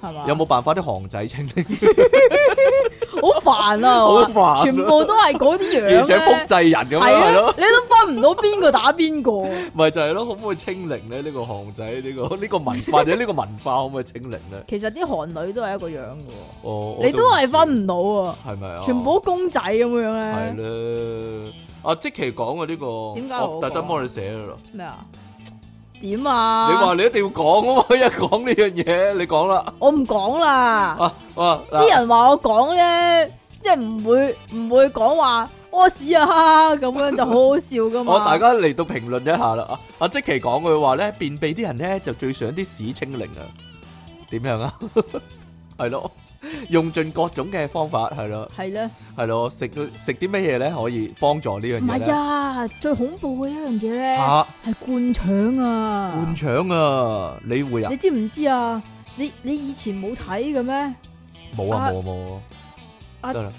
[SPEAKER 2] 係嘛？
[SPEAKER 1] 有冇辦法啲行仔清零？
[SPEAKER 2] 好煩
[SPEAKER 1] 好
[SPEAKER 2] 啊！
[SPEAKER 1] 煩啊，
[SPEAKER 2] 全部都係嗰啲樣
[SPEAKER 1] 而且複
[SPEAKER 2] 咧，
[SPEAKER 1] 製人咁樣係
[SPEAKER 2] 係
[SPEAKER 1] 咯
[SPEAKER 2] 啊，，你都分唔到邊個打邊個，
[SPEAKER 1] 咪就係咯，可唔可以清零咧？呢個行仔呢個 呢個文 化或者呢個文化可唔可以清零咧？
[SPEAKER 2] 其實啲韓女都係一個樣嘅喎，
[SPEAKER 1] 哦，我
[SPEAKER 2] 你都
[SPEAKER 1] 唔
[SPEAKER 2] 係
[SPEAKER 1] 知
[SPEAKER 2] 分唔到啊，
[SPEAKER 1] 係咪啊？
[SPEAKER 2] 全部公仔咁樣
[SPEAKER 1] 係
[SPEAKER 2] 咧，
[SPEAKER 1] 咧。啊，即其講啊呢個，
[SPEAKER 2] 點解
[SPEAKER 1] 我
[SPEAKER 2] 我
[SPEAKER 1] 特登
[SPEAKER 2] 講
[SPEAKER 1] 幫你寫啦。
[SPEAKER 2] 咩啊？點啊？
[SPEAKER 1] 你話你一定要講啊嘛，一講呢樣嘢，你講啦。
[SPEAKER 2] 我唔講啦。
[SPEAKER 1] 啊啊，嗱
[SPEAKER 2] 啲人話我講咧，即係唔會唔會講話屙屎啊哈哈咁樣就好好笑噶嘛。
[SPEAKER 1] 我哦大家嚟到評論一下啦。啊阿即其講佢話咧，便秘啲人咧就最想啲屎清零啊。點樣啊？ 係咯，用盡各種嘅方法係咯，
[SPEAKER 2] 係咧，
[SPEAKER 1] 係咯，食食啲乜嘢咧可以幫助呢樣
[SPEAKER 2] 唔
[SPEAKER 1] 嘢
[SPEAKER 2] 係
[SPEAKER 1] 咧？
[SPEAKER 2] 啊，最恐怖嘅一樣嘢咧
[SPEAKER 1] 嚇，
[SPEAKER 2] 係灌腸啊！
[SPEAKER 1] 灌腸啊！你會啊
[SPEAKER 2] 你？知唔知啊？你你以前冇睇嘅咩？
[SPEAKER 1] 冇啊
[SPEAKER 2] 啊
[SPEAKER 1] 冇啊冇啊！
[SPEAKER 2] 啊
[SPEAKER 1] 得啦，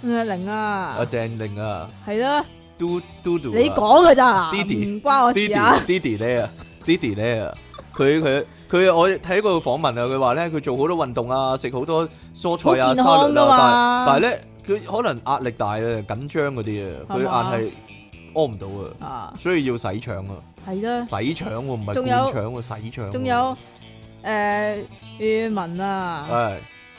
[SPEAKER 2] 咩玲啊
[SPEAKER 1] 阿，鄭玲啊，
[SPEAKER 2] 係啦，
[SPEAKER 1] 嘟嘟嘟啊，
[SPEAKER 2] 你講嘅咋，
[SPEAKER 1] Didi，
[SPEAKER 2] 唔關我事啊。
[SPEAKER 1] Didi，Didi 咧啊，Didi 咧啊，佢佢佢，我睇過個訪問啊，佢話咧佢做好多運動啊，食好多蔬菜啊、
[SPEAKER 2] 好健
[SPEAKER 1] 沙
[SPEAKER 2] 康
[SPEAKER 1] 律
[SPEAKER 2] 㗎
[SPEAKER 1] 啊，
[SPEAKER 2] 嘛
[SPEAKER 1] 但係但係咧佢可能壓力大啊、緊張嗰啲啊，佢
[SPEAKER 2] 係嘛
[SPEAKER 1] 硬係屙唔到啊，
[SPEAKER 2] 啊，
[SPEAKER 1] 所以要洗腸啊，
[SPEAKER 2] 係啦，
[SPEAKER 1] 洗腸喎，唔係
[SPEAKER 2] 仲
[SPEAKER 1] 灌
[SPEAKER 2] 有
[SPEAKER 1] 腸喎，洗腸喎。
[SPEAKER 2] 仲有誒語文啊，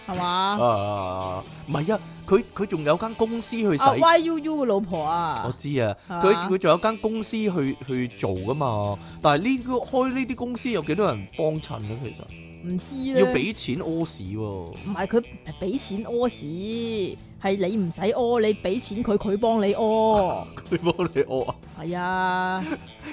[SPEAKER 1] 係
[SPEAKER 2] 係
[SPEAKER 1] 啊
[SPEAKER 2] 嘛？
[SPEAKER 1] 啊啊，唔係啊，佢佢仲有間公司去洗
[SPEAKER 2] 啊。YUU 嘅老婆啊
[SPEAKER 1] 我，知啊，
[SPEAKER 2] 啊
[SPEAKER 1] 佢佢仲有間公司去去做噶嘛，但係呢個開呢啲公司有幾多人幫襯咧？其實
[SPEAKER 2] 唔知 咧。
[SPEAKER 1] 要俾錢屙屎喎，
[SPEAKER 2] 唔係佢俾錢屙屎，係你唔使屙，你俾錢佢，佢幫你 屙。
[SPEAKER 1] 佢幫你屙啊！
[SPEAKER 2] 係啊，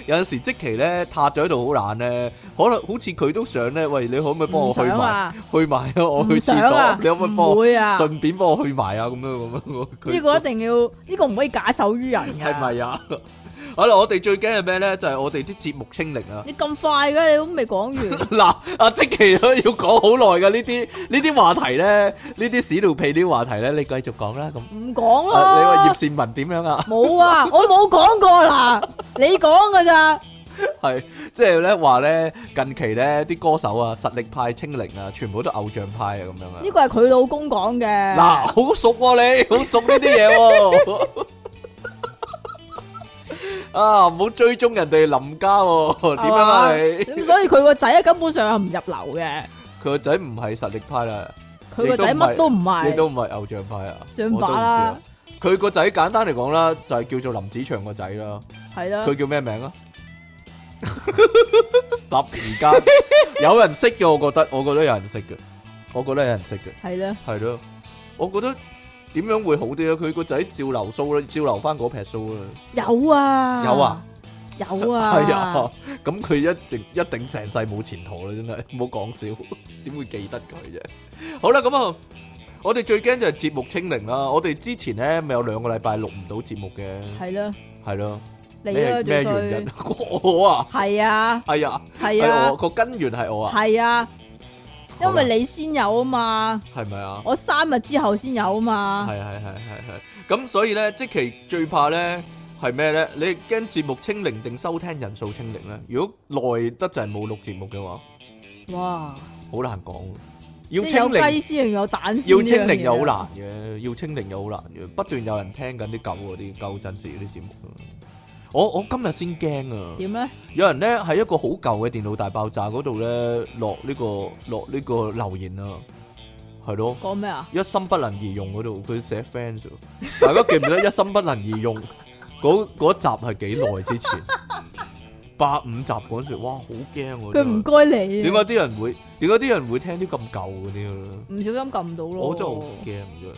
[SPEAKER 1] 有陣時即期咧塌咗喺度好懶咧，可能好似佢都想咧，喂，你可唔可以幫
[SPEAKER 2] 唔
[SPEAKER 1] 我去
[SPEAKER 2] 想
[SPEAKER 1] 埋？
[SPEAKER 2] 啊，
[SPEAKER 1] 去埋啊！我去
[SPEAKER 2] 唔
[SPEAKER 1] 廁
[SPEAKER 2] 想
[SPEAKER 1] 所，
[SPEAKER 2] 啊，
[SPEAKER 1] 你可唔可以幫
[SPEAKER 2] 唔
[SPEAKER 1] 我？
[SPEAKER 2] 會啊？
[SPEAKER 1] 順便幫我去埋啊！咁樣咁 樣我，佢
[SPEAKER 2] 呢個一定要，呢個唔可以假手於人㗎。
[SPEAKER 1] 係咪啊？好啦，我哋最驚係咩咧？就係我哋啲節目清零啊！。
[SPEAKER 2] 你咁快嘅，你都未講完
[SPEAKER 1] 嗱，阿即奇都要講好耐噶呢啲呢啲話題咧，呢啲屎尿屁呢啲話題咧，你繼續講啦咁。
[SPEAKER 2] 唔講
[SPEAKER 1] 啊你 話葉
[SPEAKER 2] 咯，
[SPEAKER 1] 倩文點樣啊？
[SPEAKER 2] 冇啊，我冇講過啦，你講噶咋？
[SPEAKER 1] 係即係咧話咧，近期咧啲歌手啊，實力派清零啊，全部都偶像派啊咁樣啊。
[SPEAKER 2] 呢個係佢老公講嘅。
[SPEAKER 1] 嗱，好熟喎你，好熟呢啲嘢喎。 啊，唔好追蹤人哋林家喎，點樣啊你？
[SPEAKER 2] 係嘛咁所以佢個仔啊根本上係唔入流嘅，
[SPEAKER 1] 佢個仔唔係實力派啦，
[SPEAKER 2] 佢個仔乜都唔
[SPEAKER 1] 亦都
[SPEAKER 2] 係，
[SPEAKER 1] 唔係偶像派啊，
[SPEAKER 2] 上
[SPEAKER 1] 我都唔
[SPEAKER 2] 把
[SPEAKER 1] 知
[SPEAKER 2] 啦
[SPEAKER 1] 啊。佢個仔簡單嚟講啦，就係叫做林子祥個仔啦。
[SPEAKER 2] 係啦
[SPEAKER 1] 佢，叫咩名啊？ 霎時間有人識嘅，我覺得，我覺得有人識嘅，我覺得有人識嘅。
[SPEAKER 2] 係啦，
[SPEAKER 1] 系咯，我覺得點樣會好啲咧？佢個仔照留須啦，照留翻嗰撇須啦。
[SPEAKER 2] 有啊，
[SPEAKER 1] 有啊，
[SPEAKER 2] 有
[SPEAKER 1] 係
[SPEAKER 2] 啊
[SPEAKER 1] 啊，，咁佢一直一定成世冇前途啦，真係唔好講笑， 點會記得佢啫？好啦，咁啊，我哋最驚就係節目清零啦。我哋之前咧咪有兩個禮拜錄唔到節目嘅，
[SPEAKER 2] 係啦，
[SPEAKER 1] 係咯，
[SPEAKER 2] 你
[SPEAKER 1] 咩
[SPEAKER 2] 啦
[SPEAKER 1] 咩原
[SPEAKER 2] 最衰
[SPEAKER 1] 因，？ 我啊，
[SPEAKER 2] 係啊，
[SPEAKER 1] 哎呀，
[SPEAKER 2] 係
[SPEAKER 1] 係我
[SPEAKER 2] 啊，
[SPEAKER 1] 個根源係我啊，
[SPEAKER 2] 係啊，因
[SPEAKER 1] 好啦
[SPEAKER 2] 為你先有啊嘛，
[SPEAKER 1] 係咪啊？
[SPEAKER 2] 我三日之後先有啊嘛，
[SPEAKER 1] 係係係係係，咁所以咧，即其最怕咧係咩咧？你驚節目清零定收聽人數清零咧？如果耐得就係冇錄節目嘅話，
[SPEAKER 2] 哇，
[SPEAKER 1] 好難講。
[SPEAKER 2] 即
[SPEAKER 1] 要
[SPEAKER 2] 係有
[SPEAKER 1] 清零
[SPEAKER 2] 雞，先定有蛋先，
[SPEAKER 1] 要清零又好。難嘅，要清零又好難嘅。不斷有人聽緊啲舊嗰啲舊陣時嗰啲節目啊。我我今日先驚啊！
[SPEAKER 2] 點咧？
[SPEAKER 1] 有人咧喺一個好舊嘅電腦大爆炸嗰度咧落呢個落呢個留言啊，係咯。
[SPEAKER 2] 講咩啊？
[SPEAKER 1] 一心不能二用嗰度，佢寫 fans，喎大家記唔記得一心不能二用嗰嗰集係幾耐之前？八五集嗰時，哇，好驚喎！
[SPEAKER 2] 佢唔該你
[SPEAKER 1] 點
[SPEAKER 2] 啊，
[SPEAKER 1] 解啲人會點解啲人會聽啲咁舊嗰啲咧？
[SPEAKER 2] 唔小心撳到咯。
[SPEAKER 1] 我真係好驚真係，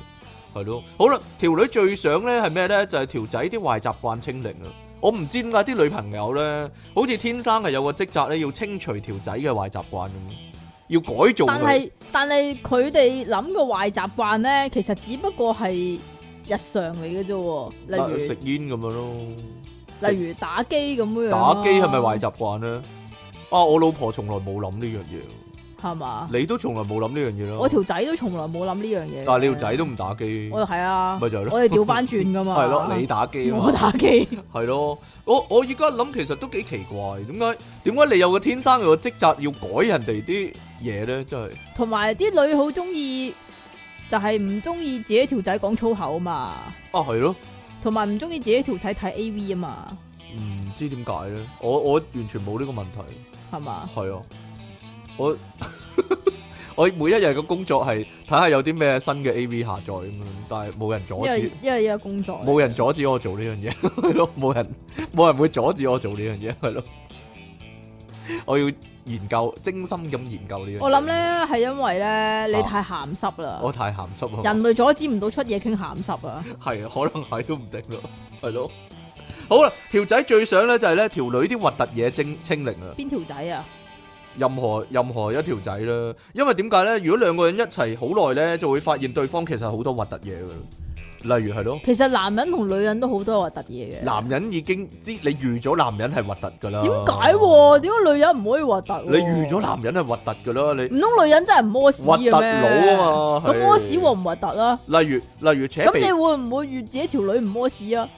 [SPEAKER 1] 係咯。好啦，條女最想咧係咩咧？就係條仔啲壞習慣清零啊！我唔知點解啲女朋友咧，好似天生係啊有個職責咧，要清除條仔嘅壞習慣咁，要改造
[SPEAKER 2] 但
[SPEAKER 1] 佢。
[SPEAKER 2] 係但係佢哋諗嘅壞習慣咧，其實只不過係日常嚟嘅啫喎，
[SPEAKER 1] 啊食
[SPEAKER 2] 例
[SPEAKER 1] 煙咁樣咯。
[SPEAKER 2] 如例如打機咁樣樣
[SPEAKER 1] 打
[SPEAKER 2] 啦。
[SPEAKER 1] 機係咪壞習慣咧？啊，我老婆從來冇諗呢樣嘢，
[SPEAKER 2] 係嘛？
[SPEAKER 1] 你都從來冇諗呢樣嘢啦。
[SPEAKER 2] 我條仔都從來冇諗呢樣嘢嘅。
[SPEAKER 1] 啊但係你條仔都唔打機，
[SPEAKER 2] 我係啊，
[SPEAKER 1] 咪就係咯
[SPEAKER 2] 我哋調翻轉噶嘛。
[SPEAKER 1] 係咯，你打機啊
[SPEAKER 2] 我
[SPEAKER 1] 嘛，
[SPEAKER 2] 打機，
[SPEAKER 1] 係咯。我我而家諗其實都幾奇怪，點解點解你有個天生有個職責要改人哋啲嘢咧？真係
[SPEAKER 2] 同埋啲女好中意，就係唔中意自己條仔講粗口嘛，
[SPEAKER 1] 啊，係咯，
[SPEAKER 2] 同埋唔中意自己條仔睇 A V 啊嘛，
[SPEAKER 1] 唔知點解咧？我我完全冇呢個問題，
[SPEAKER 2] 係嘛？
[SPEAKER 1] 係啊，我 我每一日嘅工作係睇下有啲咩新嘅 A V 下載咁樣，但係冇人阻
[SPEAKER 2] 因
[SPEAKER 1] 止
[SPEAKER 2] 為。因為有工作，
[SPEAKER 1] 冇人阻止我做呢樣嘢， 係咯，冇人冇人會阻止我做呢樣嘢，係咯。我要研究，精心咁研究呢樣嘢。
[SPEAKER 2] 我諗咧係因為咧你
[SPEAKER 1] 啊
[SPEAKER 2] 太鹹濕啦。
[SPEAKER 1] 我太鹹濕啊，
[SPEAKER 2] 人類阻止唔到出嘢傾鹹濕啊！
[SPEAKER 1] 係啊可能係都唔定咯，係咯。好啦，條仔最想咧就係咧條女啲核突嘢清清零啊，
[SPEAKER 2] 邊條仔啊？
[SPEAKER 1] 任何任何一條仔啦，因為點解咧？如果兩個人一齊好耐咧，就會發現對方其實好多核突嘢噶啦，例如係咯。
[SPEAKER 2] 其實男人同女人都好多核突嘢嘅。
[SPEAKER 1] 男人已經知你預咗男人係核突噶啦，
[SPEAKER 2] 點解喎？點解女人唔可以核突喎？
[SPEAKER 1] 你預咗男人係核突噶啦，你
[SPEAKER 2] 唔通女人真係唔屙屎
[SPEAKER 1] 核
[SPEAKER 2] 嘅
[SPEAKER 1] 突
[SPEAKER 2] 咩？
[SPEAKER 1] 佬啊嘛，
[SPEAKER 2] 咁
[SPEAKER 1] 係
[SPEAKER 2] 屙屎核唔核突啦？
[SPEAKER 1] 例如例如扯
[SPEAKER 2] 咁
[SPEAKER 1] 鼻
[SPEAKER 2] 你，會唔會預自己條女唔屙屎啊？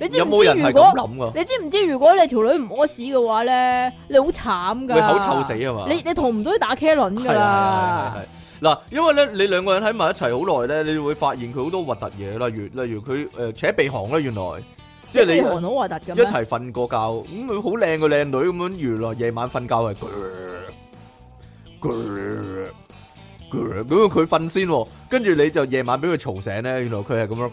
[SPEAKER 2] 你知
[SPEAKER 1] 有
[SPEAKER 2] 唔
[SPEAKER 1] 冇
[SPEAKER 2] 知
[SPEAKER 1] 人係
[SPEAKER 2] 如
[SPEAKER 1] 咁
[SPEAKER 2] 果
[SPEAKER 1] 諗噶？
[SPEAKER 2] 你知唔知如果你條女唔屙屎嘅話咧，你好慘㗎。
[SPEAKER 1] 會口臭死啊嘛
[SPEAKER 2] 你你同唔到佢打茄輪㗎
[SPEAKER 1] 係啊係係係
[SPEAKER 2] 啦。
[SPEAKER 1] 係嗱，因為咧你兩個人喺埋一齊好耐咧，你會發現佢好多核突嘢，例如例如佢誒扯鼻鼾啦，原來即係
[SPEAKER 2] 啲汗
[SPEAKER 1] 你
[SPEAKER 2] 好核突啊㗎
[SPEAKER 1] 一
[SPEAKER 2] 咩？
[SPEAKER 1] 齊瞓過覺，咁佢好靚個靚女咁樣，原來夜晚瞓覺係嘰嘰嘰咁佢瞓先喎，跟住你就夜晚俾佢嘈醒咧，原來佢係咁樣。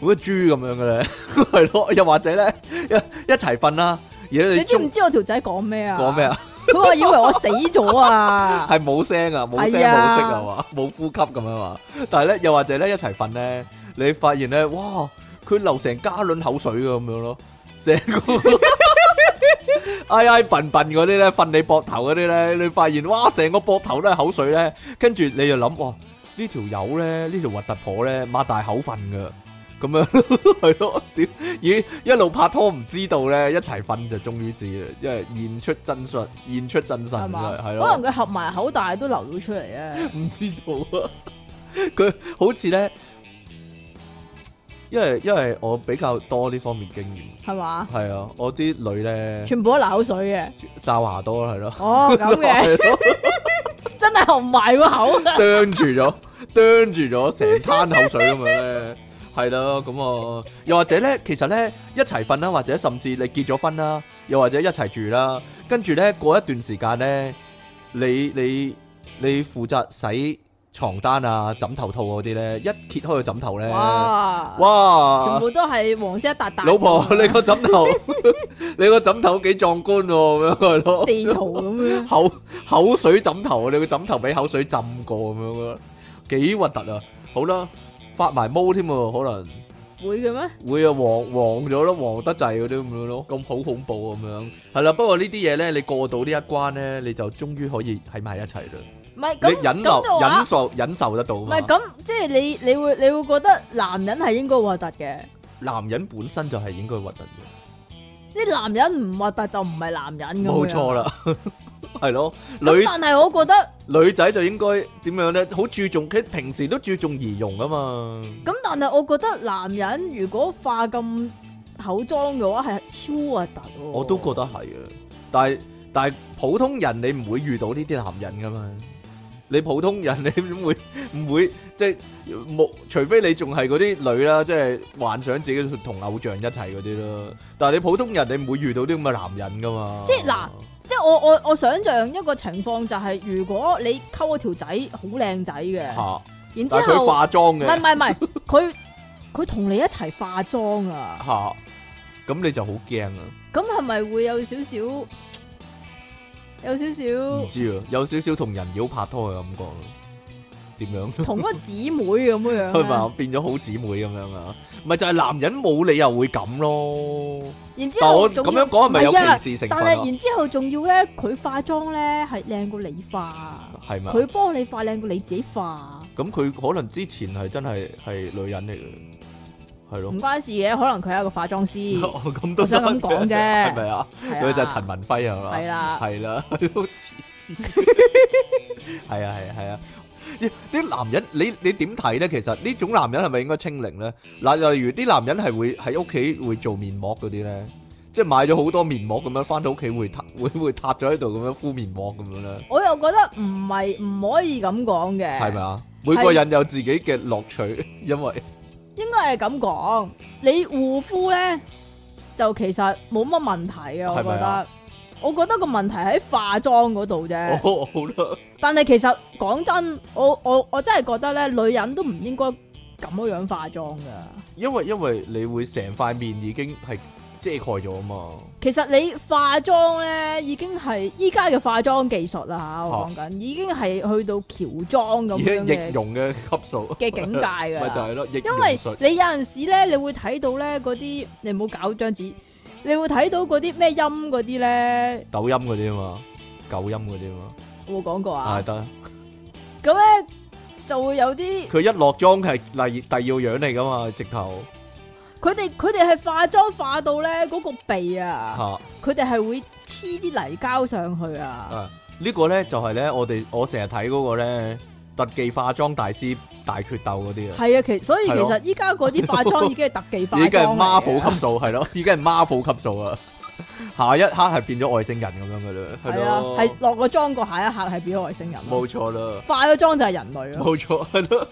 [SPEAKER 1] 好似豬咁樣嘅咧， 係咯，又或者咧一一齊瞓啦，而你
[SPEAKER 2] 你知
[SPEAKER 1] 中
[SPEAKER 2] 唔知我條仔講咩啊？
[SPEAKER 1] 講咩啊？
[SPEAKER 2] 佢話以為我死咗啊！
[SPEAKER 1] 係冇聲啊，冇聲冇息
[SPEAKER 2] 係啊
[SPEAKER 1] 啊嘛，冇呼吸咁樣嘛。但係咧，又或者咧一齊瞓咧，你發現咧，哇，佢流成加崙口水嘅咁樣咯，成 個 哎哎笨笨嗰啲咧，瞓你膊頭嗰啲咧，你發現哇，成個膊頭都係口水咧，跟住你就諗哇，呢條友咧，呢條核突婆咧，擘大口瞓噶。咁樣 係咯，點咦一路拍拖唔知道咧，一齊瞓就終於知啦，因為現出真相，現出真
[SPEAKER 2] 係
[SPEAKER 1] 身
[SPEAKER 2] 嘛？
[SPEAKER 1] 啦，啊係咯。
[SPEAKER 2] 可能佢合埋口，但係都流到出 嚟啊！
[SPEAKER 1] 唔知道啊，佢好似咧，因為因為我比較多呢方面經驗，
[SPEAKER 2] 係嘛？
[SPEAKER 1] 係啊，我啲女咧
[SPEAKER 2] 全部都流口水嘅。
[SPEAKER 1] 哨牙多啦，係咯，
[SPEAKER 2] 哦，咁嘅，
[SPEAKER 1] 係咯，
[SPEAKER 2] 真係合埋個口啊！
[SPEAKER 1] 啄住咗，啄住咗成灘口水咁樣咧，係咯，咁啊，又或者咧，其實咧一齊瞓啦，或者甚至你結咗婚啦，又或者一齊住啦，跟住咧過一段時間咧，你你你負責洗床單啊、枕頭套嗰啲咧，一揭開個枕頭咧。
[SPEAKER 2] 哇！全
[SPEAKER 1] 哇！
[SPEAKER 2] 部啊都係黃色一笪笪。
[SPEAKER 1] 老婆，你個枕頭， 你個枕頭幾壯觀喎，咁樣係咯。
[SPEAKER 2] 地圖咁樣。
[SPEAKER 1] 口口水枕頭，你個枕頭俾口水浸過咁樣咯，幾核突啊！好啦，發埋毛添喎，可能
[SPEAKER 2] 會嘅咩？
[SPEAKER 1] 會啊黃黃咗咯，黃得滯嗰啲咁樣咯，咁好恐怖啊咁樣。係啦，不過呢啲嘢咧，你過到呢一關咧，你就終於可以喺埋一齊啦。
[SPEAKER 2] 唔係
[SPEAKER 1] 你
[SPEAKER 2] 咁
[SPEAKER 1] 忍
[SPEAKER 2] 咁
[SPEAKER 1] 受
[SPEAKER 2] 就話
[SPEAKER 1] 忍受啊忍受得到
[SPEAKER 2] 唔
[SPEAKER 1] 嘛
[SPEAKER 2] 係？咁，即係你你會你會覺得男人係應該核突嘅，
[SPEAKER 1] 男人本身就係應該核突嘅。
[SPEAKER 2] 啲男人唔核突就唔係男人咁
[SPEAKER 1] 冇
[SPEAKER 2] 樣。
[SPEAKER 1] 錯啦， 係咯，
[SPEAKER 2] 咁
[SPEAKER 1] 女
[SPEAKER 2] 但係我覺得，
[SPEAKER 1] 女仔就應該點樣咧？好注重佢平時都注重儀容啊嘛，
[SPEAKER 2] 咁但係我覺得男人如果化咁口妝嘅話係超核突喎。
[SPEAKER 1] 我都覺得係啊。但係但係普通人你唔會遇到呢啲男人噶嘛，你普通人你唔會唔會即係冇，除非你仲係嗰啲女啦，即係幻想自己同偶像一齊嗰啲咯。但係你普通人你唔會遇到啲咁嘅男人噶嘛。
[SPEAKER 2] 即係嗱即係我我我想象一個情況就係，如果你溝嗰條仔好靚仔嘅，
[SPEAKER 1] 嚇，
[SPEAKER 2] 然之
[SPEAKER 1] 但係佢
[SPEAKER 2] 後唔啊
[SPEAKER 1] 化妝
[SPEAKER 2] 係
[SPEAKER 1] 嘅
[SPEAKER 2] 唔係唔係，佢佢同你一齊化妝啊，
[SPEAKER 1] 嚇，咁你就好驚啊！
[SPEAKER 2] 咁係咪會有少少有少
[SPEAKER 1] 唔
[SPEAKER 2] 少
[SPEAKER 1] 知啊，有少少同人妖拍拖嘅感覺咯。點樣？
[SPEAKER 2] 同嗰個姊妹 咁樣
[SPEAKER 1] 係
[SPEAKER 2] 樣
[SPEAKER 1] 嘛
[SPEAKER 2] 啊？
[SPEAKER 1] 變咗好姊妹咁樣啊？咪就係男人冇理由會咁咯。
[SPEAKER 2] 然之
[SPEAKER 1] 但
[SPEAKER 2] 後
[SPEAKER 1] 我
[SPEAKER 2] 仲
[SPEAKER 1] 咁
[SPEAKER 2] 要
[SPEAKER 1] 樣講係咪有
[SPEAKER 2] 唔係啊
[SPEAKER 1] 歧視成
[SPEAKER 2] 但
[SPEAKER 1] 分啊
[SPEAKER 2] 係？然之後仲要咧，佢化妝咧係靚過你化，
[SPEAKER 1] 係咪啊？
[SPEAKER 2] 佢幫你化靚過你自己化，
[SPEAKER 1] 咁佢可能之前係真係係女人嚟嘅，係咯
[SPEAKER 2] 唔。關事嘅，可能佢係一個化妝 師，
[SPEAKER 1] 咁都
[SPEAKER 2] 我想
[SPEAKER 1] 得
[SPEAKER 2] 咁講啫
[SPEAKER 1] 係咪啊？
[SPEAKER 2] 係啊
[SPEAKER 1] 佢就係陳文輝係嘛？
[SPEAKER 2] 係啦，
[SPEAKER 1] 係啦， 好似 線。係啊，係啊，係啊。啲啲男人，你你點睇咧？其實呢種男人係咪應該清零咧？嗱，例如啲男人係會喺屋企會做面膜嗰啲咧，即係買咗好多面膜咁樣，翻到屋企會塌會會塌咗喺度咁樣敷面膜咁樣咧，
[SPEAKER 2] 我又覺得唔係唔可以咁講嘅，
[SPEAKER 1] 係咪啊？每個人有自己嘅樂趣，因為
[SPEAKER 2] 應該係咁講，你護膚咧就其實冇乜問題嘅，我
[SPEAKER 1] 係咪
[SPEAKER 2] 覺
[SPEAKER 1] 啊哦
[SPEAKER 2] 得。我覺得個問題喺化妝嗰度啫，
[SPEAKER 1] 我 好啦，
[SPEAKER 2] 但係其實講真，我我我真係覺得咧，女人都唔應該咁樣樣化妝噶。
[SPEAKER 1] 因為因為你會成塊面已經係遮蓋咗啊嘛，
[SPEAKER 2] 其實你化妝咧，已經係依家嘅化妝技術啦吓，我講緊已經係去到喬裝咁
[SPEAKER 1] 已
[SPEAKER 2] 樣
[SPEAKER 1] 經易
[SPEAKER 2] 嘅
[SPEAKER 1] 容嘅級 數，
[SPEAKER 2] 嘅境界㗎
[SPEAKER 1] 咪就
[SPEAKER 2] 啦。
[SPEAKER 1] 係咯，易
[SPEAKER 2] 因
[SPEAKER 1] 容
[SPEAKER 2] 為
[SPEAKER 1] 術。
[SPEAKER 2] 你有陣時咧，你會睇到咧嗰啲，你唔好搞張紙，你會睇到嗰啲咩音嗰啲咧，
[SPEAKER 1] 抖音嗰啲啊嘛，抖音嗰啲啊嘛，
[SPEAKER 2] 我冇講過
[SPEAKER 1] 啊
[SPEAKER 2] 啊。
[SPEAKER 1] 得，
[SPEAKER 2] 咁咧就會有啲
[SPEAKER 1] 佢一落妝係第第二樣嚟噶嘛，直頭
[SPEAKER 2] 佢哋佢哋係化妝化到咧嗰個鼻啊，
[SPEAKER 1] 吓，
[SPEAKER 2] 佢哋係會黐啲泥膠上去啊。
[SPEAKER 1] 啊呢個咧就係咧我哋我成日睇嗰個咧特技化妝大師大決鬥嗰啲啊，
[SPEAKER 2] 係啊，其所以其
[SPEAKER 1] 係咯
[SPEAKER 2] 實依家嗰啲化妝 已經係特技化妝
[SPEAKER 1] 已
[SPEAKER 2] 嚟
[SPEAKER 1] 經係
[SPEAKER 2] 嘅
[SPEAKER 1] Marvel 級數係咯， 已經係 Marvel 級數啊，下一刻係變咗外星人咁樣噶啦，
[SPEAKER 2] 系
[SPEAKER 1] 係
[SPEAKER 2] 啊，系
[SPEAKER 1] 咯，
[SPEAKER 2] 落個妝個下一刻係變咗外星人咯，
[SPEAKER 1] 冇錯啦。
[SPEAKER 2] 化咗妝就係人類咯。
[SPEAKER 1] 冇錯，係咯。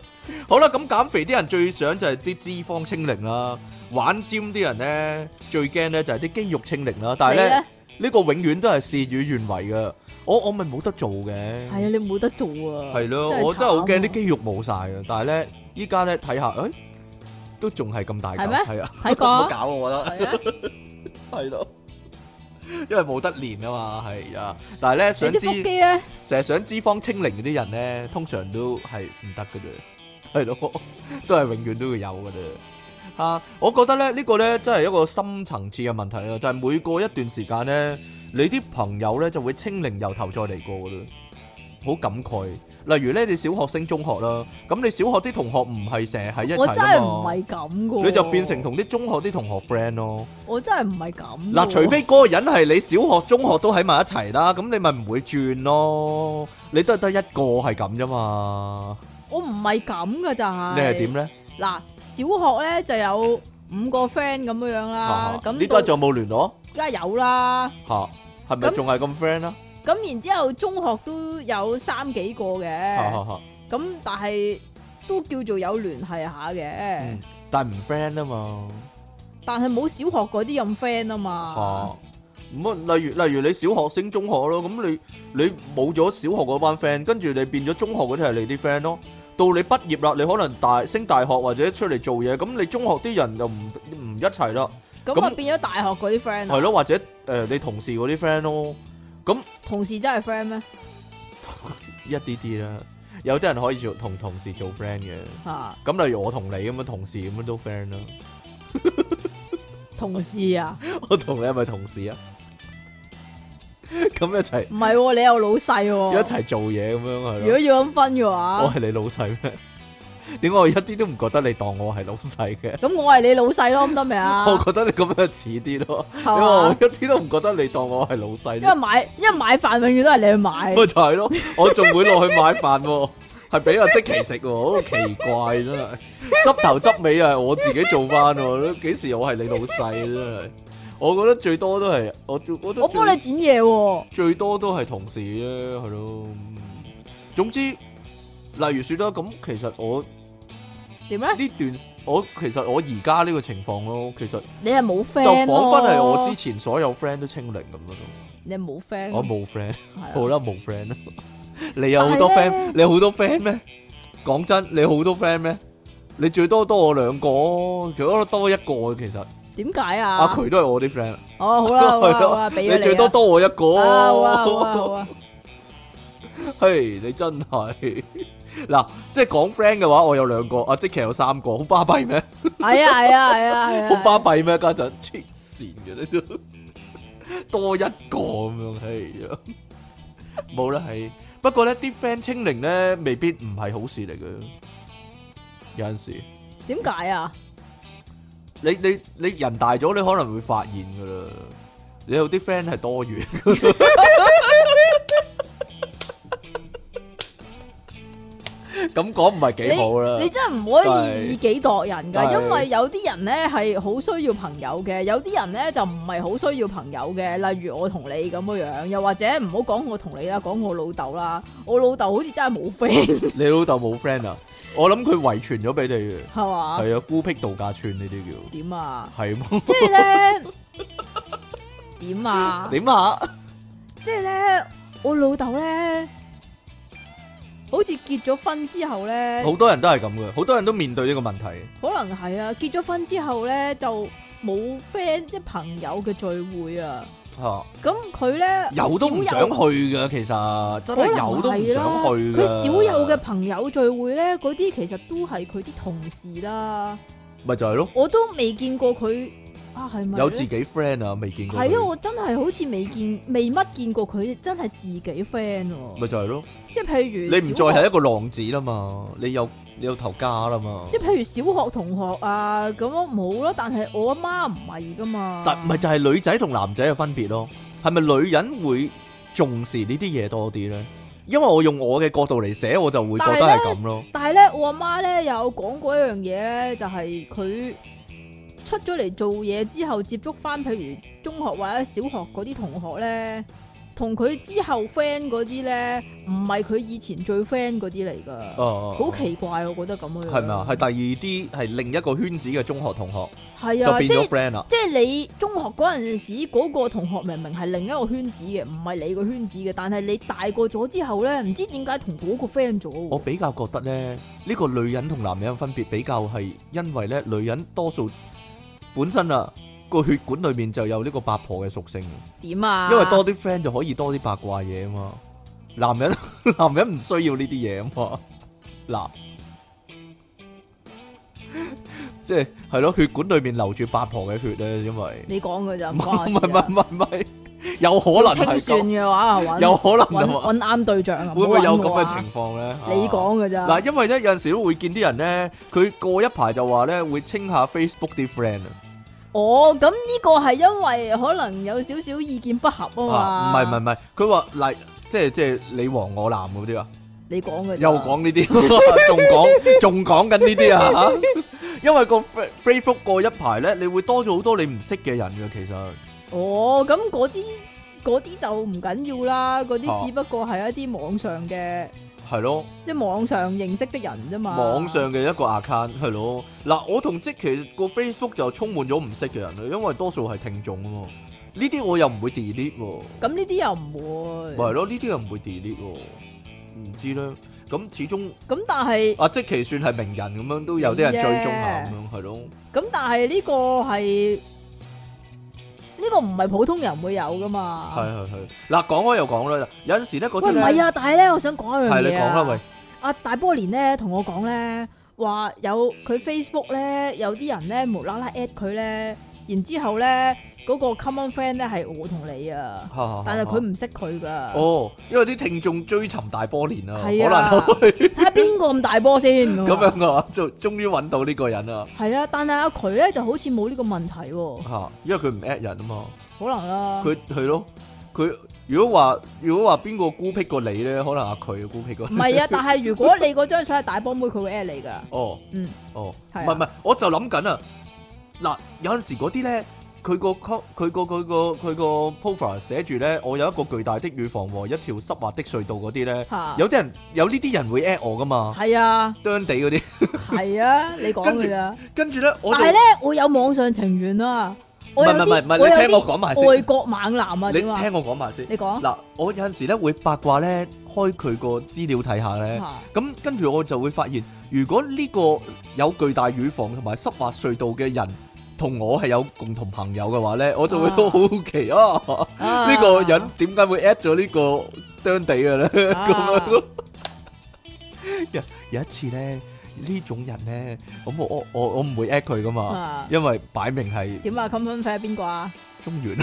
[SPEAKER 1] 好啦，咁減肥啲人最想就係啲脂肪清零啦，玩尖啲人咧最驚咧就係啲肌肉清零啦。但係
[SPEAKER 2] 你
[SPEAKER 1] 咧
[SPEAKER 2] 咧
[SPEAKER 1] 呢個永遠都係事與願違嘅。我我咪冇得做嘅
[SPEAKER 2] 係，啊，你冇得做啊。
[SPEAKER 1] 係咯，
[SPEAKER 2] 慘啊
[SPEAKER 1] 我真係好驚啲肌肉冇晒嘅。但係咧依家咧睇下，誒都仲係咁大嚿，
[SPEAKER 2] 係咩
[SPEAKER 1] 係啊，
[SPEAKER 2] 睇過
[SPEAKER 1] 唔好搞我覺得
[SPEAKER 2] 係啊，
[SPEAKER 1] 係咯。因為冇得練啊嘛，係啊。但係咧，
[SPEAKER 2] 你
[SPEAKER 1] 想
[SPEAKER 2] 啲
[SPEAKER 1] 知
[SPEAKER 2] 腹肌咧，
[SPEAKER 1] 成日想脂肪清零嗰啲人咧，通常都係唔得嘅啫，係咯， 都係永遠都會有嘅啫。啊，我覺得咧呢個咧真係一個深層次嘅問題啊，就係每過一段時間咧，你啲朋友咧就會清零由頭再嚟過嘅啦，好感慨。例如咧，你小學升中學啦，咁你小學啲同學唔係成日喺一
[SPEAKER 2] 我
[SPEAKER 1] 齊
[SPEAKER 2] 真係
[SPEAKER 1] 㗎
[SPEAKER 2] 唔
[SPEAKER 1] 嘛，
[SPEAKER 2] 係咁噶。
[SPEAKER 1] 你就變成同啲中學啲同學 friend 咯。
[SPEAKER 2] 我真係唔係咁㗎喎。
[SPEAKER 1] 嗱，除非嗰個人係你小學、中學都喺埋一齊啦，咁你咪唔會轉咯。你都係得一個係咁啫嘛。
[SPEAKER 2] 我唔係咁噶咋。
[SPEAKER 1] 你係點？咧？
[SPEAKER 2] 嗱，小學咧就有五個 friend 咁樣樣啦
[SPEAKER 1] 啊，
[SPEAKER 2] 咁
[SPEAKER 1] 呢家
[SPEAKER 2] 到
[SPEAKER 1] 仲有冇聯絡？
[SPEAKER 2] 梗係有啦。
[SPEAKER 1] 嚇，係咪
[SPEAKER 2] 咁
[SPEAKER 1] 仲係咁 friend 啦？
[SPEAKER 2] 咁然之後中學都有三幾個
[SPEAKER 1] 嚇
[SPEAKER 2] 嘅，
[SPEAKER 1] 嚇嚇，
[SPEAKER 2] 咁但係都叫做有聯繫下嘅
[SPEAKER 1] 嗯，但唔 friend 啊嘛。
[SPEAKER 2] 但係冇小學嗰啲咁 friend 啊
[SPEAKER 1] 哦
[SPEAKER 2] 嘛。
[SPEAKER 1] 嚇，咁啊，例如例如你小學升中學咯，咁你你冇咗小學嗰班 friend，跟住你變咗中學嗰啲係你啲 friend 咯。到你畢業啦，你可能大升大學或者出嚟做嘢，咁你中學啲人就唔唔一齊啦，
[SPEAKER 2] 咁啊
[SPEAKER 1] 咁
[SPEAKER 2] 變咗大學嗰啲 friend
[SPEAKER 1] 係
[SPEAKER 2] 啊，
[SPEAKER 1] 咯，或者誒、呃你同事嗰啲 friend 咯。
[SPEAKER 2] 同事真係 friend 咩？
[SPEAKER 1] 一啲啲啦。有啲人可以做同同事做 friend 嘅，
[SPEAKER 2] 吓，
[SPEAKER 1] 咁例如我同你咁樣同事咁樣都 friend 啦。
[SPEAKER 2] 同事啊，
[SPEAKER 1] 我同你係咪同事啊？ 咁一齊
[SPEAKER 2] 唔係喎，你有老細
[SPEAKER 1] 一
[SPEAKER 2] 喎。
[SPEAKER 1] 齊哦做嘢咁樣係
[SPEAKER 2] 如果
[SPEAKER 1] 咯。
[SPEAKER 2] 要咁分嘅
[SPEAKER 1] 我
[SPEAKER 2] 話，
[SPEAKER 1] 係你老細咩？ 點解我一啲都唔覺得你當我係老細嘅？
[SPEAKER 2] 咁我係你老細咯，咁得未 啊？
[SPEAKER 1] 我覺得你咁樣似啲咯，因
[SPEAKER 2] 係
[SPEAKER 1] 為我
[SPEAKER 2] 嘛？
[SPEAKER 1] 一啲都唔覺得你當哦我係老細
[SPEAKER 2] 因為
[SPEAKER 1] 咯。
[SPEAKER 2] 買，因為買飯永遠都係你去買
[SPEAKER 1] 咪。就係咯，我仲會落去買飯喎，係俾阿即奇食喎，好奇怪真係，執頭執尾啊，我自己做翻喎，幾時我係你老細啊真係，我覺得最多都係我最，我覺得
[SPEAKER 2] 我幫你剪嘢喎，
[SPEAKER 1] 最多都係同事啫，係咯。嗯總之，例如説啦，咁其實我
[SPEAKER 2] 點咧？
[SPEAKER 1] 呢段，我其實我而家呢個情況咯，其實
[SPEAKER 2] 你係冇
[SPEAKER 1] 就彷
[SPEAKER 2] friend 咯。
[SPEAKER 1] 彿係我之前所有 friend 都清零咁樣咯，
[SPEAKER 2] 你係冇 friend，
[SPEAKER 1] 我冇 friend。
[SPEAKER 2] 係啊
[SPEAKER 1] 好啦，冇 friend 啦。 你有好多
[SPEAKER 2] 但係
[SPEAKER 1] friend，你有好多 friend 咩？講真，你好多 friend 咩？你最多多我兩個，最多多一個其實。
[SPEAKER 2] 點解啊？
[SPEAKER 1] 阿渠都係我啲 friend，
[SPEAKER 2] 哦，好啦，好啦，
[SPEAKER 1] 係咯
[SPEAKER 2] 好啦，俾咗
[SPEAKER 1] 你最多
[SPEAKER 2] 啊
[SPEAKER 1] 多我一
[SPEAKER 2] 啊，好啊，好啊，好
[SPEAKER 1] 個。
[SPEAKER 2] 啊，
[SPEAKER 1] 嘿，你真係 嗱，即係講 friend 嘅話，我有兩個，啊阿即其有三個，好巴閉咩？
[SPEAKER 2] 係啊，係啊，係啊，係啊，
[SPEAKER 1] 好 巴閉咩？家陣黐線嘅你都 多一個咁樣，係啊，冇啦係。不過咧，啲 friend 清零咧，未必唔係好事嚟嘅。有陣時，
[SPEAKER 2] 點解啊？
[SPEAKER 1] 你你你人大咗，你可能會發現噶啦。你有啲 friend 係多餘， 咁講唔係
[SPEAKER 2] 你
[SPEAKER 1] 幾好啦
[SPEAKER 2] 你。真係唔可
[SPEAKER 1] 但係
[SPEAKER 2] 以以己度人
[SPEAKER 1] 但
[SPEAKER 2] 㗎，
[SPEAKER 1] 係
[SPEAKER 2] 因為有啲人咧係好需要朋友嘅，有啲人咧就唔係好需要朋友嘅。例如我同你咁樣樣，又或者唔好講我同你啦，講我老豆啦。我老豆好似真係冇 friend，
[SPEAKER 1] 你老豆冇 friend 啊？我諗佢遺傳咗俾你嘅，
[SPEAKER 2] 係嘛？
[SPEAKER 1] 係啊，孤僻度假村呢啲叫。
[SPEAKER 2] 點啊？
[SPEAKER 1] 系冇
[SPEAKER 2] 即係咧 點啊？
[SPEAKER 1] 点啊？
[SPEAKER 2] 即係咧，我老豆咧，好似結咗婚之後咧。
[SPEAKER 1] 好多人都係咁嘅，好多人都面對呢個問題。
[SPEAKER 2] 可能係啊，結咗婚之後咧就冇 friend 即係朋友嘅聚會啊。
[SPEAKER 1] 吓，
[SPEAKER 2] 咁佢咧
[SPEAKER 1] 有都唔
[SPEAKER 2] 少
[SPEAKER 1] 想去噶，其實真係
[SPEAKER 2] 可能
[SPEAKER 1] 有都唔
[SPEAKER 2] 係啦
[SPEAKER 1] 想去㗎
[SPEAKER 2] 佢少有嘅，朋友聚會咧，嗰啲其實都係佢啲同事啦。
[SPEAKER 1] 咪就係咯，
[SPEAKER 2] 我都未見過佢啊，係咪咧？
[SPEAKER 1] 有自己 friend 啊，未見過佢。
[SPEAKER 2] 係啊，我真係好似未見未乜見過佢真係自己 friend 喎。
[SPEAKER 1] 咪就係咯，
[SPEAKER 2] 即係譬
[SPEAKER 1] 你
[SPEAKER 2] 如
[SPEAKER 1] 唔再
[SPEAKER 2] 小學
[SPEAKER 1] 係一個浪子啦嘛，你有你有頭家啦嘛
[SPEAKER 2] 即，係譬如小學同學啊，咁我冇咯。但係我阿媽唔係噶嘛。
[SPEAKER 1] 但咪就係女仔同男仔嘅分別咯。係咪女人會重視呢啲嘢多啲咧？因為我用我嘅角度嚟寫，我就會覺得係
[SPEAKER 2] 但係
[SPEAKER 1] 咁咯。
[SPEAKER 2] 但系咧，我阿媽咧有講過一樣嘢咧，就係佢出咗嚟做嘢之後，接觸翻譬如中學或者小學嗰啲同學咧，同佢之後 friend 嗰啲咧，唔係佢以前最 friend 嗰啲嚟噶，
[SPEAKER 1] 哦，
[SPEAKER 2] 好、奇怪我覺得咁樣。
[SPEAKER 1] 係咪啊？係第二啲係另一個圈子嘅中學同學
[SPEAKER 2] 係
[SPEAKER 1] 就
[SPEAKER 2] 啊，
[SPEAKER 1] 變
[SPEAKER 2] 即
[SPEAKER 1] 咗
[SPEAKER 2] 係
[SPEAKER 1] friend 啦。
[SPEAKER 2] 即係你中學嗰陣時嗰個同學明明係另一個圈子嘅，唔係你個圈子嘅，但係你大個咗之後咧，唔知點解同嗰個 friend 咗
[SPEAKER 1] 我
[SPEAKER 2] 喎。
[SPEAKER 1] 比較覺得咧，呢、個女人同男人嘅分別比較係因為咧，女人多數本身啊個血管裏面就有呢個八婆嘅屬性，
[SPEAKER 2] 點啊？
[SPEAKER 1] 因為多啲 friend 就可以多啲八卦嘢啊嘛。男 人男人唔需要呢啲嘢啊 嘛。嗱，即係係咯，血管裏面流住八婆嘅血咧，因為
[SPEAKER 2] 你講嘅咋，
[SPEAKER 1] 唔
[SPEAKER 2] 唔關我
[SPEAKER 1] 係唔
[SPEAKER 2] 事啊
[SPEAKER 1] 係唔係唔係，有可能
[SPEAKER 2] 清
[SPEAKER 1] 係
[SPEAKER 2] 算
[SPEAKER 1] 咁，
[SPEAKER 2] 嘅話，揾
[SPEAKER 1] 有可能
[SPEAKER 2] 揾
[SPEAKER 1] 係嘛？
[SPEAKER 2] 揾啱對象啊！
[SPEAKER 1] 會唔會有咁嘅
[SPEAKER 2] 唔好
[SPEAKER 1] 情況咧？
[SPEAKER 2] 揾我啊？你
[SPEAKER 1] 啊
[SPEAKER 2] 講嘅咋？
[SPEAKER 1] 嗱，因為咧有陣時都會見啲人咧，佢過一排就話咧會清下 Facebook 啲 friend 啊
[SPEAKER 2] 哦，咁呢個係因為可能有少少意見不合
[SPEAKER 1] 啊，
[SPEAKER 2] 啊
[SPEAKER 1] 唔
[SPEAKER 2] 嘛。
[SPEAKER 1] 係唔係唔係，佢話嗱，即係即係你黃我藍嗰啲啊，
[SPEAKER 2] 你講嘅咋
[SPEAKER 1] 又講呢啲， 仲講仲講緊呢啲啊嚇，因為個 Fa- Facebook 過一排咧，你會多咗好多你唔識嘅人嘅，其實
[SPEAKER 2] 哦，咁嗰啲嗰啲就唔緊要啦，嗰
[SPEAKER 1] 啊
[SPEAKER 2] 啲只不過係一啲網上嘅，
[SPEAKER 1] 係咯，
[SPEAKER 2] 即係網上認識的人啫嘛。
[SPEAKER 1] 網上嘅一個 account 係咯，嗱，我同即其個 Facebook 就充滿咗唔識嘅人啦，因為多數係聽眾啊嘛，呢啲我又唔會 delete 喎。
[SPEAKER 2] 咁呢啲又唔會
[SPEAKER 1] 咪。係咯，呢啲又唔會 delete 喎，唔知咧。咁始終
[SPEAKER 2] 咁但係
[SPEAKER 1] 啊，即其算係名人咁樣，都有啲人追蹤下咁樣，係咯。
[SPEAKER 2] 咁但係呢個係呢個唔係普通人會有噶嘛。
[SPEAKER 1] 係啊係係。嗱，講開又講啦，有陣時咧嗰
[SPEAKER 2] 啊喂，
[SPEAKER 1] 啲
[SPEAKER 2] 唔
[SPEAKER 1] 咧，
[SPEAKER 2] 係啊，但係咧，我想講一樣嘢
[SPEAKER 1] 係
[SPEAKER 2] 啊
[SPEAKER 1] 你講啦，喂，
[SPEAKER 2] 阿大波連咧同我講咧，話有佢 Facebook 咧有啲人咧無啦啦 at 佢咧，然之後咧嗰、個 common friend 咧係我同你啊，但係佢
[SPEAKER 1] 唔
[SPEAKER 2] 唔識佢噶。
[SPEAKER 1] 哦，因為啲聽眾追尋大波年啊，可
[SPEAKER 2] 係啊
[SPEAKER 1] 能會
[SPEAKER 2] 睇下邊個咁大波先咁
[SPEAKER 1] 咁
[SPEAKER 2] 樣。
[SPEAKER 1] 樣啊， 終終於揾到呢個人啊，
[SPEAKER 2] 係啊，但係阿佢咧就好似冇呢個問題喎，
[SPEAKER 1] 嚇，因為佢唔 at 人啊嘛，
[SPEAKER 2] 可能啦。
[SPEAKER 1] 佢係咯，佢如果話如果話邊個孤僻過你咧，可能阿佢孤僻過
[SPEAKER 2] 唔
[SPEAKER 1] 你。
[SPEAKER 2] 係啊，但係如果你嗰張相係大波妹，佢會 at 你噶。
[SPEAKER 1] 哦，
[SPEAKER 2] 嗯，
[SPEAKER 1] 哦，唔
[SPEAKER 2] 係啊
[SPEAKER 1] 係唔係，我就諗緊啊，嗱，有陣時嗰啲咧，佢個 co- 佢個佢個佢個 profile 寫住咧，我有一個巨大的乳房和一條濕滑的隧道嗰啲咧，
[SPEAKER 2] 嚇，
[SPEAKER 1] 有啲人有呢啲人會 at 我噶嘛，
[SPEAKER 2] 係啊，
[SPEAKER 1] 啄地 嗰啲，
[SPEAKER 2] 係啊，你講
[SPEAKER 1] 跟住
[SPEAKER 2] 佢啊。
[SPEAKER 1] 跟住咧我
[SPEAKER 2] 但
[SPEAKER 1] 就
[SPEAKER 2] 係咧，我有網上情緣啊，
[SPEAKER 1] 唔
[SPEAKER 2] 我有
[SPEAKER 1] 係唔係
[SPEAKER 2] 啲
[SPEAKER 1] 唔
[SPEAKER 2] 我有
[SPEAKER 1] 係，你聽我
[SPEAKER 2] 啲
[SPEAKER 1] 講埋
[SPEAKER 2] 外
[SPEAKER 1] 先，
[SPEAKER 2] 國猛男啊，
[SPEAKER 1] 你
[SPEAKER 2] 點啊？
[SPEAKER 1] 聽我講埋先。
[SPEAKER 2] 你講
[SPEAKER 1] 嗱，我有陣時咧會八卦咧，開佢個資料睇下咧，
[SPEAKER 2] 啊
[SPEAKER 1] 咁跟住我就會發現，如果呢個有巨大乳房同埋濕滑隧道嘅人，同我係有共同朋友嘅話咧，我就會
[SPEAKER 2] 啊
[SPEAKER 1] 好好奇啊！呢個人點解會 at 咗呢個釘地嘅咧？
[SPEAKER 2] 啊
[SPEAKER 1] 咁樣咯。有有一次咧，呢種人咧，咁我我我我唔會 at 佢噶嘛，
[SPEAKER 2] 啊
[SPEAKER 1] 因為擺明係
[SPEAKER 2] 點啊？Common friend 邊個啊？
[SPEAKER 1] 中原。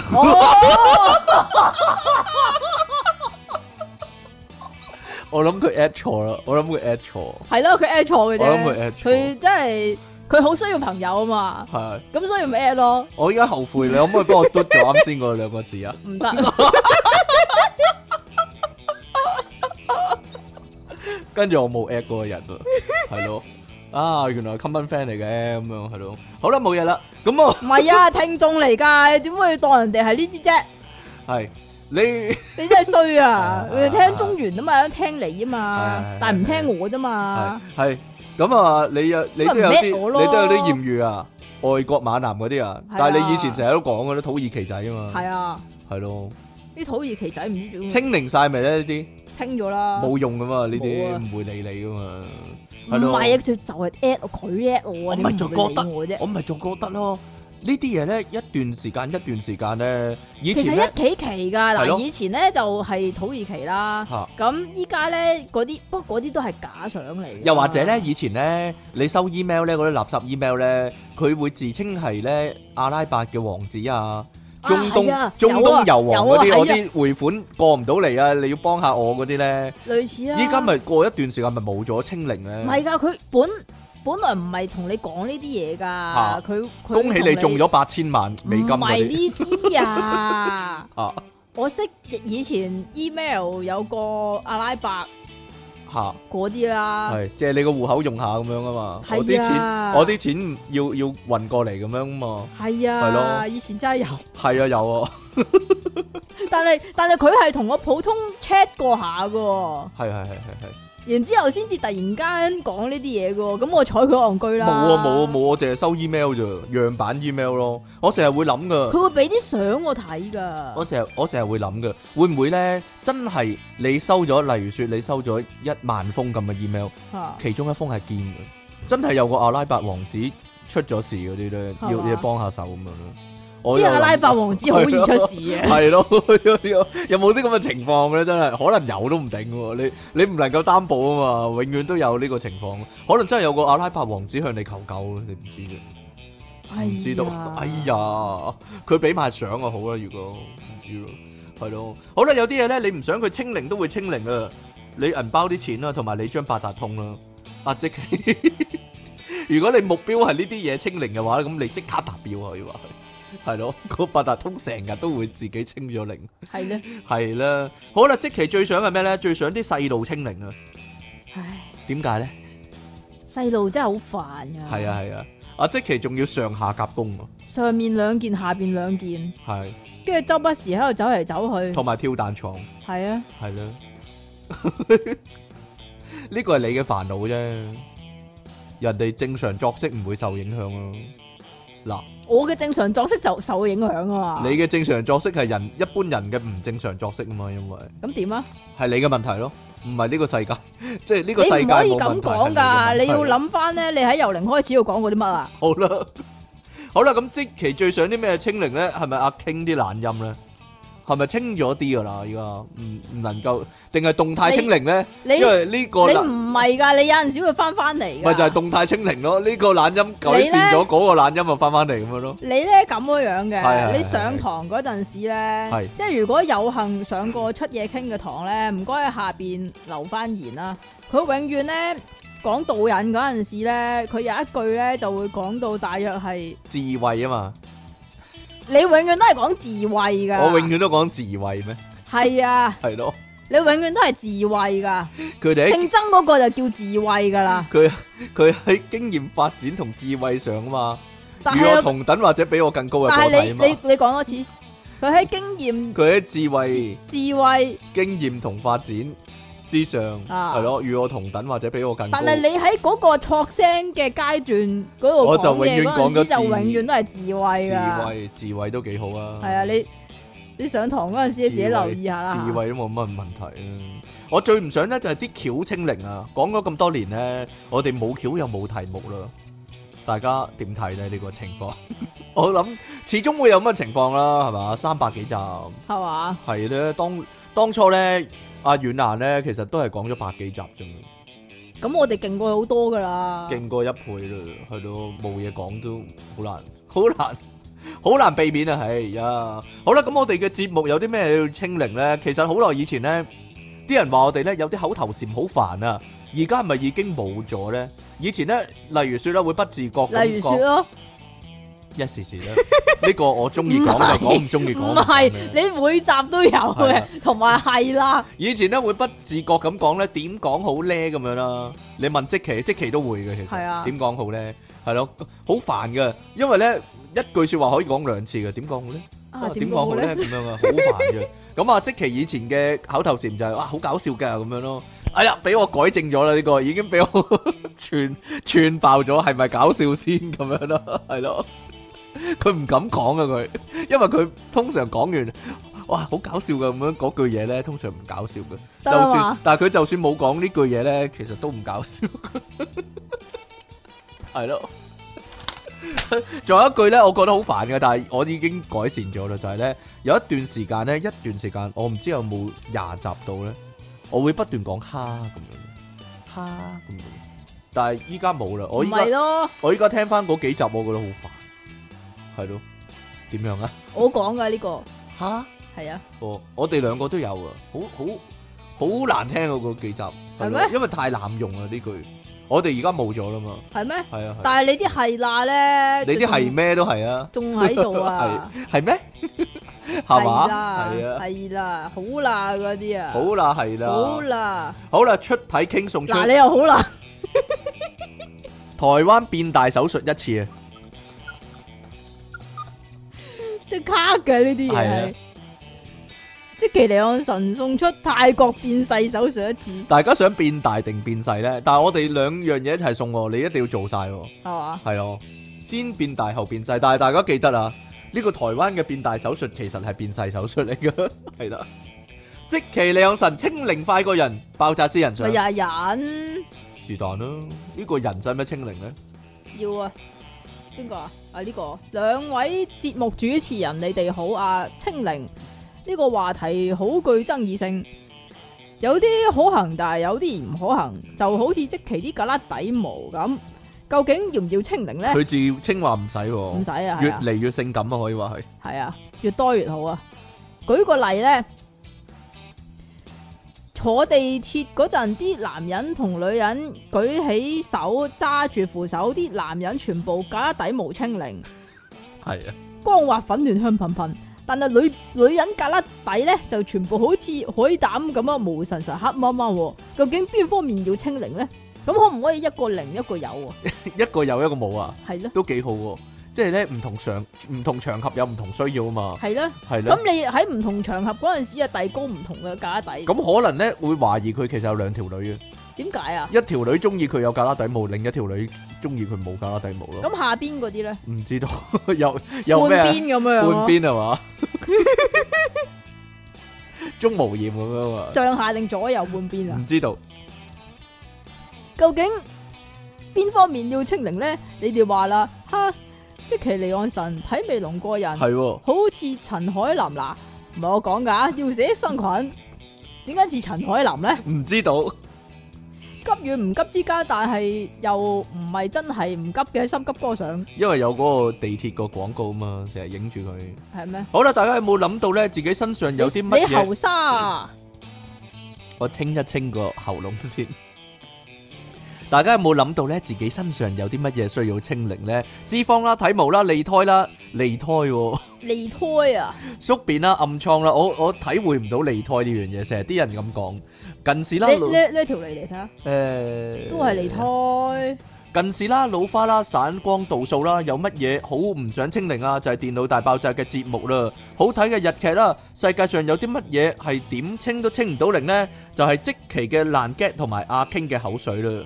[SPEAKER 1] 我諗佢 at 錯啦，我諗佢 at 錯，
[SPEAKER 2] 係咯，佢 at 錯嘅
[SPEAKER 1] 我諗佢
[SPEAKER 2] 啫。
[SPEAKER 1] at 錯，
[SPEAKER 2] 佢真係佢好需要朋友啊 嘛，
[SPEAKER 1] 係。
[SPEAKER 2] 咁所以咪 at 咯，
[SPEAKER 1] 我依家後悔，你可唔可以幫我嘟咗啱先嗰兩個字啊？
[SPEAKER 2] 唔得
[SPEAKER 1] 跟住我冇 at 嗰個 人啊，係咯。啊，原來係 common friend 嚟嘅，咁樣係咯。好啦，冇嘢啦。咁我
[SPEAKER 2] 唔係啊，聽眾嚟㗎，你點會當人哋係呢啲啫？
[SPEAKER 1] 係你。
[SPEAKER 2] 你真係衰啊！
[SPEAKER 1] 啊
[SPEAKER 2] 你聽中原啊嘛，聽你啊
[SPEAKER 1] 係係
[SPEAKER 2] 嘛
[SPEAKER 1] 係，
[SPEAKER 2] 但係唔聽我啫嘛。
[SPEAKER 1] 系咁啊！你有你都有
[SPEAKER 2] 咁咪唔
[SPEAKER 1] 啲
[SPEAKER 2] 叻我
[SPEAKER 1] 你
[SPEAKER 2] 咯
[SPEAKER 1] 都有啲豔遇啊，外國馬男嗰啲啊，
[SPEAKER 2] 係啊
[SPEAKER 1] 但系你以前成日都講嗰啲土耳其仔啊嘛，
[SPEAKER 2] 係啊，
[SPEAKER 1] 係咯，
[SPEAKER 2] 啲土耳其仔唔知點
[SPEAKER 1] 清零晒未咧？呢啲
[SPEAKER 2] 清咗啦，
[SPEAKER 1] 冇用噶嘛，呢
[SPEAKER 2] 冇
[SPEAKER 1] 啲
[SPEAKER 2] 啊
[SPEAKER 1] 唔會理你噶嘛，
[SPEAKER 2] 唔
[SPEAKER 1] 係咯
[SPEAKER 2] 係啊，就就係 at 我佢 at 我
[SPEAKER 1] 我
[SPEAKER 2] 啊，
[SPEAKER 1] 咪
[SPEAKER 2] 點
[SPEAKER 1] 就
[SPEAKER 2] 會
[SPEAKER 1] 覺得
[SPEAKER 2] 理我啫。
[SPEAKER 1] 我咪就覺得咯，呢啲嘢咧一段時間一段時間咧，以
[SPEAKER 2] 其實
[SPEAKER 1] 前咧
[SPEAKER 2] 一期期㗎，
[SPEAKER 1] 係咯
[SPEAKER 2] 嗱，以前咧就係土耳其啦。
[SPEAKER 1] 吓，
[SPEAKER 2] 咁依家咧嗰啲，不過嗰啲都係假相嚟㗎。
[SPEAKER 1] 又或者咧以前咧你收 email 咧嗰啲垃圾 email 咧，佢會自稱係咧阿拉伯嘅王子啊。
[SPEAKER 2] 啊，
[SPEAKER 1] 中東、
[SPEAKER 2] 係啊
[SPEAKER 1] 中東
[SPEAKER 2] 有
[SPEAKER 1] 油
[SPEAKER 2] 啊
[SPEAKER 1] 王嗰啲，
[SPEAKER 2] 有啊
[SPEAKER 1] 我
[SPEAKER 2] 係
[SPEAKER 1] 啲匯款過唔到嚟啊！你要幫下我嗰啲咧，
[SPEAKER 2] 類似啦。
[SPEAKER 1] 依家咪過一段時間咪冇咗清零
[SPEAKER 2] 啊唔
[SPEAKER 1] 咧。
[SPEAKER 2] 係㗎？佢本本來唔係同你講呢啲嘢㗎，佢佢
[SPEAKER 1] 恭喜你
[SPEAKER 2] 同
[SPEAKER 1] 中咗八千萬美金
[SPEAKER 2] 唔
[SPEAKER 1] 嗰
[SPEAKER 2] 係
[SPEAKER 1] 啲！
[SPEAKER 2] 呢啲啊
[SPEAKER 1] 啊
[SPEAKER 2] 我識以前 email 有個阿拉伯
[SPEAKER 1] 嚇，
[SPEAKER 2] 嗰啲啦，
[SPEAKER 1] 啊係借你個戶口用下咁樣啊嘛。
[SPEAKER 2] 啊係啊
[SPEAKER 1] 我啲錢我啲錢要要運過嚟咁樣嘛。
[SPEAKER 2] 係
[SPEAKER 1] 係咯
[SPEAKER 2] 啊，以前真係有，
[SPEAKER 1] 係啊，有啊，
[SPEAKER 2] 但係但係佢係同我普通 chat 過下㗎，
[SPEAKER 1] 係係係係
[SPEAKER 2] 然之後先至突然間講呢啲嘢㗎，咁我睬佢戇居
[SPEAKER 1] 係。
[SPEAKER 2] 啦。
[SPEAKER 1] 冇啊冇啊冇啊！我淨係收 email 啫，樣板 email 咯。我成日會諗噶。
[SPEAKER 2] 佢會俾啲相我睇噶，
[SPEAKER 1] 啊我成日我成日會諗嘅，會唔會咧真係你收咗，例如說你收咗一萬封咁嘅 email，
[SPEAKER 2] 嚇
[SPEAKER 1] 其中一封係堅嘅，真係有個阿拉伯王子出咗事嗰啲咧，
[SPEAKER 2] 係嘛
[SPEAKER 1] 要要幫下手咁樣咯。我
[SPEAKER 2] 啲
[SPEAKER 1] 又
[SPEAKER 2] 阿拉伯王子好易出事啊嘅。
[SPEAKER 1] 系咯， 有冇啲咁嘅情況嘅咧？真係可能有都唔定喎。你你唔能夠擔保啊嘛，永遠都有呢個情況。可能真係有個阿拉伯王子向你求救，你唔知嘅，唔知道。哎呀，佢俾埋相我好啦，如果唔知咯，係咯。好啦，有啲嘢咧，你唔想佢清零都會清零啊。你銀包啲錢啦，同埋你張八達通啦。阿即奇， 如果你目標係呢啲嘢清零嘅話，咁你即刻達標啊可以話係。係咯， 個八達通成日都會自己清咗零。
[SPEAKER 2] 系咧，
[SPEAKER 1] 系啦，好啦，即其最想系咩咧？最想啲細路清零啊？
[SPEAKER 2] 唉，
[SPEAKER 1] 點解咧？
[SPEAKER 2] 細路真係好煩噶。
[SPEAKER 1] 係啊，係啊，阿即其仲要上下夾攻啊，
[SPEAKER 2] 上面兩件，下边兩件，
[SPEAKER 1] 係，
[SPEAKER 2] 跟住周不時喺度走嚟走去。
[SPEAKER 1] 同埋跳彈床，
[SPEAKER 2] 係啊，
[SPEAKER 1] 係 啦，呢個係你嘅煩惱啫，人哋正常作息唔會受影響咯。
[SPEAKER 2] 我嘅正常作息就受影響啊
[SPEAKER 1] 嗱，
[SPEAKER 2] 嘛
[SPEAKER 1] 你。嘅正常作息係人一般人嘅唔正常作息啊嘛，因為
[SPEAKER 2] 咁點啊？
[SPEAKER 1] 係你嘅問題咯，唔係呢個世 界，即係呢
[SPEAKER 2] 你
[SPEAKER 1] 個世界
[SPEAKER 2] 唔可以
[SPEAKER 1] 冇問
[SPEAKER 2] 咁
[SPEAKER 1] 題係嘅
[SPEAKER 2] 講㗎，
[SPEAKER 1] 問題
[SPEAKER 2] 你要
[SPEAKER 1] 咯
[SPEAKER 2] 諗翻咧，你喺由零開始要講過啲乜啊？
[SPEAKER 1] 好啦，好啦，咁即期最想啲咩清零咧？係咪阿 King 啲懶音咧？係咪清咗啲噶啦？而家唔唔能夠，定係動態清零咧？
[SPEAKER 2] 你
[SPEAKER 1] 因為呢個
[SPEAKER 2] 你
[SPEAKER 1] 懶
[SPEAKER 2] 唔係㗎，你有陣時會翻翻嚟㗎。
[SPEAKER 1] 咪就係動態清零咯。呢個懶音改善咗，嗰個懶音就翻翻嚟咁樣咯。
[SPEAKER 2] 你咧咁樣嘅，
[SPEAKER 1] 係係
[SPEAKER 2] 你上堂嗰陣時咧
[SPEAKER 1] 係，
[SPEAKER 2] 即係如果有幸上過出嘢傾嘅堂咧，唔該喺下邊留翻言啦。佢永遠咧講導引嗰陣時咧，佢有一句咧就會講到大約係
[SPEAKER 1] 智慧啊嘛，
[SPEAKER 2] 你永遠都係講智慧噶，
[SPEAKER 1] 我永遠都講智慧咩？
[SPEAKER 2] 係啊，
[SPEAKER 1] 係咯，
[SPEAKER 2] 你永遠都係智慧噶，
[SPEAKER 1] 佢哋喺
[SPEAKER 2] 競爭嗰個就叫智慧噶啦，
[SPEAKER 1] 佢佢喺經驗發展同智慧上啊嘛，
[SPEAKER 2] 但
[SPEAKER 1] 與我
[SPEAKER 2] 係
[SPEAKER 1] 同等或者比我更高嘅
[SPEAKER 2] 但
[SPEAKER 1] 個體
[SPEAKER 2] 係
[SPEAKER 1] 啊
[SPEAKER 2] 你你
[SPEAKER 1] 嘛。
[SPEAKER 2] 你講多次，佢喺經驗
[SPEAKER 1] 佢喺智慧
[SPEAKER 2] 智。智慧，
[SPEAKER 1] 經驗同發展之上，
[SPEAKER 2] 啊
[SPEAKER 1] 係咯、與我同等或者比我更高
[SPEAKER 2] 但。係你喺嗰個錯聲嘅階段嗰度
[SPEAKER 1] 我就
[SPEAKER 2] 講嘢
[SPEAKER 1] 永遠講
[SPEAKER 2] 嗰陣時
[SPEAKER 1] 咗
[SPEAKER 2] 就
[SPEAKER 1] 智
[SPEAKER 2] 永遠都係智慧
[SPEAKER 1] 智
[SPEAKER 2] 噶，
[SPEAKER 1] 慧智慧都幾好啊！
[SPEAKER 2] 係啊，你你上堂嗰陣時你自己留意下啦。
[SPEAKER 1] 智慧都冇乜問題啊！我最唔想咧就係啲橋清零啊！講咗咁多年咧，我哋冇橋又冇題目啦，大家點睇咧呢個情況？ 我諗始終會有乜情況啦，係嘛？三百幾集係
[SPEAKER 2] 係嘛？
[SPEAKER 1] 咧，當當初咧，阿遠蘭咧其實都係講咗百幾集啫。
[SPEAKER 2] 咁我哋勁過佢好多 噶啦，
[SPEAKER 1] 勁過一倍啦，係咯，冇嘢講都好難，好難，好難避免啊！唉呀，好啦，咁我哋嘅節目有啲咩要清零咧？其實好耐以前咧，啲人話我哋咧有啲口頭禪好煩啊，而家係咪已經冇咗咧？以前咧，例如説咧，會不自 覺咁
[SPEAKER 2] 例如説
[SPEAKER 1] 講
[SPEAKER 2] 咯，
[SPEAKER 1] 一時時啦，呢個我中意講就講，唔中意講
[SPEAKER 2] 唔
[SPEAKER 1] 就講
[SPEAKER 2] 係
[SPEAKER 1] 嘅
[SPEAKER 2] 你每集都有
[SPEAKER 1] 係啊
[SPEAKER 2] 嘅，同埋係啦，
[SPEAKER 1] 以前咧會不自覺咁講咧，點講好咧咁樣啦。你問即奇，即奇都會嘅其
[SPEAKER 2] 係
[SPEAKER 1] 實。
[SPEAKER 2] 啊
[SPEAKER 1] 點講好咧？係咯，好煩嘅，因為咧一句説話可以講兩次嘅，點講好咧？
[SPEAKER 2] 啊
[SPEAKER 1] 點
[SPEAKER 2] 點
[SPEAKER 1] 講
[SPEAKER 2] 講
[SPEAKER 1] 好
[SPEAKER 2] 好
[SPEAKER 1] 咧？
[SPEAKER 2] 咧？
[SPEAKER 1] 咁樣啊，好煩 嘅。咁啊，即奇以前嘅口頭禪就係哇，好搞笑㗎咁樣咯。哎呀，俾我改正咗啦，呢個已經俾我 串串爆咗，係咪搞笑先咁樣咯？ 係咯，佢唔敢講啊佢，因為佢通常講完。哇，好搞笑㗎咁樣嗰句嘢咧，通常唔搞笑嘅。就
[SPEAKER 2] 得啦
[SPEAKER 1] 算
[SPEAKER 2] 嘛，
[SPEAKER 1] 但係佢就算冇講呢句嘢咧，其實都唔搞笑。 係咯， 仲有一句咧，我覺得好煩嘅，但係我已經改善咗啦，就係咧有一段時間咧，一段時間我唔知有冇廿集到咧，我會不斷講蝦咁樣，蝦咁樣，但係依家冇啦，
[SPEAKER 2] 唔
[SPEAKER 1] 我依
[SPEAKER 2] 係
[SPEAKER 1] 家
[SPEAKER 2] 咯，
[SPEAKER 1] 我依家聽翻嗰幾集，我覺得好煩，係咯，點樣啊？
[SPEAKER 2] 我講噶呢個
[SPEAKER 1] 蝦？
[SPEAKER 2] 係啊，
[SPEAKER 1] 哦，我哋兩個都有啊，好好好難聽啊嗰個幾集，係咯
[SPEAKER 2] 係咩
[SPEAKER 1] 因為太濫用啦呢句，我哋而家冇咗啦嘛，
[SPEAKER 2] 係
[SPEAKER 1] 係
[SPEAKER 2] 咩？
[SPEAKER 1] 啊係啊，
[SPEAKER 2] 但係你啲係啦咧，
[SPEAKER 1] 你啲係
[SPEAKER 2] 仲
[SPEAKER 1] 咩都係啊，
[SPEAKER 2] 仲喺度啊？
[SPEAKER 1] 係咩？ 係嘛？
[SPEAKER 2] 係啦，
[SPEAKER 1] 係啊，
[SPEAKER 2] 係啦，好啦嗰啲啊，
[SPEAKER 1] 好啦係
[SPEAKER 2] 好
[SPEAKER 1] 啦，
[SPEAKER 2] 啦，
[SPEAKER 1] 好啦，出體傾送出
[SPEAKER 2] 嗱
[SPEAKER 1] 台
[SPEAKER 2] 你又好啦，
[SPEAKER 1] 灣變大手術一次啊，
[SPEAKER 2] 即刻嘅呢啲
[SPEAKER 1] 係
[SPEAKER 2] 嘢
[SPEAKER 1] 啊
[SPEAKER 2] 係。即其尼安神送出泰國變細手術一次，
[SPEAKER 1] 大家想變大定變細咧？但係我哋兩樣嘢一齊送喎，你一定要做晒喎。
[SPEAKER 2] 係嘛？
[SPEAKER 1] 系咯，先變大後變細，但係大家記得啊，呢、個台灣嘅變大手術其實係變細手術嚟嘅， 係啦。即其兩神清零快過人，爆炸私人
[SPEAKER 2] 咪
[SPEAKER 1] 上
[SPEAKER 2] 又係人
[SPEAKER 1] 是但啦。呢、個人使唔使清零呢？
[SPEAKER 2] 要啊，边个啊？啊呢、個个两位節目主持人，你哋好啊！清零呢、個話題好具爭議性，有啲可行，但係有啲唔可行，就好似即期啲旮旯底毛咁，究竟要唔要清零呢？
[SPEAKER 1] 佢自稱話唔使喎，
[SPEAKER 2] 哎唔使啊，係
[SPEAKER 1] 越
[SPEAKER 2] 啊。
[SPEAKER 1] 嚟越性感啊，可以話係。
[SPEAKER 2] 系啊，越多越好啊。舉個例咧，坐地鐵嗰陣，啲男人同女人舉起手揸住扶手，啲男人全部假底毛清零，
[SPEAKER 1] 係啊，
[SPEAKER 2] 光滑粉嫩香噴噴。但係女女人格甩底咧，就全部好似海膽咁啊，無神神黑掹掹喎。究竟邊方面要清零咧？咁可唔可以一個零一個有啊？
[SPEAKER 1] 一個有一個冇啊，
[SPEAKER 2] 係咯，
[SPEAKER 1] 都幾好喎。即係咧，唔同場唔同場合有唔同需要啊嘛，
[SPEAKER 2] 係咯。
[SPEAKER 1] 係啦。
[SPEAKER 2] 咁你喺唔同場合嗰陣時啊，遞高唔同嘅假底，
[SPEAKER 1] 咁可能咧會懷疑佢其實有兩條女嘅，
[SPEAKER 2] 點解啊？
[SPEAKER 1] 一條女中意佢有格拉底毛，另一條女中意佢冇格拉底毛咯。
[SPEAKER 2] 咁下邊嗰啲咧？
[SPEAKER 1] 唔知道 有有咩啊
[SPEAKER 2] 半邊咁樣
[SPEAKER 1] 半
[SPEAKER 2] 咯，
[SPEAKER 1] 邊係 嘛？中無厭咁樣啊
[SPEAKER 2] 上下定左右半邊
[SPEAKER 1] 嘛，
[SPEAKER 2] 啊？
[SPEAKER 1] 唔知道嗯
[SPEAKER 2] 究竟邊方面要清零咧？你哋話啦，哈，即其離岸神睇未龍過人，
[SPEAKER 1] 係喎。
[SPEAKER 2] 好似陳海林嗱，唔係我講噶，要寫生菌，點解似陳海林咧？
[SPEAKER 1] 唔知道
[SPEAKER 2] 急與唔急之間，但係又唔係真係唔急嘅，心急歌上
[SPEAKER 1] 因為有嗰個地鐵個廣告啊嘛，成日影住佢。
[SPEAKER 2] 係咩？
[SPEAKER 1] 好啦，大家有冇諗到咧？自己身上有啲乜
[SPEAKER 2] 你你
[SPEAKER 1] 嘢？
[SPEAKER 2] 後沙啊？
[SPEAKER 1] 我清一清個喉嚨先。大家有冇諗到咧？自己身上有啲乜嘢需要清零咧？脂肪啦、體毛啦、脷苔啦、脷苔喎、
[SPEAKER 2] 離胎啊？
[SPEAKER 1] 宿便啦、暗瘡啦，我我體會唔到脷苔呢樣嘢，成日啲人咁講。近視啦，
[SPEAKER 2] 呢呢呢條脷嚟睇下，
[SPEAKER 1] 誒
[SPEAKER 2] 都係離胎。
[SPEAKER 1] 近視啦、老花啦、散光度數啦，有乜嘢好唔想清零啊？就係、電腦大爆炸嘅節目啦，好睇嘅日劇啦。世界上有啲乜嘢係點清都清唔到零呢？就係、即期嘅爛 get 同埋阿 King 嘅口水啦，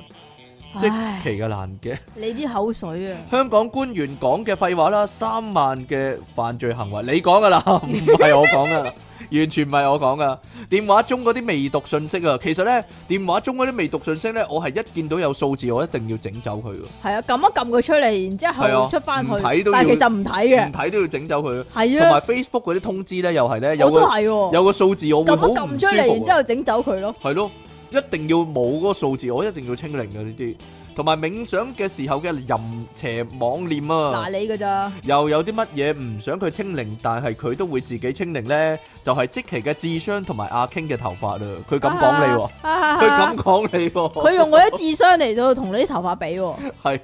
[SPEAKER 1] 即
[SPEAKER 2] 唉，
[SPEAKER 1] 期嘅爛 get。
[SPEAKER 2] 你啲口水啊！
[SPEAKER 1] 香港官員講嘅廢話啦，三萬嘅犯罪行為，你講噶啦， 唔係我講噶，完全唔係我講噶。電話中嗰啲未讀信息啊，其實呢，電話中嗰啲未讀信息呢，我係一見到有數字，我一定要整走佢㗎。
[SPEAKER 2] 系啊，揿一揿佢出嚟，然之
[SPEAKER 1] 係啊
[SPEAKER 2] 后出翻去
[SPEAKER 1] 唔睇都，要
[SPEAKER 2] 但系其实唔睇
[SPEAKER 1] 唔
[SPEAKER 2] 嘅，
[SPEAKER 1] 睇都要整走佢。
[SPEAKER 2] 系
[SPEAKER 1] 同埋
[SPEAKER 2] 啊，
[SPEAKER 1] Facebook 嗰啲通知咧，又係咧有
[SPEAKER 2] 我
[SPEAKER 1] 個
[SPEAKER 2] 都系喎，
[SPEAKER 1] 有個數字，我會
[SPEAKER 2] 揿
[SPEAKER 1] 好
[SPEAKER 2] 一
[SPEAKER 1] 唔
[SPEAKER 2] 揿
[SPEAKER 1] 舒
[SPEAKER 2] 出嚟，然
[SPEAKER 1] 服
[SPEAKER 2] 之
[SPEAKER 1] 啊。
[SPEAKER 2] 后整走佢咯，
[SPEAKER 1] 係咯，一定要冇嗰個數字，我一定要清零嘅呢啲。同埋冥想嘅時候嘅淫邪妄念啊
[SPEAKER 2] 嗱，你噶咋，
[SPEAKER 1] 又有啲乜嘢唔想佢清零，但係佢都會自己清零咧，就係即期嘅智商同埋阿 King 嘅頭髮啦。佢咁講你喎，
[SPEAKER 2] 啊，
[SPEAKER 1] 佢咁講你 喎，
[SPEAKER 2] 佢用我啲智商嚟到同你啲頭髮比 喎，
[SPEAKER 1] 係。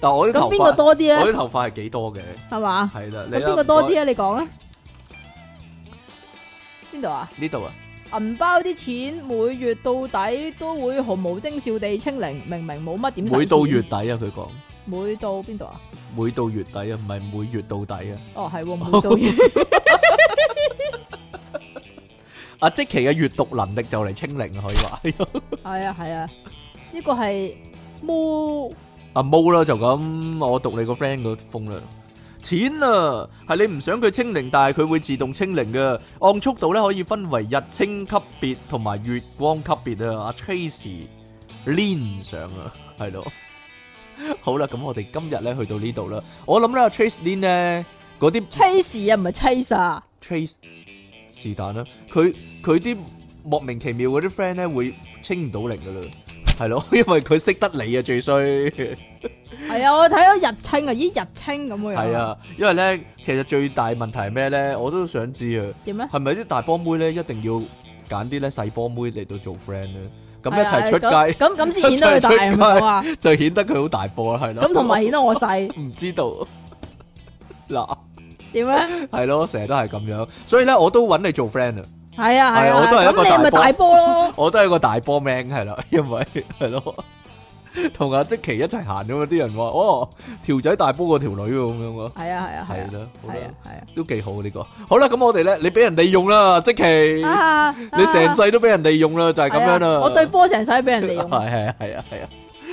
[SPEAKER 1] 但我啲
[SPEAKER 2] 咁
[SPEAKER 1] 頭
[SPEAKER 2] 邊個
[SPEAKER 1] 髮，
[SPEAKER 2] 多啲
[SPEAKER 1] 我啲
[SPEAKER 2] 咧？
[SPEAKER 1] 頭髮係幾多嘅？
[SPEAKER 2] 係嘛？
[SPEAKER 1] 係啦，你啦
[SPEAKER 2] 咁邊個
[SPEAKER 1] 唔
[SPEAKER 2] 多
[SPEAKER 1] 該
[SPEAKER 2] 啲咧？你講啊？邊度啊？
[SPEAKER 1] 呢度啊？
[SPEAKER 2] 銀包啲錢每月到底都會毫無徵兆地清零，明明冇乜點使
[SPEAKER 1] 每到
[SPEAKER 2] 錢
[SPEAKER 1] 月，底啊，佢講。
[SPEAKER 2] 每到邊度啊？
[SPEAKER 1] 每到月底啊，唔係每月到底啊。
[SPEAKER 2] 哦， 係喎，每到月
[SPEAKER 1] 阿即奇嘅閱讀能力就嚟清零啊可以話。
[SPEAKER 2] 係啊係啊，呢個係冇。
[SPEAKER 1] 阿毛啦就咁，我讀你個 friend 個封啦。錢啊，係你唔想佢清零，但係佢會自動清零嘅。按速度咧可以分為日清級別同埋月光級別啊。阿 Tracy 連上啊，係咯。好啦，咁我哋今日咧去到呢度啦。我諗咧阿 Trace Lin 咧嗰啲
[SPEAKER 2] chase 啊，唔係 chase 啊，
[SPEAKER 1] Trace 是但啦，佢佢啲莫名其妙嗰啲 friend 咧會清唔到零噶啦，係咯， 因為佢識得你啊最衰，
[SPEAKER 2] 係啊，我睇到日清啊，咦日清咁嘅樣，
[SPEAKER 1] 係，啊，因為咧其實最大問題係咩咧？我都想知啊，
[SPEAKER 2] 點咧？
[SPEAKER 1] 係咪啲大波妹咧一定要揀啲咧細波妹嚟到做 friend 咧？咁
[SPEAKER 2] 係
[SPEAKER 1] 一
[SPEAKER 2] 啊
[SPEAKER 1] 齊出
[SPEAKER 2] 咁
[SPEAKER 1] 街
[SPEAKER 2] 咁咁先顯得佢
[SPEAKER 1] 一齊
[SPEAKER 2] 大
[SPEAKER 1] 出街
[SPEAKER 2] 唔到啊，
[SPEAKER 1] 就顯得佢好大波啦，係咯。
[SPEAKER 2] 咁同埋顯得我細，
[SPEAKER 1] 唔知道嗱，
[SPEAKER 2] 點咧？
[SPEAKER 1] 係咯，成日都係咁樣，所以咧我都揾你做 friend 啊。
[SPEAKER 2] 係啊
[SPEAKER 1] 係
[SPEAKER 2] 係
[SPEAKER 1] 啊我都係
[SPEAKER 2] 啊，
[SPEAKER 1] 一個
[SPEAKER 2] 咁你咪大波咯，
[SPEAKER 1] 我都係個大波 man 係啦， 因為係咯，同阿即奇一齊行咁啊！啲人話哦，條仔大波過條女喎咁樣喎，
[SPEAKER 2] 係啊係啊係
[SPEAKER 1] 係
[SPEAKER 2] 啊
[SPEAKER 1] 啦，好
[SPEAKER 2] 係啊
[SPEAKER 1] 啦，
[SPEAKER 2] 係啊
[SPEAKER 1] 都幾好呢個。好啦，咁我哋咧，你俾人利用啦，即奇，你
[SPEAKER 2] 啊，
[SPEAKER 1] 成世都俾人利用啦，就係咁樣
[SPEAKER 2] 係啊
[SPEAKER 1] 啦。
[SPEAKER 2] 我對波成世都俾人利用，
[SPEAKER 1] 係係啊係啊係啊。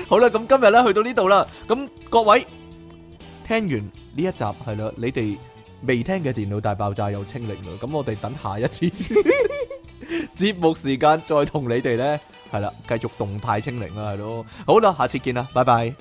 [SPEAKER 1] 好啦，咁今日咧去到呢度啦，咁各位聽完呢一集係啦，你哋未聽嘅電腦大爆炸又清零啦，咁我哋等下一次節目時間再同你哋咧係啦，繼續動態清零啦，係咯。好啦，下次見啦，拜拜。